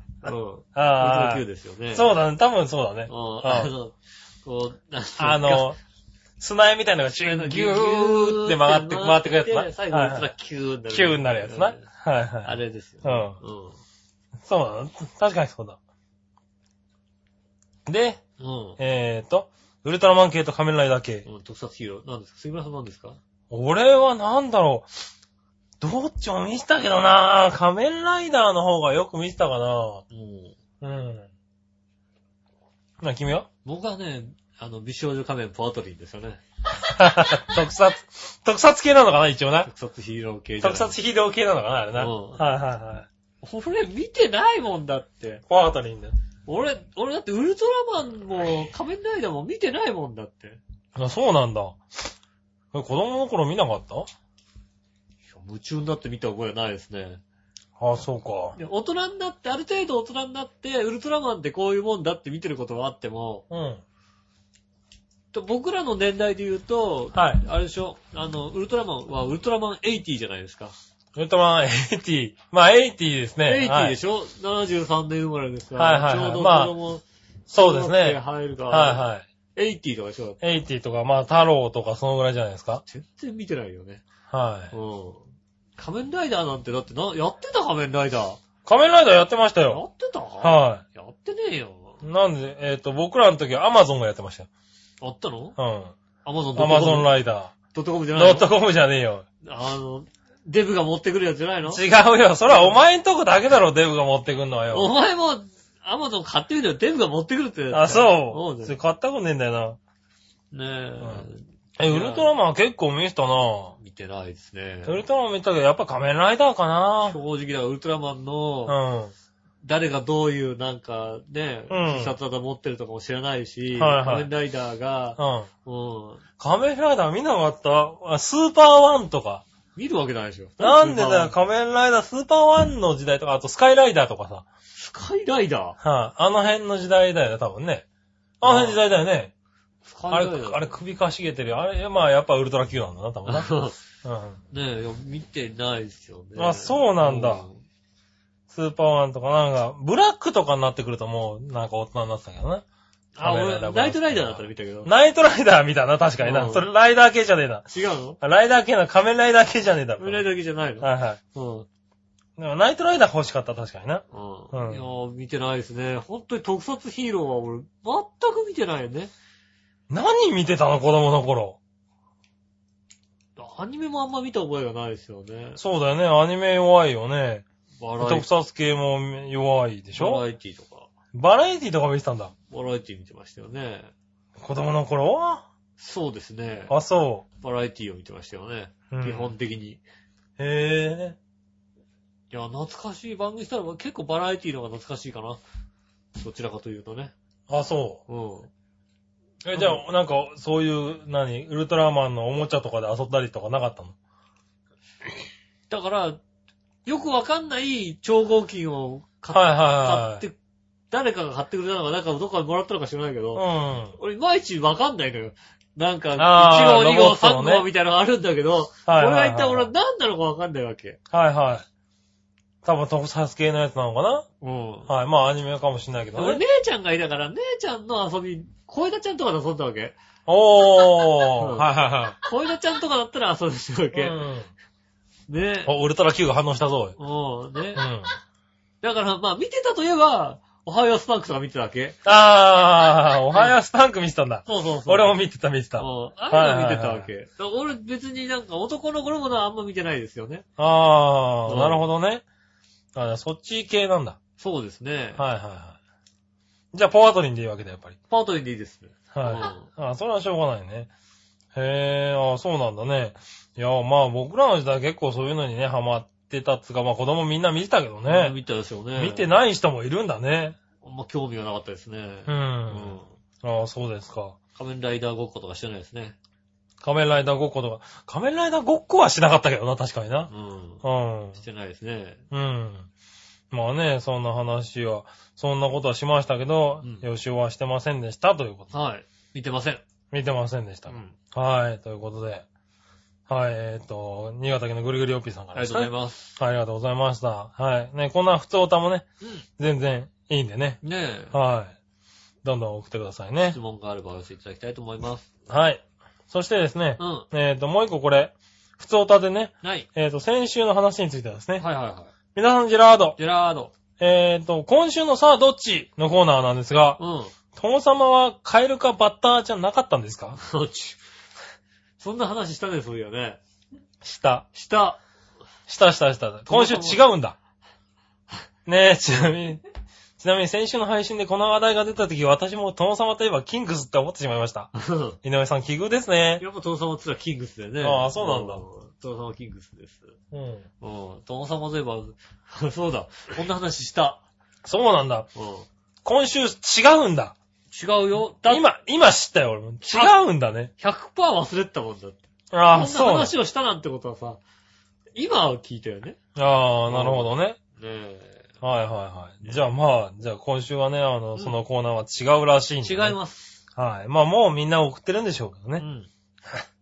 Speaker 3: だ。あ
Speaker 2: Q
Speaker 3: ー
Speaker 2: ですよね。
Speaker 3: そううだね。多分そうだね。
Speaker 2: ん。
Speaker 3: あ
Speaker 2: あの、こう、
Speaker 3: あ、の、砂絵みたいなのがシューギューって曲がって、回ってくるやつな。
Speaker 2: 最後ウルト
Speaker 3: はい
Speaker 2: ラ Q になる。
Speaker 3: キューになるやつな。はい
Speaker 2: あ
Speaker 3: はい。
Speaker 2: れですよ。うん。
Speaker 3: そうなの確かにそうだ。で、
Speaker 2: うん。
Speaker 3: えーと、ウルトラマン系と仮面ライダー系。
Speaker 2: うん、特撮ヒーロー。何ですか杉村さん何ですか
Speaker 3: 俺はなんだろう。どっちも見せたけどな仮面ライダーの方がよく見せたか
Speaker 2: うん。
Speaker 3: なうん。まあ、君は
Speaker 2: 僕はね、あの、美少女仮面ポアトリンですよね。
Speaker 3: 特撮、特撮系なのかな一応な。
Speaker 2: 特撮ヒーロー系じゃない
Speaker 3: 特撮ヒーロー系なのかなあれな。
Speaker 2: うん
Speaker 3: はいはいはい。
Speaker 2: 俺見てないもんだって。
Speaker 3: ポアートリンだよ。
Speaker 2: 俺、俺だってウルトラマンも仮面ライダーも見てないもんだって。い
Speaker 3: あ、そうなんだ。え子供の頃見なかった
Speaker 2: や夢中になって見た覚えないですね。
Speaker 3: ああ、そうか。
Speaker 2: で大人になって、ある程度大人になって、ウルトラマンってこういうもんだって見てることはあっても、
Speaker 3: うん。
Speaker 2: と僕らの年代で言うと、
Speaker 3: はい。
Speaker 2: あれでしょ、あの、ウルトラマンはウルトラマン80じゃないですか。
Speaker 3: ウルトラマン80。まあ、80ですね。
Speaker 2: 80で
Speaker 3: ょ。
Speaker 2: しょ、?73 年生まれですから、
Speaker 3: はいはい
Speaker 2: ち
Speaker 3: はい
Speaker 2: ょうど子
Speaker 3: まあ
Speaker 2: 供、
Speaker 3: そうです
Speaker 2: 小学生
Speaker 3: ね。
Speaker 2: 入るから、
Speaker 3: は
Speaker 2: 80とかでしょ
Speaker 3: いはい。80とか、まあ、太郎とかそのぐらいじゃないですか。
Speaker 2: 全然見てないよね。
Speaker 3: は
Speaker 2: う
Speaker 3: い。
Speaker 2: ん。仮面ライダーなんて、だってな、やってた仮面ライダー。
Speaker 3: 仮面ライダーやってました
Speaker 2: や
Speaker 3: よ。
Speaker 2: ってた
Speaker 3: は
Speaker 2: やってねえよ。
Speaker 3: い。なんで、えっ、と、僕らの時はアマゾンがやってましたよ。
Speaker 2: あったの
Speaker 3: う
Speaker 2: アマゾン
Speaker 3: ん。アマゾンライダ
Speaker 2: ドットコムじ
Speaker 3: ー。
Speaker 2: ゃない
Speaker 3: ドッ
Speaker 2: の
Speaker 3: トコムじゃねえよ。
Speaker 2: あの、デブが持ってくるやつじゃないの
Speaker 3: 違うよ。それはお前んとこだけだろ、デブが持ってくんのは
Speaker 2: お
Speaker 3: よ。
Speaker 2: 前も、アマゾン買ってみてよ。デブが持ってくるって。
Speaker 3: あ、そう。
Speaker 2: そう
Speaker 3: そ
Speaker 2: だ
Speaker 3: れ買ったことねえんだよ
Speaker 2: よね
Speaker 3: な。え、ウルトラマン結構見せたな
Speaker 2: え。見てないですね。
Speaker 3: ウルトラマン見たけど、やっぱ仮面ライダーかな
Speaker 2: 正直だ、ウルトラマンの、
Speaker 3: うん。
Speaker 2: 誰がどういう、なんか、ね、
Speaker 3: うん
Speaker 2: 必殺技持ってるとかも知らないし、
Speaker 3: はいはい
Speaker 2: 仮面ライダーが、
Speaker 3: うん。
Speaker 2: うん、
Speaker 3: 仮面ライダー見なかったあスーパーワンとか。
Speaker 2: 見るわけないでしょ。
Speaker 3: なんでだよ、仮面ライダー、スーパーワンの時代とか、あとスカイライダーとかさ。
Speaker 2: スカイライダー。
Speaker 3: はい、あ。の辺の時代だよね、多分ね。あの辺時代だよね。
Speaker 2: スカイ
Speaker 3: あ
Speaker 2: ラ
Speaker 3: れ、
Speaker 2: イダー。
Speaker 3: あれ首かしげてるよ。あれ、まあやっぱウルトラ Q なんだな、多 分な。うん。
Speaker 2: ねえ、いや見てないですよね。
Speaker 3: あそうなんだ
Speaker 2: う
Speaker 3: スーパーワンとか、なんか、ブラックとかになってくるともう、なんか大人になってたけどな。
Speaker 2: あ、
Speaker 3: 仮面ライ
Speaker 2: 俺、
Speaker 3: ダー
Speaker 2: ナイトライダーだったら見たけど。
Speaker 3: ナイトライダーみたいな、確かに
Speaker 2: う
Speaker 3: な。
Speaker 2: ん
Speaker 3: それライダー系じゃねえな。
Speaker 2: 違うの
Speaker 3: ライダー系な、仮面ライダー系じゃねえだろ。
Speaker 2: 仮面ライダーだけじゃないの
Speaker 3: はいはい。
Speaker 2: うん。
Speaker 3: でもナイトライダー欲しかった、確かにな。
Speaker 2: うん。
Speaker 3: うん
Speaker 2: いやー見てないですね。本当に特撮ヒーローは俺、全く見てないよね。
Speaker 3: 何見てたの子供の頃。
Speaker 2: アニメもあんま見た覚えがないですよね。
Speaker 3: そうだよね。アニメ弱いよね。
Speaker 2: バラエ
Speaker 3: 特
Speaker 2: テ
Speaker 3: 撮系も弱いでし
Speaker 2: ィ、バラ
Speaker 3: ょ
Speaker 2: エティとか。
Speaker 3: バラエティとか見てたんだ。
Speaker 2: バラエティ見てましたよね。
Speaker 3: 子供の頃
Speaker 2: そうですね。
Speaker 3: あ、そ
Speaker 2: バラエティを見てましたよね。
Speaker 3: う。うん
Speaker 2: 基本。的に。
Speaker 3: へ
Speaker 2: いや、懐かしい番組したら結構バラエティーの方が懐かしいかな。どちらかというとね。
Speaker 3: あ、そ
Speaker 2: うん。
Speaker 3: う。え、じゃあ、なんか、そういう、何、ウルトラマンのおもちゃとかで遊んだりとかなかったの
Speaker 2: だから、よくわかんない超合金を買っ
Speaker 3: は
Speaker 2: 買
Speaker 3: いは
Speaker 2: っ
Speaker 3: い
Speaker 2: て、誰かが買ってくれたのか、なんかどっかでもらったのか知らないけど、
Speaker 3: はい。うん。
Speaker 2: 俺いまいちわかんないのよ。なんか、1号、
Speaker 3: あー
Speaker 2: 2号、
Speaker 3: ロボット
Speaker 2: 3
Speaker 3: のね
Speaker 2: 号みたいなのがあるんだけど、
Speaker 3: は
Speaker 2: 俺
Speaker 3: い
Speaker 2: は
Speaker 3: はいはい
Speaker 2: 一体俺は何なのかわかんないわけ。
Speaker 3: はいはい。多分特撮系のやつなのかな
Speaker 2: うん。
Speaker 3: はい。まあ、アニメかもしんないけど
Speaker 2: 俺、
Speaker 3: ね。
Speaker 2: 姉ちゃんがいたから、姉ちゃんの遊び、小枝ちゃんとかで遊んだわけ。
Speaker 3: お
Speaker 2: うん
Speaker 3: ー。はいは
Speaker 2: 小枝ちゃんとかだったら遊んでしたわ
Speaker 3: いはい
Speaker 2: け。。
Speaker 3: うん
Speaker 2: ねえ。
Speaker 3: お、ウルトラ Q が反応したぞ。
Speaker 2: うん、ね
Speaker 3: う ん。。あ
Speaker 2: だから、まあ、見てたといえば、おはようスパンクスが見てたわけ。
Speaker 3: あー、おはやスパンク見てたんだ。
Speaker 2: そうそうそう。
Speaker 3: 俺も
Speaker 2: 見て
Speaker 3: 見てた見て
Speaker 2: た。
Speaker 3: た。
Speaker 2: うん。ああいうの見てたわ
Speaker 3: はいはい
Speaker 2: け。だから俺別になんか男の頃もなあんま見てないですよね。
Speaker 3: あ
Speaker 2: う
Speaker 3: あ、
Speaker 2: ん
Speaker 3: なるほどね。あそっち系なんだ。
Speaker 2: そうですね。
Speaker 3: はいはいはい。じゃあ、ポアトリンでいいわけだ、やっぱり。
Speaker 2: パートリーでいいです。
Speaker 3: はい。あそれはしょうがないね。へえ、ああ、そうなんだね。いや、まあ僕らの時代結構そういうのにね、ハマってたっつうか、まあ子供みんな見てたけどね。
Speaker 2: 見たでしょうね。
Speaker 3: 見て
Speaker 2: な。
Speaker 3: ない人もいるんだね。
Speaker 2: あんま興味がなかったですね。
Speaker 3: う。
Speaker 2: うん
Speaker 3: ああ、そうですか。
Speaker 2: 仮面ライダーごっことかしてないですね。
Speaker 3: 仮面ライダーごっことか。仮面ライダーごっこはしなかったけどな、確かにな
Speaker 2: う。ん。
Speaker 3: うん。
Speaker 2: してないですね。
Speaker 3: うん。まあね、そんな話は、そんなことはしましたけど、
Speaker 2: うん
Speaker 3: 予習はしてませんでしたということ。
Speaker 2: はい。見てません。
Speaker 3: 見てませんでし
Speaker 2: う
Speaker 3: た。
Speaker 2: ん。
Speaker 3: はい、ということで。はい、えっ、と、新潟県のぐるぐるおっぴーさんか
Speaker 2: あ
Speaker 3: ら
Speaker 2: りがとうございます。
Speaker 3: す。はいありがとうございました。はい。ね、こんな普通歌もね、
Speaker 2: う
Speaker 3: 全然いいんでね。
Speaker 2: ん。ねえ。
Speaker 3: はい。どんどん送ってくださいね
Speaker 2: 質。問があればお寄せいただきたいと思います。
Speaker 3: はい。そしてですね
Speaker 2: う、ん。
Speaker 3: えっ、と、もう一個これ、普通歌でね、
Speaker 2: ない。
Speaker 3: えっ、と、先週の話についてはです
Speaker 2: は
Speaker 3: ね
Speaker 2: い、はいは
Speaker 3: 皆さんジェラード
Speaker 2: い。、ジェラード。
Speaker 3: えっ、と、今週のさあどっちのコーナーなんですが、
Speaker 2: うん。
Speaker 3: 殿様はカエルかバッターじゃなかったんですか
Speaker 2: そっち。 そんな話したね、そういやね。
Speaker 3: した。
Speaker 2: した。
Speaker 3: したしたした。今週違うんだ。ねえ、ちなみに、ちなみに先週の配信でこの話題が出た時、私も殿様といえばキングスって思ってしまいました。
Speaker 2: や
Speaker 3: 井上さん奇遇ですね。
Speaker 2: っぱトン様っつったらキングスだよね。
Speaker 3: ああそうなんだ
Speaker 2: トン様キングスです。
Speaker 3: うん。
Speaker 2: うん。トン様といえば、 そうだ。こんな話した。
Speaker 3: そうなんだ。
Speaker 2: うん。
Speaker 3: 今週違うんだ。
Speaker 2: 違うよ。だ
Speaker 3: 今、今知ったよ、俺も。違うんだね。
Speaker 2: 100%忘れてたもんだって。
Speaker 3: ああ、
Speaker 2: こんな
Speaker 3: そうなん
Speaker 2: 話をしたなんてことはさ、今聞いたよね。
Speaker 3: だ。ああ、なるほどね。
Speaker 2: ねえ。
Speaker 3: はいはいはい。じゃあまあ、じゃあ今週はね、あの、そのコーナーは違うらしいん
Speaker 2: 違
Speaker 3: で、
Speaker 2: い
Speaker 3: ね。
Speaker 2: ます。
Speaker 3: はい。まあもうみんな送ってるんでしょうけど
Speaker 2: う
Speaker 3: ね。
Speaker 2: ん。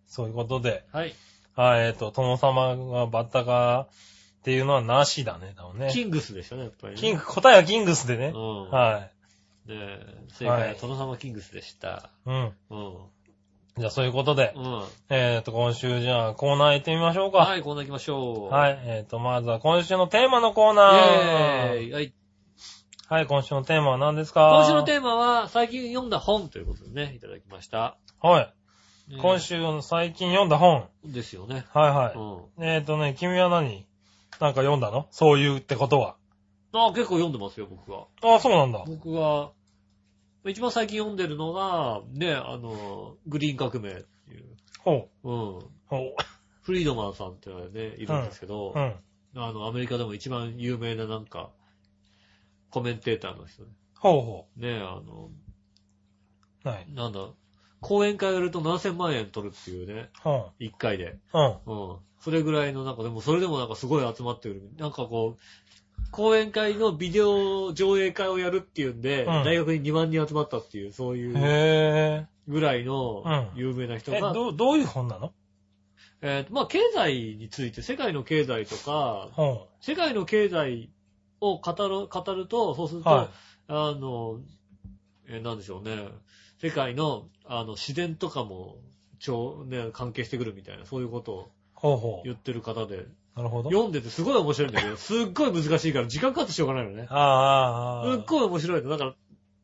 Speaker 3: そういうことで。
Speaker 2: はい。
Speaker 3: はい、えっ、と、殿様がバッタかっていうのはなしだね、多分ね。
Speaker 2: キングスでしたね、やっぱりね。
Speaker 3: キング、答えはキングスで
Speaker 2: う
Speaker 3: ね。
Speaker 2: ん。
Speaker 3: はい。
Speaker 2: い。ねえ。正解
Speaker 3: は
Speaker 2: はいトノ様キングスでした。
Speaker 3: うん。
Speaker 2: うん。
Speaker 3: じゃあそういうことで
Speaker 2: う、ん。
Speaker 3: えっ、と、今週じゃあコーナー行ってみましょうか。
Speaker 2: はい、こんな行きましょう。。
Speaker 3: はいい。えっ、と、まずは今週のテーマのコー
Speaker 2: イ
Speaker 3: ナ
Speaker 2: ェー
Speaker 3: ー。
Speaker 2: イ。はい。
Speaker 3: はい、今週のテーマは何ですか
Speaker 2: 今週の
Speaker 3: ー
Speaker 2: テーマは、最近読んだ本ということでね、いただきました。
Speaker 3: マはい。
Speaker 2: ね
Speaker 3: 今。週の最近読んだ本。
Speaker 2: ですよね。
Speaker 3: はいはい。
Speaker 2: うん。
Speaker 3: えーとね、君は何なんか読んだのそういうってことは。
Speaker 2: あ結構読んでますよ、僕は。
Speaker 3: ああ、そうなんだ。
Speaker 2: 僕は、一番最近読んでるのが、ね、あの、グリーン革命っていう。
Speaker 3: ほう。
Speaker 2: うん。
Speaker 3: ほ
Speaker 2: フリードマンさんってのがね、いるんですけど、
Speaker 3: う。うん。
Speaker 2: あの、アメリカでも一番有名ななんか、コメンテーターの人ね。
Speaker 3: ほうほ
Speaker 2: ね、あの、
Speaker 3: う。ない。
Speaker 2: なんだ、講演会やると7000万円取るっていうね、
Speaker 3: ほ
Speaker 2: 1回で。
Speaker 3: う。うん。
Speaker 2: うん。それぐらいの、なんかでも、それでもなんかすごい集まってる。なんかこう、講演会のビデオ上映会をやるっていうんで、
Speaker 3: ん
Speaker 2: 大学に2万人集まったっていう、そういう
Speaker 3: へ
Speaker 2: ぐらいの
Speaker 3: うん
Speaker 2: 有名な
Speaker 3: え。
Speaker 2: 人
Speaker 3: え、
Speaker 2: が、
Speaker 3: どう、どういう本なの
Speaker 2: えーとまあ、経済について、世界の経済とか、
Speaker 3: ほ
Speaker 2: 世界の経済を語る、語ると、そうす
Speaker 3: う。
Speaker 2: ると、
Speaker 3: は
Speaker 2: あの、えーなんでしょうね、世界の、あの、自然とかも、ちょ、ね、関係してくるみたいな、そういうことを
Speaker 3: い。ほうほう
Speaker 2: 言ってる方で、。
Speaker 3: なるほど。
Speaker 2: 読んでてすごい面白いんだ けど、すっごい難しいから時間かかってしょうがないのね。
Speaker 3: ああ、ああ。
Speaker 2: すっごい面白いの。だから、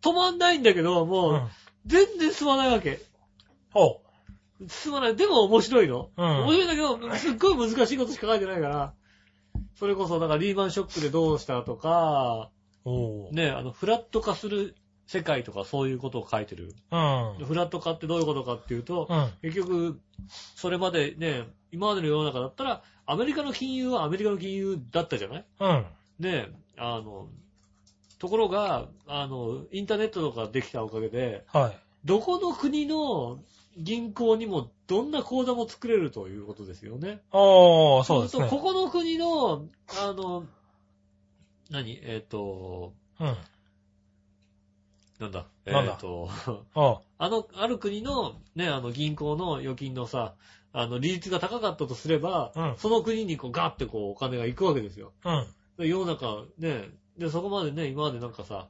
Speaker 2: 止まんないんだけど、も
Speaker 3: う、。
Speaker 2: うん全然進まないわけ。
Speaker 3: ほ
Speaker 2: 進まない。でも面白いの。
Speaker 3: うん
Speaker 2: 面白いんだけど、すっごい難しいことしか書いてないから、それこそ、だからリーマンショックでどうしたとか、
Speaker 3: う。おう。
Speaker 2: ね、あの、フラット化する世界とかそういうことを書いてる。
Speaker 3: うん。
Speaker 2: フラット化ってどういうことかっていうと、
Speaker 3: うん。
Speaker 2: 結局、それまでね、今までの世の中だったら、アメリカの金融はアメリカの金融だったじゃない
Speaker 3: うん。
Speaker 2: で、あの、ところが、あの、インターネットとかできたおかげで、
Speaker 3: はい。
Speaker 2: どこの国の銀行にもどんな口座も作れるということですよね。
Speaker 3: おー、そうですね。
Speaker 2: ここの国の、あの、何えっ、と、
Speaker 3: うん。
Speaker 2: なんだえっ、
Speaker 3: なんだ
Speaker 2: と、
Speaker 3: ああ
Speaker 2: あの、ある国の、ね、あの、銀行の預金のさ、あの、利率が高かったとすれば、
Speaker 3: うん
Speaker 2: その国にこう、ガッてこう、お金が行くわけですよ。
Speaker 3: うん。
Speaker 2: で世の中、ね、で、そこまでね、今までなんかさ、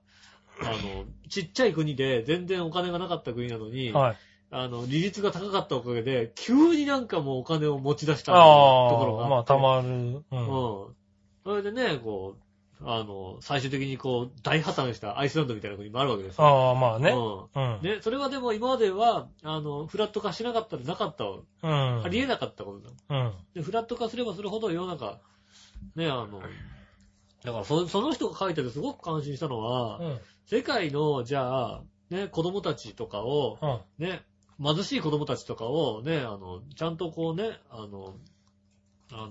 Speaker 2: あの、ちっちゃい国で全然お金がなかった国なのに、
Speaker 3: はい。
Speaker 2: あの、利率が高かったおかげで、急になんかもうお金を持ち出した
Speaker 3: あ
Speaker 2: ところがあ
Speaker 3: あ、
Speaker 2: って。
Speaker 3: まあ、たまる。う
Speaker 2: う
Speaker 3: ん。
Speaker 2: ん。それでね、こう、あの、最終的にこう、大破産したアイスランドみたいな国もあるわけですよ。
Speaker 3: ああ、まあね。
Speaker 2: う
Speaker 3: う
Speaker 2: ん。。
Speaker 3: ん
Speaker 2: ね、それはでも今までは、あの、フラット化しなかったらなかった、
Speaker 3: うん。
Speaker 2: ありえなかったことだ。
Speaker 3: うん。
Speaker 2: で、フラット化すればするほど世の中、ね、あの、だからそその人が書いててすごく感心したのは、
Speaker 3: うん。
Speaker 2: 世界の、じゃあ、ね、子供たちとかを、
Speaker 3: うん。
Speaker 2: ね、貧しい子供たちとかをね、あの、ちゃんとこうね、あの、あの、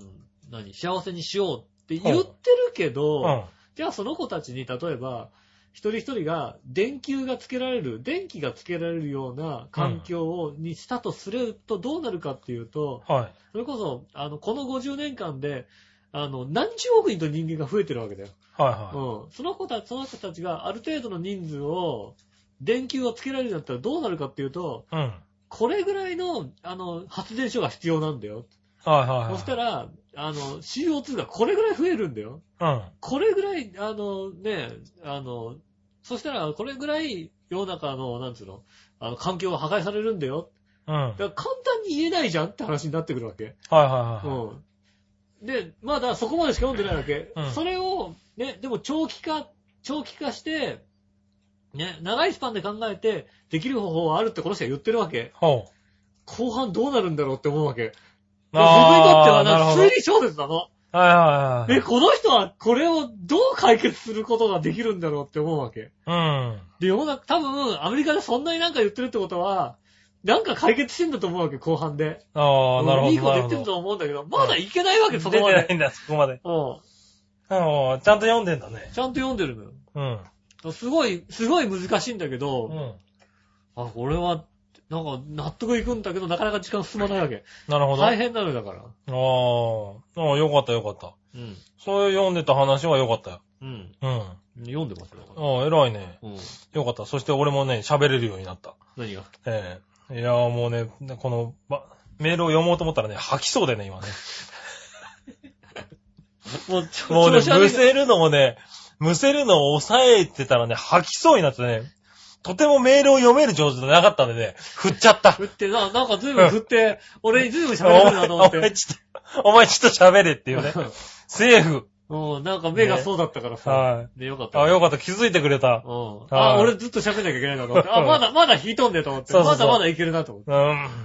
Speaker 2: 何、幸せにしようって言ってるけど、
Speaker 3: うん。
Speaker 2: じゃあその子たちに例えば、一人一人が電球がつけられる、電気がつけられるような環境を、にしたとするとどうなるかっていうと、
Speaker 3: はい。
Speaker 2: それこそ、あの、この50年間で、あの、何十億人と人間が増えてるわけだよ。
Speaker 3: はいは
Speaker 2: うん。その子たち、その人たちがある程度の人数を、電球をつけられるようになったらどうなるかっていうと、
Speaker 3: い。うん。はい
Speaker 2: これぐらいの、あの、発電所が必要なんだよ。
Speaker 3: はいはい。
Speaker 2: そしたら、あの、CO2 がこれぐらい増えるんだよ。
Speaker 3: うん。
Speaker 2: これぐらい、あの、ね、あの、そしたら、これぐらい世の中の、なんつうの、あの、環境が破壊されるんだよ。
Speaker 3: うん。はい
Speaker 2: だから簡単に言えないじゃんって話になってくるわけ。
Speaker 3: はいは
Speaker 2: うん。で、まだそこまでしか読んでないわけ。
Speaker 3: うん
Speaker 2: それを、ね、でも長期化、長期化して、ね、長いスパンで考えて、できる方法はあるってこの人は言ってるわけ
Speaker 3: い。。ほう。
Speaker 2: 後半どうなるんだろうって思うわけ。僕にとって
Speaker 3: あ
Speaker 2: は
Speaker 3: あ、なる
Speaker 2: なん
Speaker 3: ほ
Speaker 2: か
Speaker 3: ど。
Speaker 2: 推理小説なの。
Speaker 3: はいはいはい。
Speaker 2: え、この人はこれをどう解決することができるんだろうって思うわけ。
Speaker 3: うん。
Speaker 2: で、世の中、多分、アメリカでそんなになんか言ってるってことは、なんか解決してんだと思うわけ、後半で。
Speaker 3: ああ、なるほど。
Speaker 2: いいこと言って
Speaker 3: な
Speaker 2: る
Speaker 3: ほど
Speaker 2: と思うんだけど、まだいけないわけ、そこま
Speaker 3: 出てな
Speaker 2: で。
Speaker 3: いんだ、そこまで。
Speaker 2: うん。
Speaker 3: うん。ちゃんと読んでんだね。
Speaker 2: ちゃんと読んでるのよ。
Speaker 3: うん。
Speaker 2: すごい、すごい難しいんだけど、
Speaker 3: うん。
Speaker 2: あ、これは、なんか納得いくんだけど、なかなか時間進まないわけ。
Speaker 3: なるほど。
Speaker 2: 大変なのだから。
Speaker 3: ああ、ああ、よかったよかった。
Speaker 2: うん。
Speaker 3: そういう読んでた話はよかったよ。
Speaker 2: うん。
Speaker 3: うん。あ
Speaker 2: 読んでますよ。だから
Speaker 3: あ、偉いね。
Speaker 2: うん。
Speaker 3: よかった。そして俺もね、喋れるようになった。
Speaker 2: 何が
Speaker 3: ええいやあもうね、この、ばメールを読もうと思ったらね、吐きそうでね、今ね。
Speaker 2: もう、ちょ
Speaker 3: もうね、
Speaker 2: 調子悪
Speaker 3: む
Speaker 2: い
Speaker 3: せるのもね、むせるのを抑えてたらね、吐きそうになってね、とてもメールを読める上手じゃなかったんでね、振っちゃった。
Speaker 2: 振って、な、なんか随分振 って、俺に随分
Speaker 3: お
Speaker 2: 喋れるな
Speaker 3: 前、
Speaker 2: と
Speaker 3: お
Speaker 2: 思 っ
Speaker 3: 前
Speaker 2: て。
Speaker 3: ちょっと、お前ちょっと喋れっていうね。セーフ。
Speaker 2: うん、なんか目がそうだったからさ。
Speaker 3: はい。
Speaker 2: で、よかった。
Speaker 3: あ、よかった。気づいてくれた。
Speaker 2: うん。
Speaker 3: は
Speaker 2: あ、
Speaker 3: い
Speaker 2: 俺ずっと喋んなきゃいけないなと思って。あ、まだ、まだ引いとんねと思って。
Speaker 3: そうそ
Speaker 2: ま
Speaker 3: うそう
Speaker 2: だまだいけるなと思っ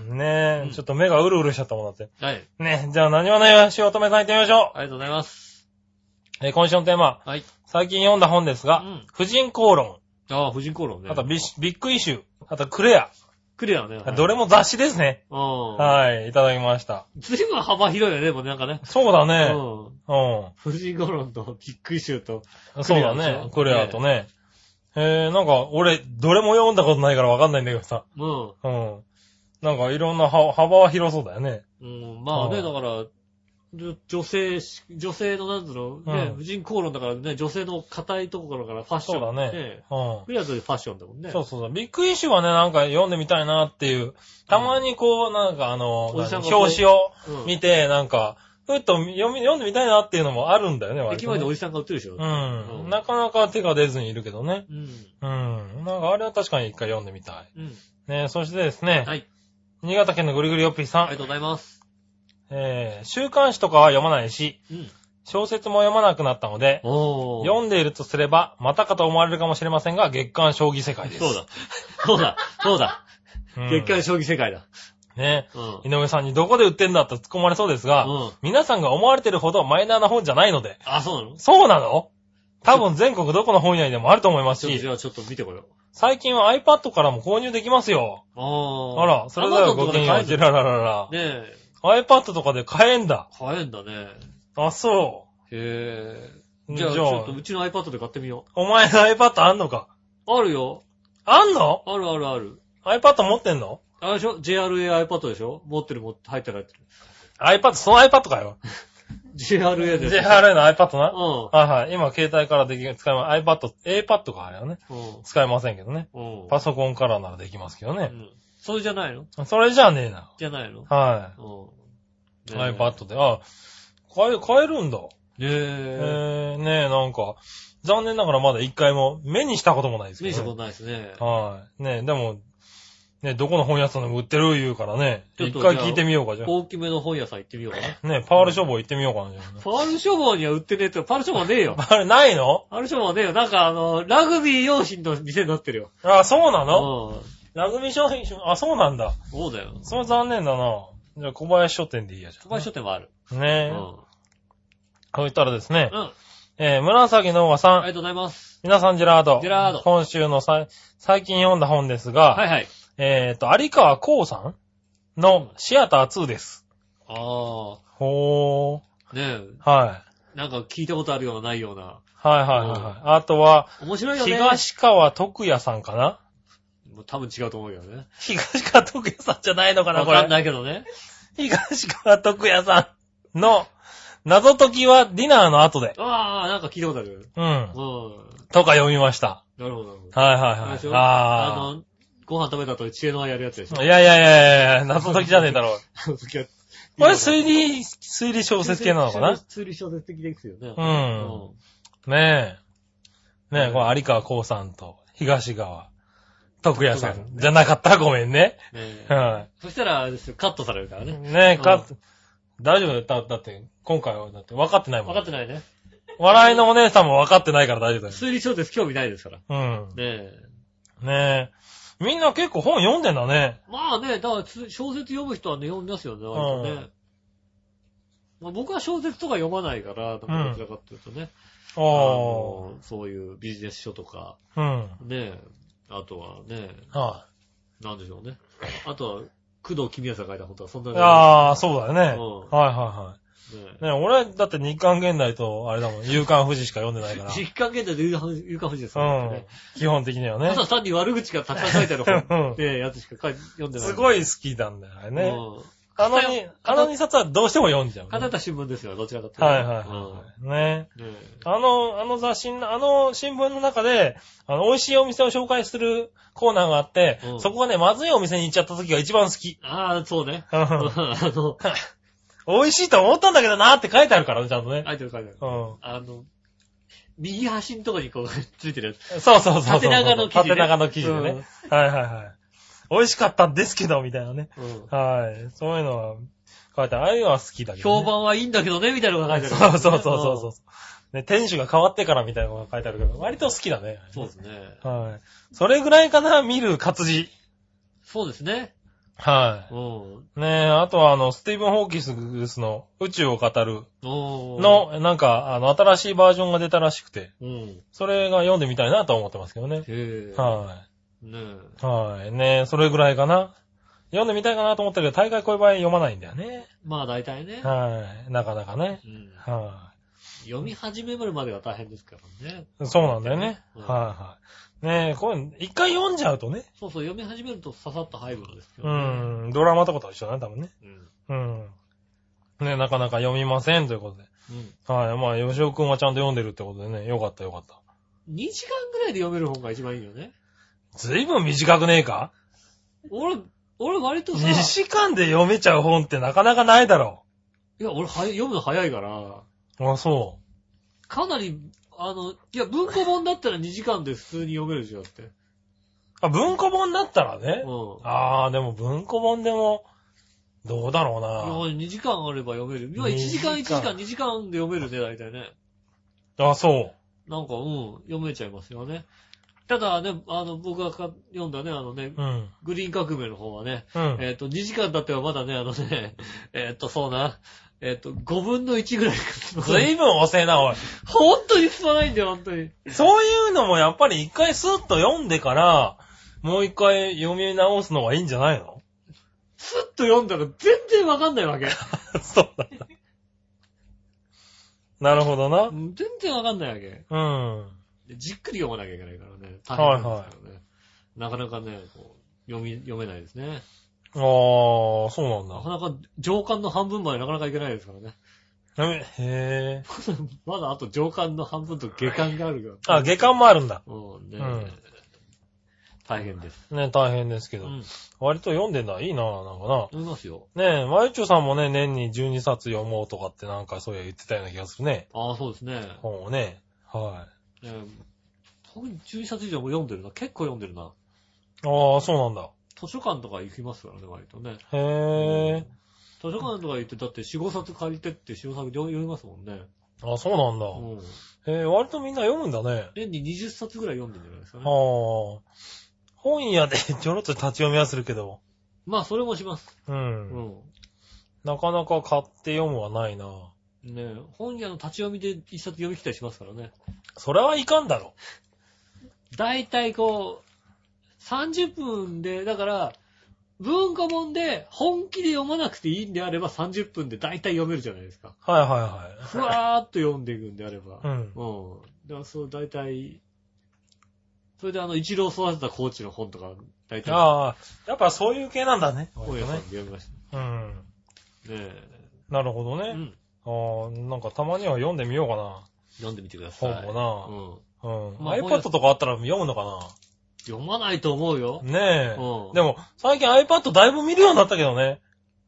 Speaker 3: うん、ねえ、
Speaker 2: うん
Speaker 3: ちょっと目がうるうるしちゃったもんだって。
Speaker 2: て。はい。
Speaker 3: ねじゃあ何はないしおとめさん行ってみましょ
Speaker 2: ありがとうございます。
Speaker 3: う。えー今週のテーマ、
Speaker 2: はい。
Speaker 3: 最近読んだ本ですが、
Speaker 2: うん
Speaker 3: 婦人公論、
Speaker 2: ああ、婦人公論ね。
Speaker 3: あとビッシビッグイシュー、あとクレア、
Speaker 2: クリアね。はい
Speaker 3: どれも雑誌ですね。
Speaker 2: うん。
Speaker 3: はい、いただきました。
Speaker 2: 随分幅広いよね、もうなんかね。
Speaker 3: そうだ
Speaker 2: う
Speaker 3: ね。
Speaker 2: ん。
Speaker 3: う
Speaker 2: 藤井五郎とビッグイシューと。
Speaker 3: ん。そうだね。ク
Speaker 2: クレ
Speaker 3: レ
Speaker 2: ア
Speaker 3: ア
Speaker 2: でしょ
Speaker 3: とね。えー、なんか、俺、どれも読んだことないからわかんないんだけどさ。
Speaker 2: うん。
Speaker 3: うん。なんか、いろんなは幅は広そうだよね。
Speaker 2: うん、まあね、
Speaker 3: うん
Speaker 2: だから、女女性し、女性の、なんつうの、ね、
Speaker 3: うん
Speaker 2: 婦人公論だからね、女性の硬いところからファッショ
Speaker 3: そ
Speaker 2: ン。
Speaker 3: うだね。うん。
Speaker 2: クリアというファッションだもんね。
Speaker 3: そうそうそう。ビッグイシューはね、なんか読んでみたいなっていう。たまにこう、なんかあの、
Speaker 2: おじさんがこう
Speaker 3: 表紙を
Speaker 2: うん
Speaker 3: 見て、なんか、ふっと読み読んでみたいなっていうのもあるんだよね、割
Speaker 2: 駅
Speaker 3: と
Speaker 2: 前でお
Speaker 3: ね。
Speaker 2: じさんが売ってるでしょ。
Speaker 3: う。
Speaker 2: うんん
Speaker 3: なかなか手が出ずにいるけどね。
Speaker 2: うん。
Speaker 3: うん。なんかあれは確かに一回読んでみたい。
Speaker 2: うん。
Speaker 3: ねそしてですね、
Speaker 2: はい。
Speaker 3: 新潟県のぐりぐりよっぴーさ
Speaker 2: ありが
Speaker 3: ん。
Speaker 2: とうございます。
Speaker 3: えー、週刊誌とかは読まないし、
Speaker 2: うん。
Speaker 3: 小説も読まなくなったので、
Speaker 2: おー。
Speaker 3: 読んでいるとすれば、またかと思われるかもしれませんが、月刊将棋世界です。
Speaker 2: そうだ。そうだ。そうだ。
Speaker 3: うん。
Speaker 2: 月刊将棋世界だ。
Speaker 3: ね
Speaker 2: うん。
Speaker 3: 井上さんにどこで売ってんだと突っ込まれそうですが、
Speaker 2: うん
Speaker 3: 皆さんが思われてるほどマイナーな本じゃないので、
Speaker 2: あ、そうなの
Speaker 3: そうなの多分全国どこの本屋にでもあると思いま
Speaker 2: ち
Speaker 3: す
Speaker 2: ょっとじ
Speaker 3: し、
Speaker 2: ゃあちょっと見てこよ
Speaker 3: 最近は iPad からも購入できますよ。
Speaker 2: う。ああ。
Speaker 3: あら、それでは
Speaker 2: Amazon
Speaker 3: ご
Speaker 2: と
Speaker 3: き
Speaker 2: か
Speaker 3: げ
Speaker 2: で買え
Speaker 3: んよう。ジェ
Speaker 2: んだ
Speaker 3: ラララ
Speaker 2: ね
Speaker 3: ラ。
Speaker 2: え。
Speaker 3: iPad とかで買えんだ。
Speaker 2: 買えんだね。
Speaker 3: あ、そ
Speaker 2: へえ。
Speaker 3: う。
Speaker 2: じゃあちょっとうちの iPad で買ってみよ
Speaker 3: お前の iPad あんのか
Speaker 2: う。あるよ。
Speaker 3: あんの
Speaker 2: あるあるある。
Speaker 3: ?iPad 持ってんの
Speaker 2: あれでしょ ?JRA iPad でしょ持ってる持って、入ってる入ってる。
Speaker 3: ?iPad、その iPad かよ。
Speaker 2: JRA で。
Speaker 3: JRA の iPad な。
Speaker 2: うん。
Speaker 3: はいはい。今、携帯からできる、使いま、iPad、APad かあれはね。
Speaker 2: うん。
Speaker 3: 使えませんけどね。
Speaker 2: うん。
Speaker 3: パソコンからならできますけど
Speaker 2: う
Speaker 3: ね。
Speaker 2: ん。それじゃないの
Speaker 3: それじゃねえな。
Speaker 2: じゃないの
Speaker 3: は
Speaker 2: う
Speaker 3: い。
Speaker 2: ん。ねえ
Speaker 3: iPad で。あ、買え、買えるんだ。
Speaker 2: ね
Speaker 3: え
Speaker 2: え。
Speaker 3: ー、ねえ、なんか、残念ながらまだ一回も目にしたこともないです
Speaker 2: 見
Speaker 3: け
Speaker 2: せた
Speaker 3: ど、
Speaker 2: ことな
Speaker 3: ね。
Speaker 2: いですね。
Speaker 3: はい。ねえ、でも、ねえ、どこの本屋さんでも売ってる言うからね。
Speaker 2: ちょっ
Speaker 3: 一
Speaker 2: と
Speaker 3: 回聞いてみようか、じゃ
Speaker 2: 大きめの本屋さん行ってみようかな。
Speaker 3: あ。ねえ、パール書房行ってみようかな、じゃ
Speaker 2: パール書房には売ってねえって、パール書房ねえよ。
Speaker 3: あ。 あれ、ないの
Speaker 2: パール書房ねえよ。なんかあの、ラグビー用品の店になってるよ。
Speaker 3: あ、そうな
Speaker 2: う
Speaker 3: の
Speaker 2: ん。
Speaker 3: ラグビー商品、あ、そうなんだ。
Speaker 2: そうだよ。
Speaker 3: それは残念だな。じゃあ、小林書店でいいや、じゃあ
Speaker 2: 小林書店もある。う
Speaker 3: ねえ。
Speaker 2: ん。う
Speaker 3: そ
Speaker 2: ん。
Speaker 3: う言ったらですね、
Speaker 2: あ
Speaker 3: えー、紫のおがさ
Speaker 2: りが
Speaker 3: ん、
Speaker 2: とうございます。
Speaker 3: 皆さんジェラード。
Speaker 2: ジェラード
Speaker 3: 今週のさい最近読んだ本ですが、
Speaker 2: はいはい。
Speaker 3: えっ、と、有川光さんのシアター2です。
Speaker 2: あ
Speaker 3: ほー。
Speaker 2: あ、ね
Speaker 3: はい。
Speaker 2: え、なんか聞いたことあるような、ないような。
Speaker 3: はいはいはいはい。あとは、
Speaker 2: 面白いよね。
Speaker 3: 東川徳也さんかな
Speaker 2: もう多分違うと思うけどね。
Speaker 3: 東川徳也さんじゃないのかな、
Speaker 2: わ
Speaker 3: こ
Speaker 2: かん
Speaker 3: れ。
Speaker 2: ないけどね。
Speaker 3: 東川徳也さんの謎解きはディナーの後で。
Speaker 2: ああ、なんか聞いたことある。
Speaker 3: うん。
Speaker 2: う
Speaker 3: とか読みました。
Speaker 2: ん。なるほど、なるほど。
Speaker 3: はい
Speaker 2: あれで
Speaker 3: はい
Speaker 2: し
Speaker 3: は
Speaker 2: ょ
Speaker 3: い。あ
Speaker 2: の、ご飯食べた後に知恵の輪やるやつでしょ
Speaker 3: あ。いやいやいやいやいや、謎解きじゃねえだ ろう。これ推理、推理小説系なのかな
Speaker 2: 通理小説的ですよね。
Speaker 3: うんねえ。ねえ、これ有川光さんと東川徳也さんじゃなかったらごめんね。
Speaker 2: うん。ねえ
Speaker 3: は
Speaker 2: そしたら、あれですよカットされるから
Speaker 3: い。
Speaker 2: ね。
Speaker 3: ねえ、
Speaker 2: うん
Speaker 3: か、大丈夫だよ。だだって、今回はだって分かってないも
Speaker 2: 分
Speaker 3: ん。
Speaker 2: かってないね。
Speaker 3: 笑いのお姉さんも分かってないから大丈夫だ
Speaker 2: 推理小説興味ないですから。ね
Speaker 3: よ。
Speaker 2: え。
Speaker 3: うん。ねえ。みんな結構本読んでんだね。
Speaker 2: まあね、だからつ小説読む人はね、読みますよね、割とね。まあ、僕は小説とか読まないから、どちらかっていうとね、
Speaker 3: あ
Speaker 2: あ
Speaker 3: あ。
Speaker 2: のそういうビジネス書とか、
Speaker 3: うん。
Speaker 2: ね、あとはね、
Speaker 3: は。
Speaker 2: なんでしょうね。あとは、工藤公康が書いた本とか、そんないに
Speaker 3: ああ、そうだよね。はい
Speaker 2: うん
Speaker 3: はいはい。
Speaker 2: ね
Speaker 3: ね俺、だって日刊現代と、あれだもん、夕刊富士しか読んでないから。
Speaker 2: 実家現代で言う言うかもしれないです
Speaker 3: う
Speaker 2: ね
Speaker 3: ん。。基本的には
Speaker 2: た
Speaker 3: ね。
Speaker 2: だ単に悪口がたくさん書いてある
Speaker 3: う
Speaker 2: 本
Speaker 3: ん
Speaker 2: ねやつしか書い読んでない。
Speaker 3: すごい
Speaker 2: で
Speaker 3: 好きなんだよ
Speaker 2: す
Speaker 3: ね。あのに、あの2冊はどうしても読んじゃうね。
Speaker 2: 片田新聞ですよ、どちらかっていうと。
Speaker 3: はいはいはい。ね。
Speaker 2: うんね
Speaker 3: あの、あの雑誌の、あの新聞の中で、あの、美味しいお店を紹介するコーナーがあって、
Speaker 2: うん
Speaker 3: そこがね、まずいお店に行っちゃった時が一番好き。
Speaker 2: ああ、そうね。
Speaker 3: う ん
Speaker 2: あの、
Speaker 3: 美味しいと思ったんだけどなーって書いてあるからね、ちゃんとね。
Speaker 2: 書いてる書いてる。
Speaker 3: うん。
Speaker 2: あの、右端のとこにこう、ついてるやつ。
Speaker 3: そうそうそうそう。
Speaker 2: 縦長の記事ね
Speaker 3: 縦長の記事でね。はいはいはい。美味しかったんですけど、みたいなね。
Speaker 2: うん
Speaker 3: はい。そういうのは、書いてある。ああいうのは好きだけど、ね。
Speaker 2: 評判はいいんだけどね、みたいなのが書いてあ
Speaker 3: そ
Speaker 2: る。
Speaker 3: うそうそうそうそう。ね、店主が変わってからみたいなのが書いてあるけど、割と好きだね。
Speaker 2: そうですね。
Speaker 3: はい。それぐらいかな、見る活字。
Speaker 2: そうですね。
Speaker 3: は
Speaker 2: うん。
Speaker 3: い。ねえ、あとはあの、スティーブン・ホーキンスの宇宙を語る
Speaker 2: おー。
Speaker 3: の、なんか、あの、新しいバージョンが出たらしくて、
Speaker 2: うん。
Speaker 3: それが読んでみたいなとは思ってますけど
Speaker 2: へ。
Speaker 3: ね
Speaker 2: え。
Speaker 3: は
Speaker 2: ねえ。
Speaker 3: い。はい。ねえ、それぐらいかな。読んでみたいかなと思ったけど、大概こういう場合読まないんだよね。
Speaker 2: まあ大体ね。
Speaker 3: はい。なかなかね。
Speaker 2: うん
Speaker 3: はい。
Speaker 2: 読み始めるまでが大変ですからね。
Speaker 3: そうなんだよね。
Speaker 2: うん
Speaker 3: はいはい。ねえ、こういうの、一回読んじゃうとね。
Speaker 2: そうそう、読み始めるとささっと入るんですけど
Speaker 3: う
Speaker 2: ね。
Speaker 3: ん、ドラマとかと一緒だね、多分ね。
Speaker 2: うん。
Speaker 3: うん。ねえ、なかなか読みませんということで。
Speaker 2: うん。
Speaker 3: はい。まあ、吉尾くんはちゃんと読んでるってことでね、よかったよかった。
Speaker 2: 2時間ぐらいで読める本が一番いいよね。
Speaker 3: ずいぶん短くねえか
Speaker 2: 俺、俺割とさ、
Speaker 3: ?2 時間で読めちゃう本ってなかなかないだろ
Speaker 2: いや、俺は読むの早いから、
Speaker 3: う。あ、そ
Speaker 2: かなり、あの、いや、文庫本だったら2時間で普通に読めるじゃんって。
Speaker 3: う。あ、文庫本だったらね。
Speaker 2: うん。
Speaker 3: ああ、でも文庫本でも、どうだろう
Speaker 2: いや
Speaker 3: な。
Speaker 2: 2時間あれば読める。いや、1時間、1時間、2時間で読めるね、大体ね。
Speaker 3: あ、そう。
Speaker 2: なんか、うん、読めちゃいますよね。ただね、あの、僕がか読んだね、あのね、
Speaker 3: うん。
Speaker 2: グリーン革命の方はね、
Speaker 3: うん。
Speaker 2: えっと、2時間経ってはまだね、あのね、 えっと、そうな、えっと、5分の1ぐらい。
Speaker 3: ずいぶん遅えな、おい。
Speaker 2: ほんとに進まないんだよ、ほんとに。
Speaker 3: そういうのもやっぱり一回スッと読んでから、もう一回読み直すのがいいんじゃないの
Speaker 2: スッと読んだら全然わかんないわけ。
Speaker 3: そうだな。なるほどな
Speaker 2: う。ん全然わかんないわけ。
Speaker 3: うん。
Speaker 2: でじっくり読まなきゃいけないからね。
Speaker 3: はいはい
Speaker 2: なんですよねなかなかね、こう読み、読めないですね。
Speaker 3: ああ、そうなん
Speaker 2: なか
Speaker 3: だ。
Speaker 2: なか上巻の半分までなかなかいけないですからね。
Speaker 3: へえ。
Speaker 2: まだあと上巻の半分と下巻があるから。
Speaker 3: あ、下巻もあるんだ。
Speaker 2: もうね、
Speaker 3: うん
Speaker 2: 大変です。
Speaker 3: ね、大変ですけ
Speaker 2: う
Speaker 3: ど。
Speaker 2: ん。
Speaker 3: 割と読んでんだ。いいな、なんかな。
Speaker 2: 読みますよ。
Speaker 3: ねえ、まゆちょさんもね、年に12冊読もうとかってなんかそういや言ってたような気がするね。
Speaker 2: ああ、そうですね。
Speaker 3: 本をね。は
Speaker 2: えー、特に注冊以上も読んでるな。結構読んでるな。
Speaker 3: い。ああ、そうなんだ。
Speaker 2: 図書館とか行きますからね、割とね。
Speaker 3: へえ。
Speaker 2: 図書館とか行って、だって4、5冊借りてって4、5冊読みますもんね。
Speaker 3: あそうなんだ。
Speaker 2: うん。
Speaker 3: へえ、割とみんな読むんだね。
Speaker 2: 年に20冊ぐらい読んでるんじゃないですか
Speaker 3: あ
Speaker 2: ね。
Speaker 3: あ。本屋でちょろっと立ち読みはするけど。
Speaker 2: まあ、それもします。
Speaker 3: う。
Speaker 2: うんん。
Speaker 3: なかなか買って読むはないな。
Speaker 2: ねえ本屋の立ち読みで一冊読み切ったりしますからね。
Speaker 3: それはいかんだろ。
Speaker 2: だいたいこう、30分で、だから、文庫本で本気で読まなくていいんであれば30分でだいたい読めるじゃないですか。
Speaker 3: はいはい
Speaker 2: ふわーっと読んでいくんであれば。
Speaker 3: はい。うん。
Speaker 2: うん。だからそう、大体、それであの、一郎を育てたコーチの本とか、大体、
Speaker 3: ああ、やっぱそういう系なんだね。
Speaker 2: 本
Speaker 3: 割
Speaker 2: 屋さ
Speaker 3: と
Speaker 2: ん
Speaker 3: ね
Speaker 2: で読みまし
Speaker 3: うん。
Speaker 2: た。ね
Speaker 3: なるほど
Speaker 2: え。う
Speaker 3: ね。
Speaker 2: ん。
Speaker 3: ああ、なんかたまには読んでみようかな。
Speaker 2: 読んでみてください。
Speaker 3: 本も
Speaker 2: うん。
Speaker 3: な。うん。
Speaker 2: まあ
Speaker 3: iPad とかあったら読むのか
Speaker 2: 読まないと思うよ。
Speaker 3: な。ねえ。
Speaker 2: うん
Speaker 3: でも、最近 iPad だいぶ見るようになったけどね。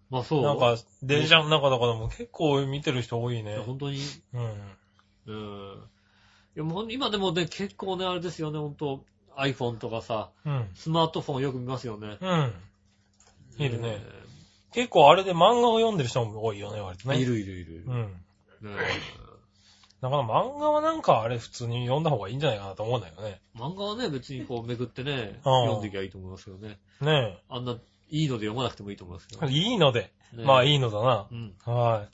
Speaker 2: まあそう。
Speaker 3: なんか、電車の中とかでも結構見てる人多い
Speaker 2: い
Speaker 3: ね
Speaker 2: や、。本当に、
Speaker 3: うん。
Speaker 2: うん。いやもう今でもね、結構ね、あれですよね、本当 iPhone とかさ、
Speaker 3: うん。
Speaker 2: スマートフォンよく見ますよね。
Speaker 3: うん。いるね
Speaker 2: え。
Speaker 3: 結構あれで漫画を読んでる人も多いよね、割と
Speaker 2: え。
Speaker 3: ね。
Speaker 2: い。るいるいるいる
Speaker 3: う。ん。
Speaker 2: ね
Speaker 3: だから漫画はなんかあれ普通に読んだ方がいいんじゃないかなと思うんだよね。
Speaker 2: え漫画はね、別にこうめくってね、
Speaker 3: ああ
Speaker 2: 読んでいきゃいいと思いますよね。
Speaker 3: ね
Speaker 2: あんな、いいので読まなくてもいいと思いますよ。
Speaker 3: え。いいので。
Speaker 2: ね
Speaker 3: まあいいのだな。
Speaker 2: うん。
Speaker 3: は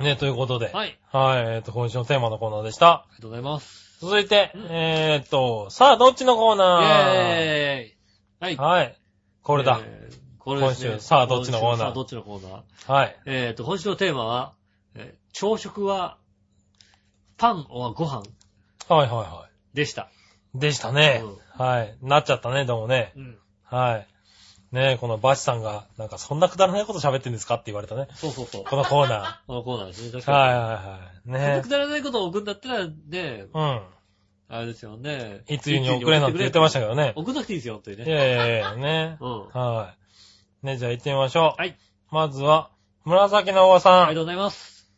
Speaker 3: い。ね、ということで。。
Speaker 2: はいい。
Speaker 3: はい、えっ、と、今週のテーマのコーナーでした
Speaker 2: あ。りがとうございます。
Speaker 3: 続いて、えっ、と、さあ、どっちのコ
Speaker 2: イ
Speaker 3: ー
Speaker 2: ェー
Speaker 3: ナー
Speaker 2: イはい。
Speaker 3: はい。これだ。
Speaker 2: えー。これですね
Speaker 3: 今週さあどっちのコ
Speaker 2: 今
Speaker 3: ーナー
Speaker 2: 週さあ、どっちのコーナー
Speaker 3: はい。
Speaker 2: えっと、今週のテーマは、えー朝食は、パンはご飯
Speaker 3: はいはいは
Speaker 2: でした。
Speaker 3: い。でしたね。はい。なっちゃったね、どうもね。
Speaker 2: うん。
Speaker 3: はい。ねえ、このバチさんが、なんかそんなくだらないこと喋ってんですかって言われたね。
Speaker 2: そうそうそう。
Speaker 3: このコーナ
Speaker 2: このコーナーですね。確
Speaker 3: ー。はい
Speaker 2: か
Speaker 3: はい
Speaker 2: に。
Speaker 3: はい。ね
Speaker 2: くだらないことを送るんだったら、ね、
Speaker 3: え。うん。
Speaker 2: あれですよね。
Speaker 3: いつゆに送れなんて言ってましたけどね。
Speaker 2: 送んなくていいですよ、本当に
Speaker 3: い
Speaker 2: ね。
Speaker 3: やいやいや、ね
Speaker 2: う。ん。あ
Speaker 3: はい。ね、じゃあ行ってみましょう。
Speaker 2: はい。
Speaker 3: まずは、紫のおばさ
Speaker 2: りがと
Speaker 3: ん。
Speaker 2: うございます。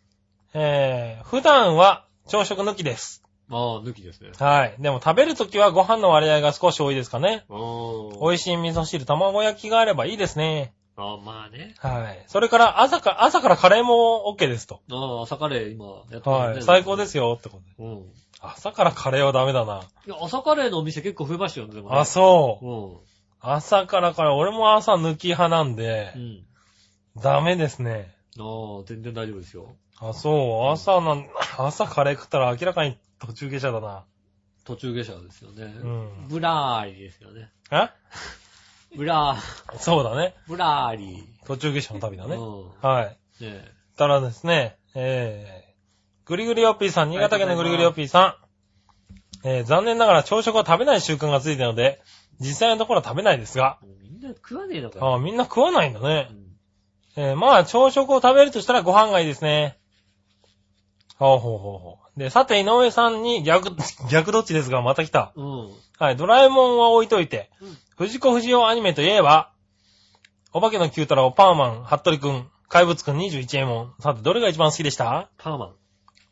Speaker 3: えー、普段は朝食抜きです。
Speaker 2: ああ、抜きですね。
Speaker 3: はい。でも食べるときはご飯の割合が少し多いですかね。
Speaker 2: おー。
Speaker 3: 美味しい味噌汁、卵焼きがあればいいですね。
Speaker 2: ああ、まあね。
Speaker 3: はい。それから朝か、朝からカレーも OK ですと。
Speaker 2: ああ、朝カレー今やってます
Speaker 3: は
Speaker 2: ね
Speaker 3: い。最高ですよってことで。
Speaker 2: うん。
Speaker 3: 朝からカレーはダメだな。
Speaker 2: いや、朝カレーのお店結構増えましたよね、でもね。
Speaker 3: あ、そう。
Speaker 2: う
Speaker 3: 朝からカレー、俺も朝抜き派なんで
Speaker 2: ん。う、ん。
Speaker 3: ダメですね。
Speaker 2: ああ、全然大丈夫ですよ。
Speaker 3: あ、そう。朝なん、朝カレー食ったら明らかに途中下車だな。
Speaker 2: 途中下車ですよね。
Speaker 3: うん
Speaker 2: ぶらーりですよね。
Speaker 3: え
Speaker 2: ぶらー、
Speaker 3: そうだね。
Speaker 2: ぶらーり。
Speaker 3: 途中下車の旅だね。
Speaker 2: うん。
Speaker 3: はい。
Speaker 2: ねえ。
Speaker 3: たらですね、えー、ぐりぐりよっぴーさん、新潟県のぐりぐりよっぴーさん。えー、残念ながら朝食は食べない習慣がついてるので、実際のところは食べないですが、
Speaker 2: もうみんな食わねえのかよ
Speaker 3: あーみんな食わないんだね
Speaker 2: う。ん
Speaker 3: えー、まあ、朝食を食べるとしたらご飯がいいですね。ほうほうほうほう。で、さて、井上さんに逆、 逆どっちですが、また来た。
Speaker 2: うん。
Speaker 3: はい、ドラえもんは置いといて、
Speaker 2: うん
Speaker 3: 藤子不二雄アニメといえば、お化けの Q 太郎、パーマン、服部くん、怪物くん21エモン。さて、どれが一番好きでした
Speaker 2: パーマン。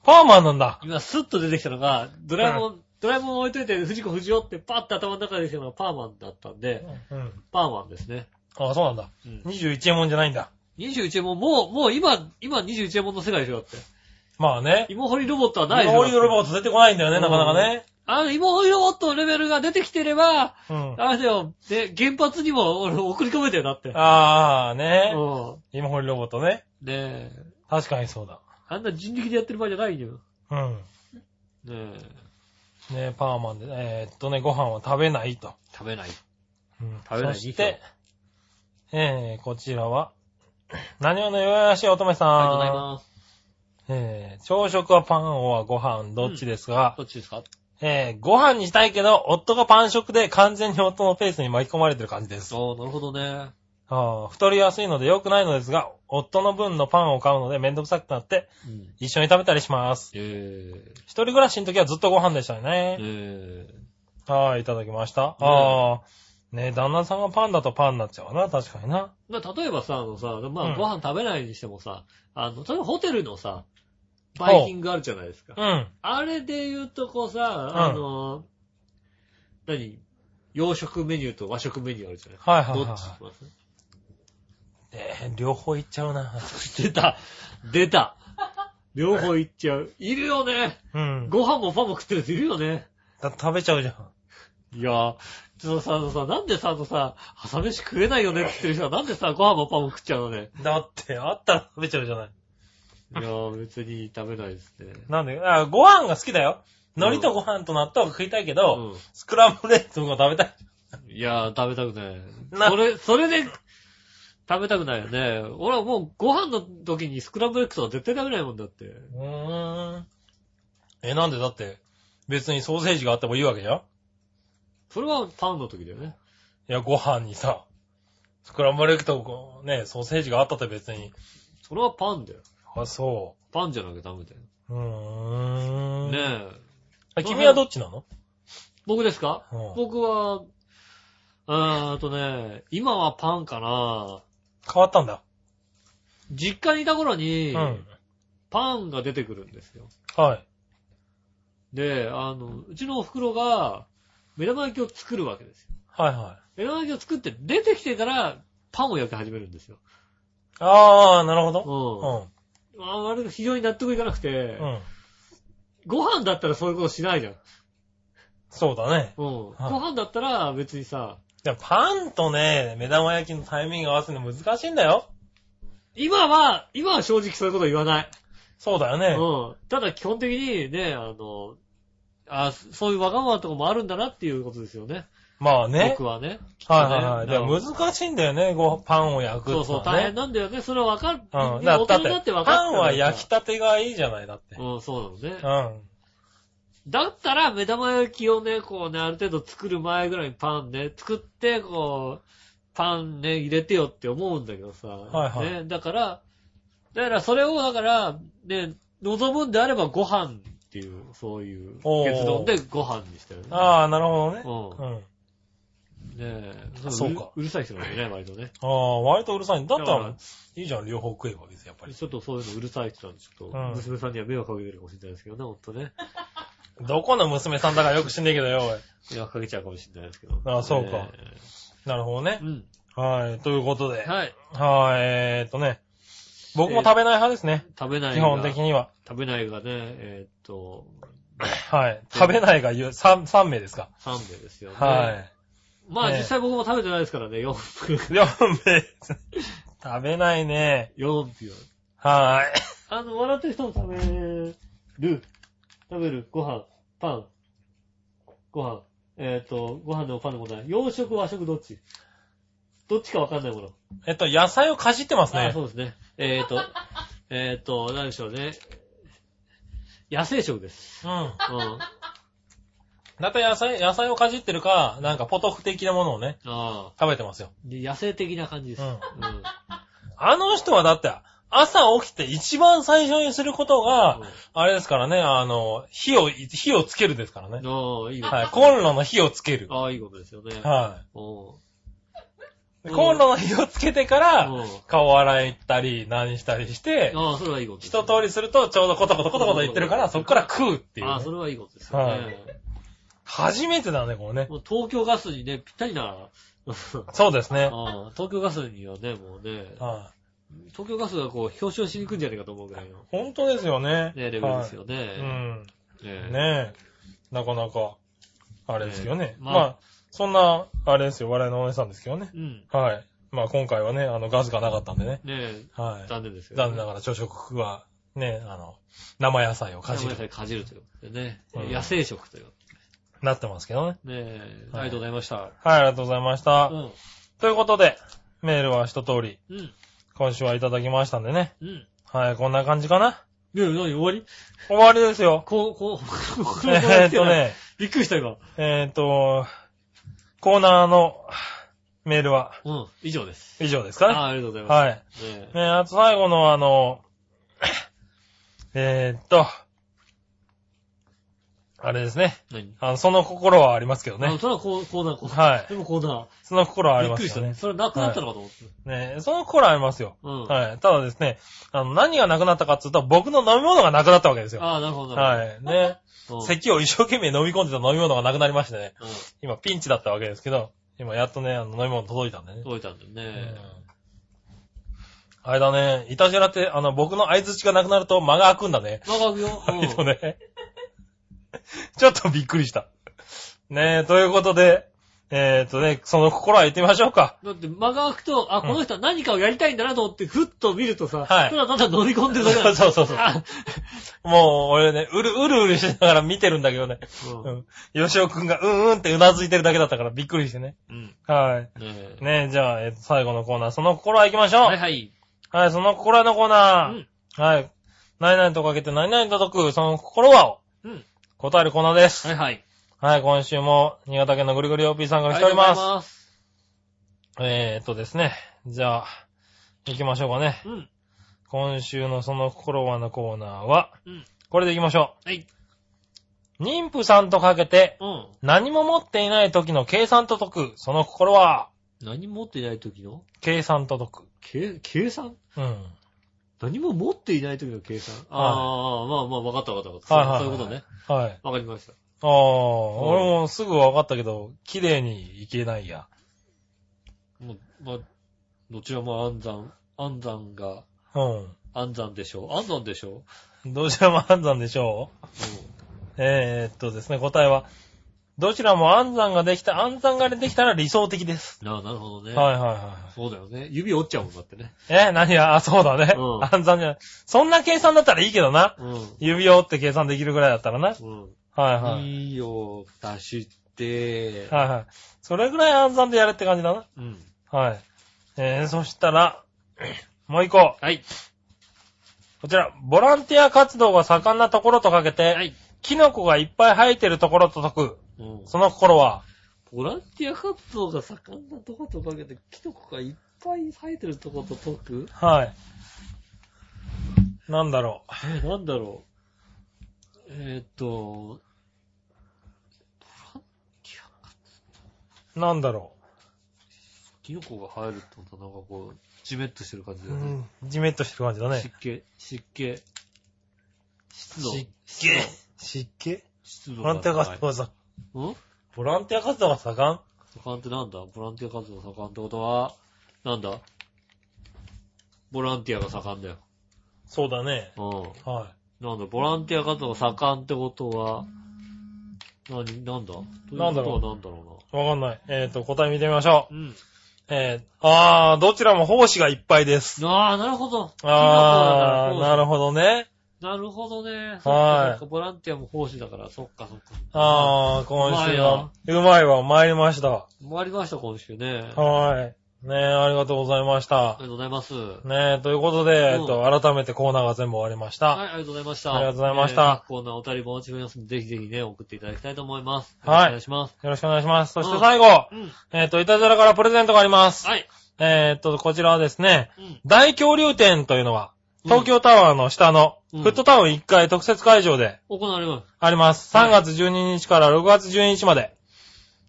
Speaker 3: パーマンなんだ。
Speaker 2: 今、スッと出てきたのが、ドラえもん、ドラえもん置いといて、藤子不二雄ってパッと頭の中で出てきたのがパーマンだったんで、
Speaker 3: うん。
Speaker 2: パーマンですね。
Speaker 3: ああ、そうなんだ。
Speaker 2: うん。
Speaker 3: 21エモンじゃないんだ。
Speaker 2: 21円も、もう、もう今、今21円もの世界でしょ、だって。
Speaker 3: まあね。
Speaker 2: 芋掘りロボットはないでしょ。
Speaker 3: 料理ロボ
Speaker 2: ッ
Speaker 3: ット出てこないんだよね、
Speaker 2: うん
Speaker 3: なかなかね。
Speaker 2: あの、芋よっとレベルが出てきてれば、
Speaker 3: うん。
Speaker 2: あれだよ、で、原発にも俺送り込めてよ、だって。
Speaker 3: あーね。
Speaker 2: う
Speaker 3: 今掘りロボットね。
Speaker 2: ん。ねえ。
Speaker 3: 確かにそうだ。
Speaker 2: あんな人力でやってる場合じゃないよ。
Speaker 3: うん。
Speaker 2: ねえ。
Speaker 3: ね、パーマンで、えーっとね、ご飯は食べないと。
Speaker 2: 食べない。
Speaker 3: うん
Speaker 2: 食べない
Speaker 3: そして、えー、こちらは、何をのよやしい乙女さん。
Speaker 2: ありがとうございます。
Speaker 3: えー、朝食はパンはご飯、どっちですが、
Speaker 2: どっちですか
Speaker 3: えー、ご飯にしたいけど、夫がパン食で完全に夫のペースに巻き込まれてる感じです。
Speaker 2: そう、なるほどね。
Speaker 3: あー太りやすいので良くないのですが、夫の分のパンを買うのでめんどくさくなって、
Speaker 2: うん。
Speaker 3: 一緒に食べたりします。
Speaker 2: ええ。
Speaker 3: 一人暮らしの時はずっとご飯でしたよね。
Speaker 2: ええ。
Speaker 3: はい、いただきました。ああ、ね旦那さんがパンだとパンになっちゃうな、確かにな。
Speaker 2: まあ、例えばさ、あのさ、ま
Speaker 3: う
Speaker 2: あ、
Speaker 3: ん
Speaker 2: ご飯食べないにしてもさ、あの、例えばホテルのさ、バイキングあるじゃないですか。
Speaker 3: うん。
Speaker 2: あれで言うとこうさ、
Speaker 3: ん
Speaker 2: あの、何洋食メニューと和食メニューあるじゃない
Speaker 3: はいはい
Speaker 2: どっち
Speaker 3: は
Speaker 2: 行きます
Speaker 3: い。えー両方いっちゃうな。
Speaker 2: 出た出た両方いっちゃう。いるよね
Speaker 3: うん。
Speaker 2: ご飯もパンも食ってる人いるよね
Speaker 3: だ食べちゃうじゃん。
Speaker 2: いやー、ちょっとさ、あのさ、なんでさ、あのさ、朝飯食えないよねって言ってる人は、なんでさ、ご飯もパンも食っちゃうのね。
Speaker 3: だって、あったら食べちゃうじゃない。
Speaker 2: いやー、別に食べないですね。
Speaker 3: なんで、あご飯が好きだよ。
Speaker 2: うん
Speaker 3: 海苔とご飯と納豆が食いたいけど、
Speaker 2: うん。
Speaker 3: スクランブルエッグが食べたい。
Speaker 2: いやー、食べたくない。
Speaker 3: な
Speaker 2: それ、それで、食べたくないよね。俺はもうご飯の時にスクランブルエッグとか絶対食べないもんだって。
Speaker 3: うーん。え、なんでだって、別にソーセージがあってもいいわけじゃんい
Speaker 2: それはパンの時だよね。
Speaker 3: や、ご飯にさ、スクランブルエッグとこうね、ソーセージがあったって別に。
Speaker 2: それはパンだよ。
Speaker 3: あ、そ
Speaker 2: パンじゃなきゃダメだよ。
Speaker 3: う。うーん。
Speaker 2: ねえ。
Speaker 3: え君はどっちなの
Speaker 2: 僕ですか
Speaker 3: うん。
Speaker 2: 僕は、あーっとね、今はパンかな
Speaker 3: 変わったんだ。
Speaker 2: 実家にいた頃
Speaker 3: う
Speaker 2: に、
Speaker 3: ん。
Speaker 2: パンが出てくるんですよ。
Speaker 3: はい。
Speaker 2: で、あの、うちのお袋が、目玉焼きを作るわけですよ。
Speaker 3: はいはい。
Speaker 2: 目玉焼きを作って出てきてから、パンを焼き始めるんですよ。
Speaker 3: あー、なるほど。
Speaker 2: う。
Speaker 3: うん
Speaker 2: ああれが非常に納得いかなくて、
Speaker 3: ん。うん。
Speaker 2: ご飯だったらそういうことしないじゃん。うん。
Speaker 3: そうだね。
Speaker 2: ご
Speaker 3: はい
Speaker 2: 飯だったら別にさ、
Speaker 3: いや、パンとね、目玉焼きのタイミング合わせるの難しいんだよ。
Speaker 2: 今は、今は正直そういうこと言わない。
Speaker 3: そうだよね。
Speaker 2: うん。ただ基本的にね、あの、あそういうわがままとかもあるんだなっていうことですよね。
Speaker 3: まあね。
Speaker 2: 僕はね。
Speaker 3: はいはいはい。
Speaker 2: きっ
Speaker 3: で
Speaker 2: とね
Speaker 3: も難しいんだよね、ご、パンを焼く
Speaker 2: そう
Speaker 3: っての
Speaker 2: そう、
Speaker 3: は
Speaker 2: 大変
Speaker 3: ね。
Speaker 2: なんだよね。それはわかる。
Speaker 3: うん。
Speaker 2: 大
Speaker 3: だだ
Speaker 2: 人
Speaker 3: っ
Speaker 2: になって
Speaker 3: て、
Speaker 2: わかる。
Speaker 3: パンは焼きたてがいいじゃない、だって。
Speaker 2: うん、そうなのね
Speaker 3: う。ん。
Speaker 2: だったら、目玉焼きをね、こうね、ある程度作る前ぐらいにパンね、作って、こう、パンね、入れてよって思うんだけどさ。
Speaker 3: はいはい
Speaker 2: ね、だから、だからそれを、だから、ね、望むんであればご飯っていう、そういう
Speaker 3: おー
Speaker 2: 結論でご飯にしたよね。
Speaker 3: ああ、なるほどね。
Speaker 2: う。
Speaker 3: うんん。
Speaker 2: ねえ。
Speaker 3: そうか
Speaker 2: うる。うるさい人なんだよね、割とね。
Speaker 3: ああ、割とうるさい。だっ
Speaker 2: だ
Speaker 3: た
Speaker 2: から
Speaker 3: ら、いいじゃん、両方食えば別に、やっぱり。
Speaker 2: ちょっとそういうのうるさい人なんで、ちょっと
Speaker 3: うん、
Speaker 2: 娘さんには迷惑かけてるかもしれないですけどね、ほんとね。
Speaker 3: どこの娘さんだかよく知んねえけどよ、おい。
Speaker 2: 迷惑かけちゃうかもしれないですけど。
Speaker 3: あそうか
Speaker 2: ね
Speaker 3: なるほど
Speaker 2: え
Speaker 3: ね
Speaker 2: う。ん。
Speaker 3: はい、ということで。
Speaker 2: はい。
Speaker 3: はい、えーっとね。僕も食べない派ですね。
Speaker 2: 食べないが。
Speaker 3: 基本的には。
Speaker 2: 食べないがね、えーっと、
Speaker 3: はい。食べないが言う、3、三名ですか。
Speaker 2: 3名ですよね。
Speaker 3: はい。
Speaker 2: まあ
Speaker 3: ね
Speaker 2: 実際僕も食べてないですからね、4分。
Speaker 3: 4名。食べないね。
Speaker 2: 4票。
Speaker 3: は
Speaker 2: あの、笑ってる人も食べる。食べる。ご飯。パン。ご飯。えーっと、ご飯でもパンでもない。洋食、和食、どっちどっちかわかんないもの。
Speaker 3: ーい。えっと、野菜をかじってます
Speaker 2: あ
Speaker 3: ね。
Speaker 2: そうですね。えっ、と、 えっ、と、何でしょうね。野生食です。
Speaker 3: うん。
Speaker 2: うん。あ
Speaker 3: だいたい野菜、野菜をかじってるか、なんかポトフ的なものをね、
Speaker 2: あ。
Speaker 3: 食べてますよ。
Speaker 2: で野生的な感じです。
Speaker 3: う
Speaker 2: うんん。
Speaker 3: あの人はだって、朝起きて一番最初にすることが、あれですからね、あの、火を、火をつけるですからね。
Speaker 2: ああ、いいこと。
Speaker 3: はい。コンロの火をつける。
Speaker 2: ああ、いいことですよね。
Speaker 3: は
Speaker 2: おう
Speaker 3: い。コンロの火をつけてか
Speaker 2: うん
Speaker 3: ら、顔洗い行ったり、何したりして、
Speaker 2: ああ、それはいいことですね、
Speaker 3: 一通りするとちょうどコトコトコトコト言ってるから、そこから食うっていうね、
Speaker 2: ああ、それはいいことですよね。
Speaker 3: はい初めてだね、これね。
Speaker 2: もう東京ガスにね、ぴったりな、うん
Speaker 3: そうですね。
Speaker 2: ああ東京ガスにはね、もうね、
Speaker 3: は
Speaker 2: 東京ガスがこう、表彰しに行くんじゃねえかと思うぐらいの
Speaker 3: い。、本当ですよね。
Speaker 2: ね、レベルですよ
Speaker 3: は
Speaker 2: ね
Speaker 3: い。うん。
Speaker 2: ね
Speaker 3: ねえ。なかなか、あれですよね。
Speaker 2: ええま
Speaker 3: ま
Speaker 2: あ
Speaker 3: あ、そんな、あれですよ、笑いのお姉さんですけどね。
Speaker 2: うん。
Speaker 3: はい。まあ今回はね、あの、ガスがなかったんでね。
Speaker 2: ね
Speaker 3: は
Speaker 2: え、
Speaker 3: い。
Speaker 2: 残念ですよ、ね。
Speaker 3: 残念ながら朝食は、ね、あの、生野菜をか
Speaker 2: かじ
Speaker 3: じ
Speaker 2: る。
Speaker 3: る、
Speaker 2: かじるということでね。
Speaker 3: うん
Speaker 2: 野生食という。
Speaker 3: なってますけどね。
Speaker 2: ねえ、
Speaker 3: はい
Speaker 2: ありがとうございました。
Speaker 3: はい、ありがとうございました。
Speaker 2: うん。
Speaker 3: ということで、メールは一通り、
Speaker 2: うん。
Speaker 3: 今週はいただきましたんでね。
Speaker 2: うん。
Speaker 3: はい、こんな感じかな。
Speaker 2: ねえ、何終わり
Speaker 3: 終わりですよ。
Speaker 2: こう、こう、こう、
Speaker 3: えーっと。ね、
Speaker 2: びっくりした今。
Speaker 3: えーっと、コーナーのメールは
Speaker 2: うん。以上です。
Speaker 3: 以上です
Speaker 2: あ
Speaker 3: かね。
Speaker 2: あ、ありがとうございます。
Speaker 3: はい。
Speaker 2: ねえ
Speaker 3: ねあと最後のあの、えーっと、あれですね。
Speaker 2: 何
Speaker 3: あの、その心はありますけど
Speaker 2: あ
Speaker 3: ね。
Speaker 2: それはこう、コーナー、コーナー。
Speaker 3: はい。
Speaker 2: でもコーナ
Speaker 3: その心は
Speaker 2: ー。
Speaker 3: あ
Speaker 2: び
Speaker 3: り
Speaker 2: っ
Speaker 3: ま
Speaker 2: く
Speaker 3: す
Speaker 2: りした
Speaker 3: よね。
Speaker 2: それなくなったのかと思って。
Speaker 3: ねその心はありますよ。
Speaker 2: うん。
Speaker 3: はい。ただですね、あの、何がなくなったかって言うと、僕の飲み物がなくなったわけですよ。
Speaker 2: ああ、なるほど。。
Speaker 3: はいい。ね。
Speaker 2: うん
Speaker 3: 咳を一生懸命飲み込んでた飲み物がなくなりましてね。
Speaker 2: うん
Speaker 3: 今ピンチだったわけですけど、今やっとね、あの飲み物届いたんでね。
Speaker 2: 届いたんだよね。
Speaker 3: あれだね、いたじらって、あの、僕の合図値がなくなると間が空くんだね。
Speaker 2: 長くよ。
Speaker 3: 割と
Speaker 2: うん
Speaker 3: ね。 ちょっとびっくりした。ねえ、ということで、えー、っとね、その心は言ってみましょうか。
Speaker 2: だって間が空くと、あ、この人は何かをやりたいんだなと思って、ふっと見るとさ、
Speaker 3: はい
Speaker 2: ただただ飲み込んで
Speaker 3: そ
Speaker 2: るだけ
Speaker 3: うそうそうそう。
Speaker 2: あ
Speaker 3: もう、俺ね、うる、うるうるしながら見てるんだけどね。
Speaker 2: う
Speaker 3: うんん。吉尾くんがうんうんってうなずいてるだけだったからびっくりしてね。
Speaker 2: うん。ね
Speaker 3: は
Speaker 2: え
Speaker 3: い。ねえ、じゃあ、えっと、最後のコーナー、その心は行きましょう。
Speaker 2: はいはい。
Speaker 3: はい、その心のコー
Speaker 2: う
Speaker 3: ナー。
Speaker 2: ん。
Speaker 3: はい。何々とかけて何々と解く、その心はを
Speaker 2: うん。
Speaker 3: 答えるコーナーです。
Speaker 2: はいはい。
Speaker 3: はい、今週も新潟県のぐるぐる OP さんから来ており
Speaker 2: あ
Speaker 3: ま
Speaker 2: りがとう
Speaker 3: す。
Speaker 2: ございます。
Speaker 3: えーっとですね。じゃあ、行きましょうかね。
Speaker 2: うん。
Speaker 3: 今週のその心はのコーナーは、
Speaker 2: うん
Speaker 3: これで行きましょ
Speaker 2: はい。
Speaker 3: う。妊婦さんとかけて、
Speaker 2: うん。
Speaker 3: 何も持っていない時の計算と解く、その心は、
Speaker 2: 何も持っていない時の
Speaker 3: 計算と解
Speaker 2: 計計算
Speaker 3: く。うん。
Speaker 2: 何も持っていない時の計算ああ、まあまあ、わかったわかったわかった。
Speaker 3: はいはいはい
Speaker 2: そういうことね。
Speaker 3: はい。
Speaker 2: わかりました。
Speaker 3: ああ、俺もすぐ分かったけど、綺麗にいけないや。
Speaker 2: もう、まあ、どちらも暗算、暗算が、
Speaker 3: うん。
Speaker 2: 暗算でしょう。暗算でしょ
Speaker 3: どちらも安産でしょう
Speaker 2: う。
Speaker 3: えー、っとですね、答えは、どちらも安産ができた、安産ができたら理想的です。
Speaker 2: うん。なあ、なるほどね。
Speaker 3: はいはいはい。
Speaker 2: そうだよね。指折っちゃうもんだってね。
Speaker 3: え、何が、あ、そうだね。
Speaker 2: うん
Speaker 3: 暗算じゃない。そんな計算だったらいいけどな。
Speaker 2: う
Speaker 3: 指を折って計算できるぐらいだったらな。
Speaker 2: ん。うん。
Speaker 3: はいはい。
Speaker 2: いいよ、出して、
Speaker 3: はいはい。それぐらい暗算でやれって感じだな。
Speaker 2: うん。
Speaker 3: はい。えー、そしたら、もう一個。
Speaker 2: はい。
Speaker 3: こちら、ボランティア活動が盛んなところとかけて、
Speaker 2: はい。
Speaker 3: キノコがいっぱい生えてるところと解く。
Speaker 2: うん。
Speaker 3: その心は、
Speaker 2: ボランティア活動が盛んなとことかけて、キノコがいっぱい生えてるとこと解く
Speaker 3: はい。なんだろう。
Speaker 2: え、なんだろう。えーっと、ボランティア、
Speaker 3: なんだろ
Speaker 2: キノコが生えるってことはなんかこう、じめっとしてる感じ
Speaker 3: う。
Speaker 2: だよね。
Speaker 3: じめっとしてる感じだね。
Speaker 2: 湿気、湿気、湿度、
Speaker 3: 湿気
Speaker 2: 湿度。
Speaker 3: 湿気
Speaker 2: 湿度
Speaker 3: ボランティア活動
Speaker 2: ん
Speaker 3: がさ、ボランティア活動が盛ん
Speaker 2: 盛んってなんだボランティア活動が盛んってことは、なんだボランティアが盛んだよ。
Speaker 3: そうだね。
Speaker 2: う
Speaker 3: は
Speaker 2: ん。なんだ、ボランティア活動が盛んってことは、なに、なんだという
Speaker 3: なん
Speaker 2: こ
Speaker 3: だ
Speaker 2: とは
Speaker 3: ろう
Speaker 2: なんだろ
Speaker 3: い。わかんない。えっ、と、答え見てみましょ
Speaker 2: うな。うん。
Speaker 3: う。えー、あー、どちらも胞子がいっぱいです。
Speaker 2: ああ、なるほど。
Speaker 3: あー、
Speaker 2: る
Speaker 3: なるほどね。
Speaker 2: なるほどね。そっか
Speaker 3: はい
Speaker 2: そっかボランティアも奉仕だから、そっかそっか。
Speaker 3: あー、今週は。うまいわ、参りました。
Speaker 2: 回りました、今週ね。あ
Speaker 3: はい。ねえ、ありがとうございまし
Speaker 2: り
Speaker 3: た
Speaker 2: が。とうございます。
Speaker 3: ねえ、ということで、えっ、と、改めてコーナーが全部終わりました。
Speaker 2: はい、ありがとうございました。
Speaker 3: ありがとうございました
Speaker 2: えーこんなお便りもお待ちしておりますので、ぜひぜひね、送っていただきたいと思います。
Speaker 3: はい
Speaker 2: よろしくお願いします。
Speaker 3: よろしくお願いします。そし
Speaker 2: う
Speaker 3: て
Speaker 2: ん
Speaker 3: 最後、
Speaker 2: うん。
Speaker 3: えっ、と、いたずらからプレゼントがあります。
Speaker 2: はい。
Speaker 3: えっ、と、こちらはですね、
Speaker 2: うん。
Speaker 3: 大恐竜展というのは、
Speaker 2: うん
Speaker 3: 東京タワーの下の、
Speaker 2: うん
Speaker 3: フットタウン1階特設会場で
Speaker 2: 行われます。
Speaker 3: あります。
Speaker 2: はい
Speaker 3: 3月12日から6月12日まで。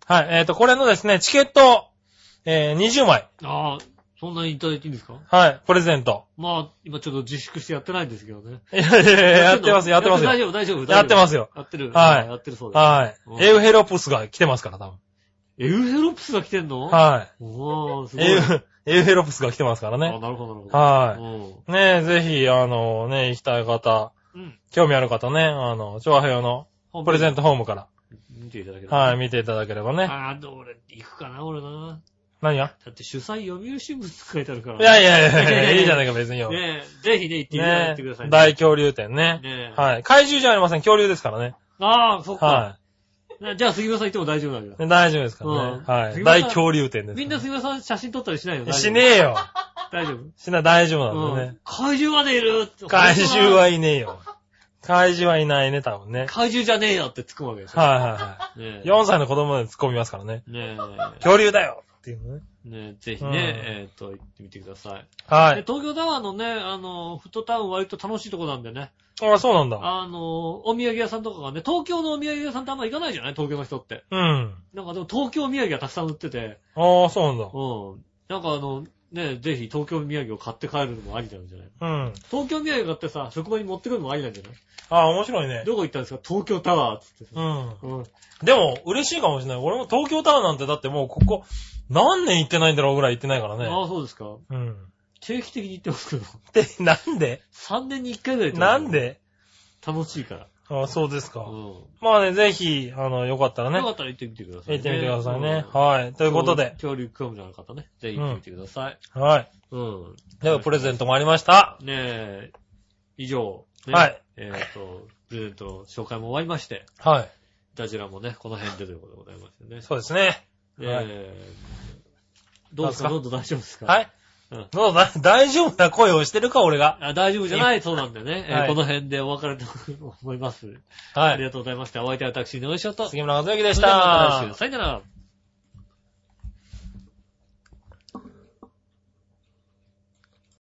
Speaker 3: はい、えっ、と、これのですね、チケットを、えー20枚。
Speaker 2: ああ、そんなにいただいていいんですか
Speaker 3: はい、プレゼント。
Speaker 2: まあ、今ちょっと自粛してやってないんですけどね。
Speaker 3: いやいやいややってます、やってます
Speaker 2: 大
Speaker 3: よ。
Speaker 2: 丈夫、大丈夫。大丈夫
Speaker 3: やってますよ。
Speaker 2: やってる。
Speaker 3: はい
Speaker 2: やってるそうです。
Speaker 3: はい。
Speaker 2: うん
Speaker 3: エウヘロプスが来てますから、多
Speaker 2: エウヘロプスが来てんの
Speaker 3: 分。は
Speaker 2: おー、す
Speaker 3: い。
Speaker 2: ごい。
Speaker 3: エウ、エウヘロプスが来てますから
Speaker 2: あ、
Speaker 3: ね。
Speaker 2: なるほど、なるほど。
Speaker 3: はい。
Speaker 2: う
Speaker 3: ねえ、ぜひ、あの、ね、行きたい方、
Speaker 2: ん。うん。
Speaker 3: 興味ある方ね、あの、調和平和の
Speaker 2: ホーム
Speaker 3: プレゼ
Speaker 2: ン
Speaker 3: ントホームから。
Speaker 2: 見ていただければ
Speaker 3: はい、見ていただければね。
Speaker 2: ああ、でも俺、行くかな、俺な。
Speaker 3: 何が
Speaker 2: だって主催読売新聞って書いてあるから。
Speaker 3: いやいやいやいや、いいじゃないか、別によ。ね
Speaker 2: ねえ、ぜひね、行ってみたら行ってくださいね。
Speaker 3: 大恐竜展ね。
Speaker 2: ねえ
Speaker 3: はい。怪獣じゃありません、恐竜ですからね。
Speaker 2: ああ、そっか。
Speaker 3: は
Speaker 2: なじゃあ杉村さん行っても大丈夫なんだ
Speaker 3: い。大丈夫ですか
Speaker 2: うん
Speaker 3: らね。は
Speaker 2: 杉村
Speaker 3: い。
Speaker 2: さん
Speaker 3: 大恐竜展です。
Speaker 2: みんな杉村さん写真撮ったりしないの
Speaker 3: しねえよ。
Speaker 2: 大丈夫
Speaker 3: しな、大丈
Speaker 2: 大丈
Speaker 3: 夫
Speaker 2: 夫
Speaker 3: なんだ
Speaker 2: う
Speaker 3: よね
Speaker 2: ん。。怪獣までいるって
Speaker 3: 怪獣はいねえよ。怪獣はいないね、多分ね。
Speaker 2: 怪獣じゃねえよって突っ込むわけでしょ。
Speaker 3: はいは
Speaker 2: ね
Speaker 3: いはい。
Speaker 2: え。
Speaker 3: 4歳の子供まで突っ込みますからね。
Speaker 2: ね
Speaker 3: 恐竜だよっていうのね。
Speaker 2: え。ねえ、ぜひ
Speaker 3: うん
Speaker 2: ね、えっと、行ってみてください。
Speaker 3: は
Speaker 2: で
Speaker 3: い。
Speaker 2: 東京タワーのね、あの、フットタウン割と楽しいとこなんでね。
Speaker 3: あ、そうなんだ。
Speaker 2: あの、お土産屋さんとかがね、東京のお土産屋さんってあんま行かないじゃない東京の人って。
Speaker 3: うん。
Speaker 2: なんかでも東京土産がたくさん売ってて、
Speaker 3: ああ、そうなんだ。
Speaker 2: うん。なんかあの、ね、ぜひ東京土産を買って帰るのもありなんじゃない
Speaker 3: うん。
Speaker 2: 東京土産買ってさ、職場に持ってくるのもありなんじゃない
Speaker 3: ああ、面白いね。
Speaker 2: どこ行ったんですか東京タワーっつって
Speaker 3: う
Speaker 2: さ。
Speaker 3: ん。
Speaker 2: うん。
Speaker 3: でも、嬉しいかもしれない。俺も東京タワーなんてだってもうここ、何年行ってないんだろうぐらい行ってないから
Speaker 2: あ
Speaker 3: ね。
Speaker 2: あ、そうですか。
Speaker 3: うん。
Speaker 2: 定期的に行ってますけど、
Speaker 3: で、なんで
Speaker 2: 3年に1回ぐらい行ってま
Speaker 3: な
Speaker 2: す
Speaker 3: んで
Speaker 2: 楽しいから。
Speaker 3: ああ、そうですか
Speaker 2: う。ん。
Speaker 3: まあね、ぜひ、あの、よかったらね
Speaker 2: よか、ったら行ってみてください、
Speaker 3: 行ってみてくださいね。
Speaker 2: い。
Speaker 3: はい。ということで、
Speaker 2: 恐竜興味のある方ね、ぜひ行ってみてください。
Speaker 3: はい。
Speaker 2: うん。
Speaker 3: では、プレゼントもありました。
Speaker 2: ねえ、以上、ね
Speaker 3: はい。
Speaker 2: えっ、と、プレゼントの紹介も終わりまして、
Speaker 3: はい。
Speaker 2: いたじらもね、この辺でということでございますよね。
Speaker 3: そうですね。はい
Speaker 2: えー、どうですかど
Speaker 3: ど
Speaker 2: うぞ大丈夫ですか
Speaker 3: はい
Speaker 2: うん。
Speaker 3: どうだ、大丈夫な声をしてるか、俺が。
Speaker 2: あ大丈夫じゃないそうなんでね、えー
Speaker 3: はい
Speaker 2: この辺でお別れと思います。
Speaker 3: は
Speaker 2: あり
Speaker 3: い。
Speaker 2: がとうございました。お相手は私、井上翔と。
Speaker 3: 杉村和之でし
Speaker 2: それではまた来週
Speaker 3: た。
Speaker 2: さよなら。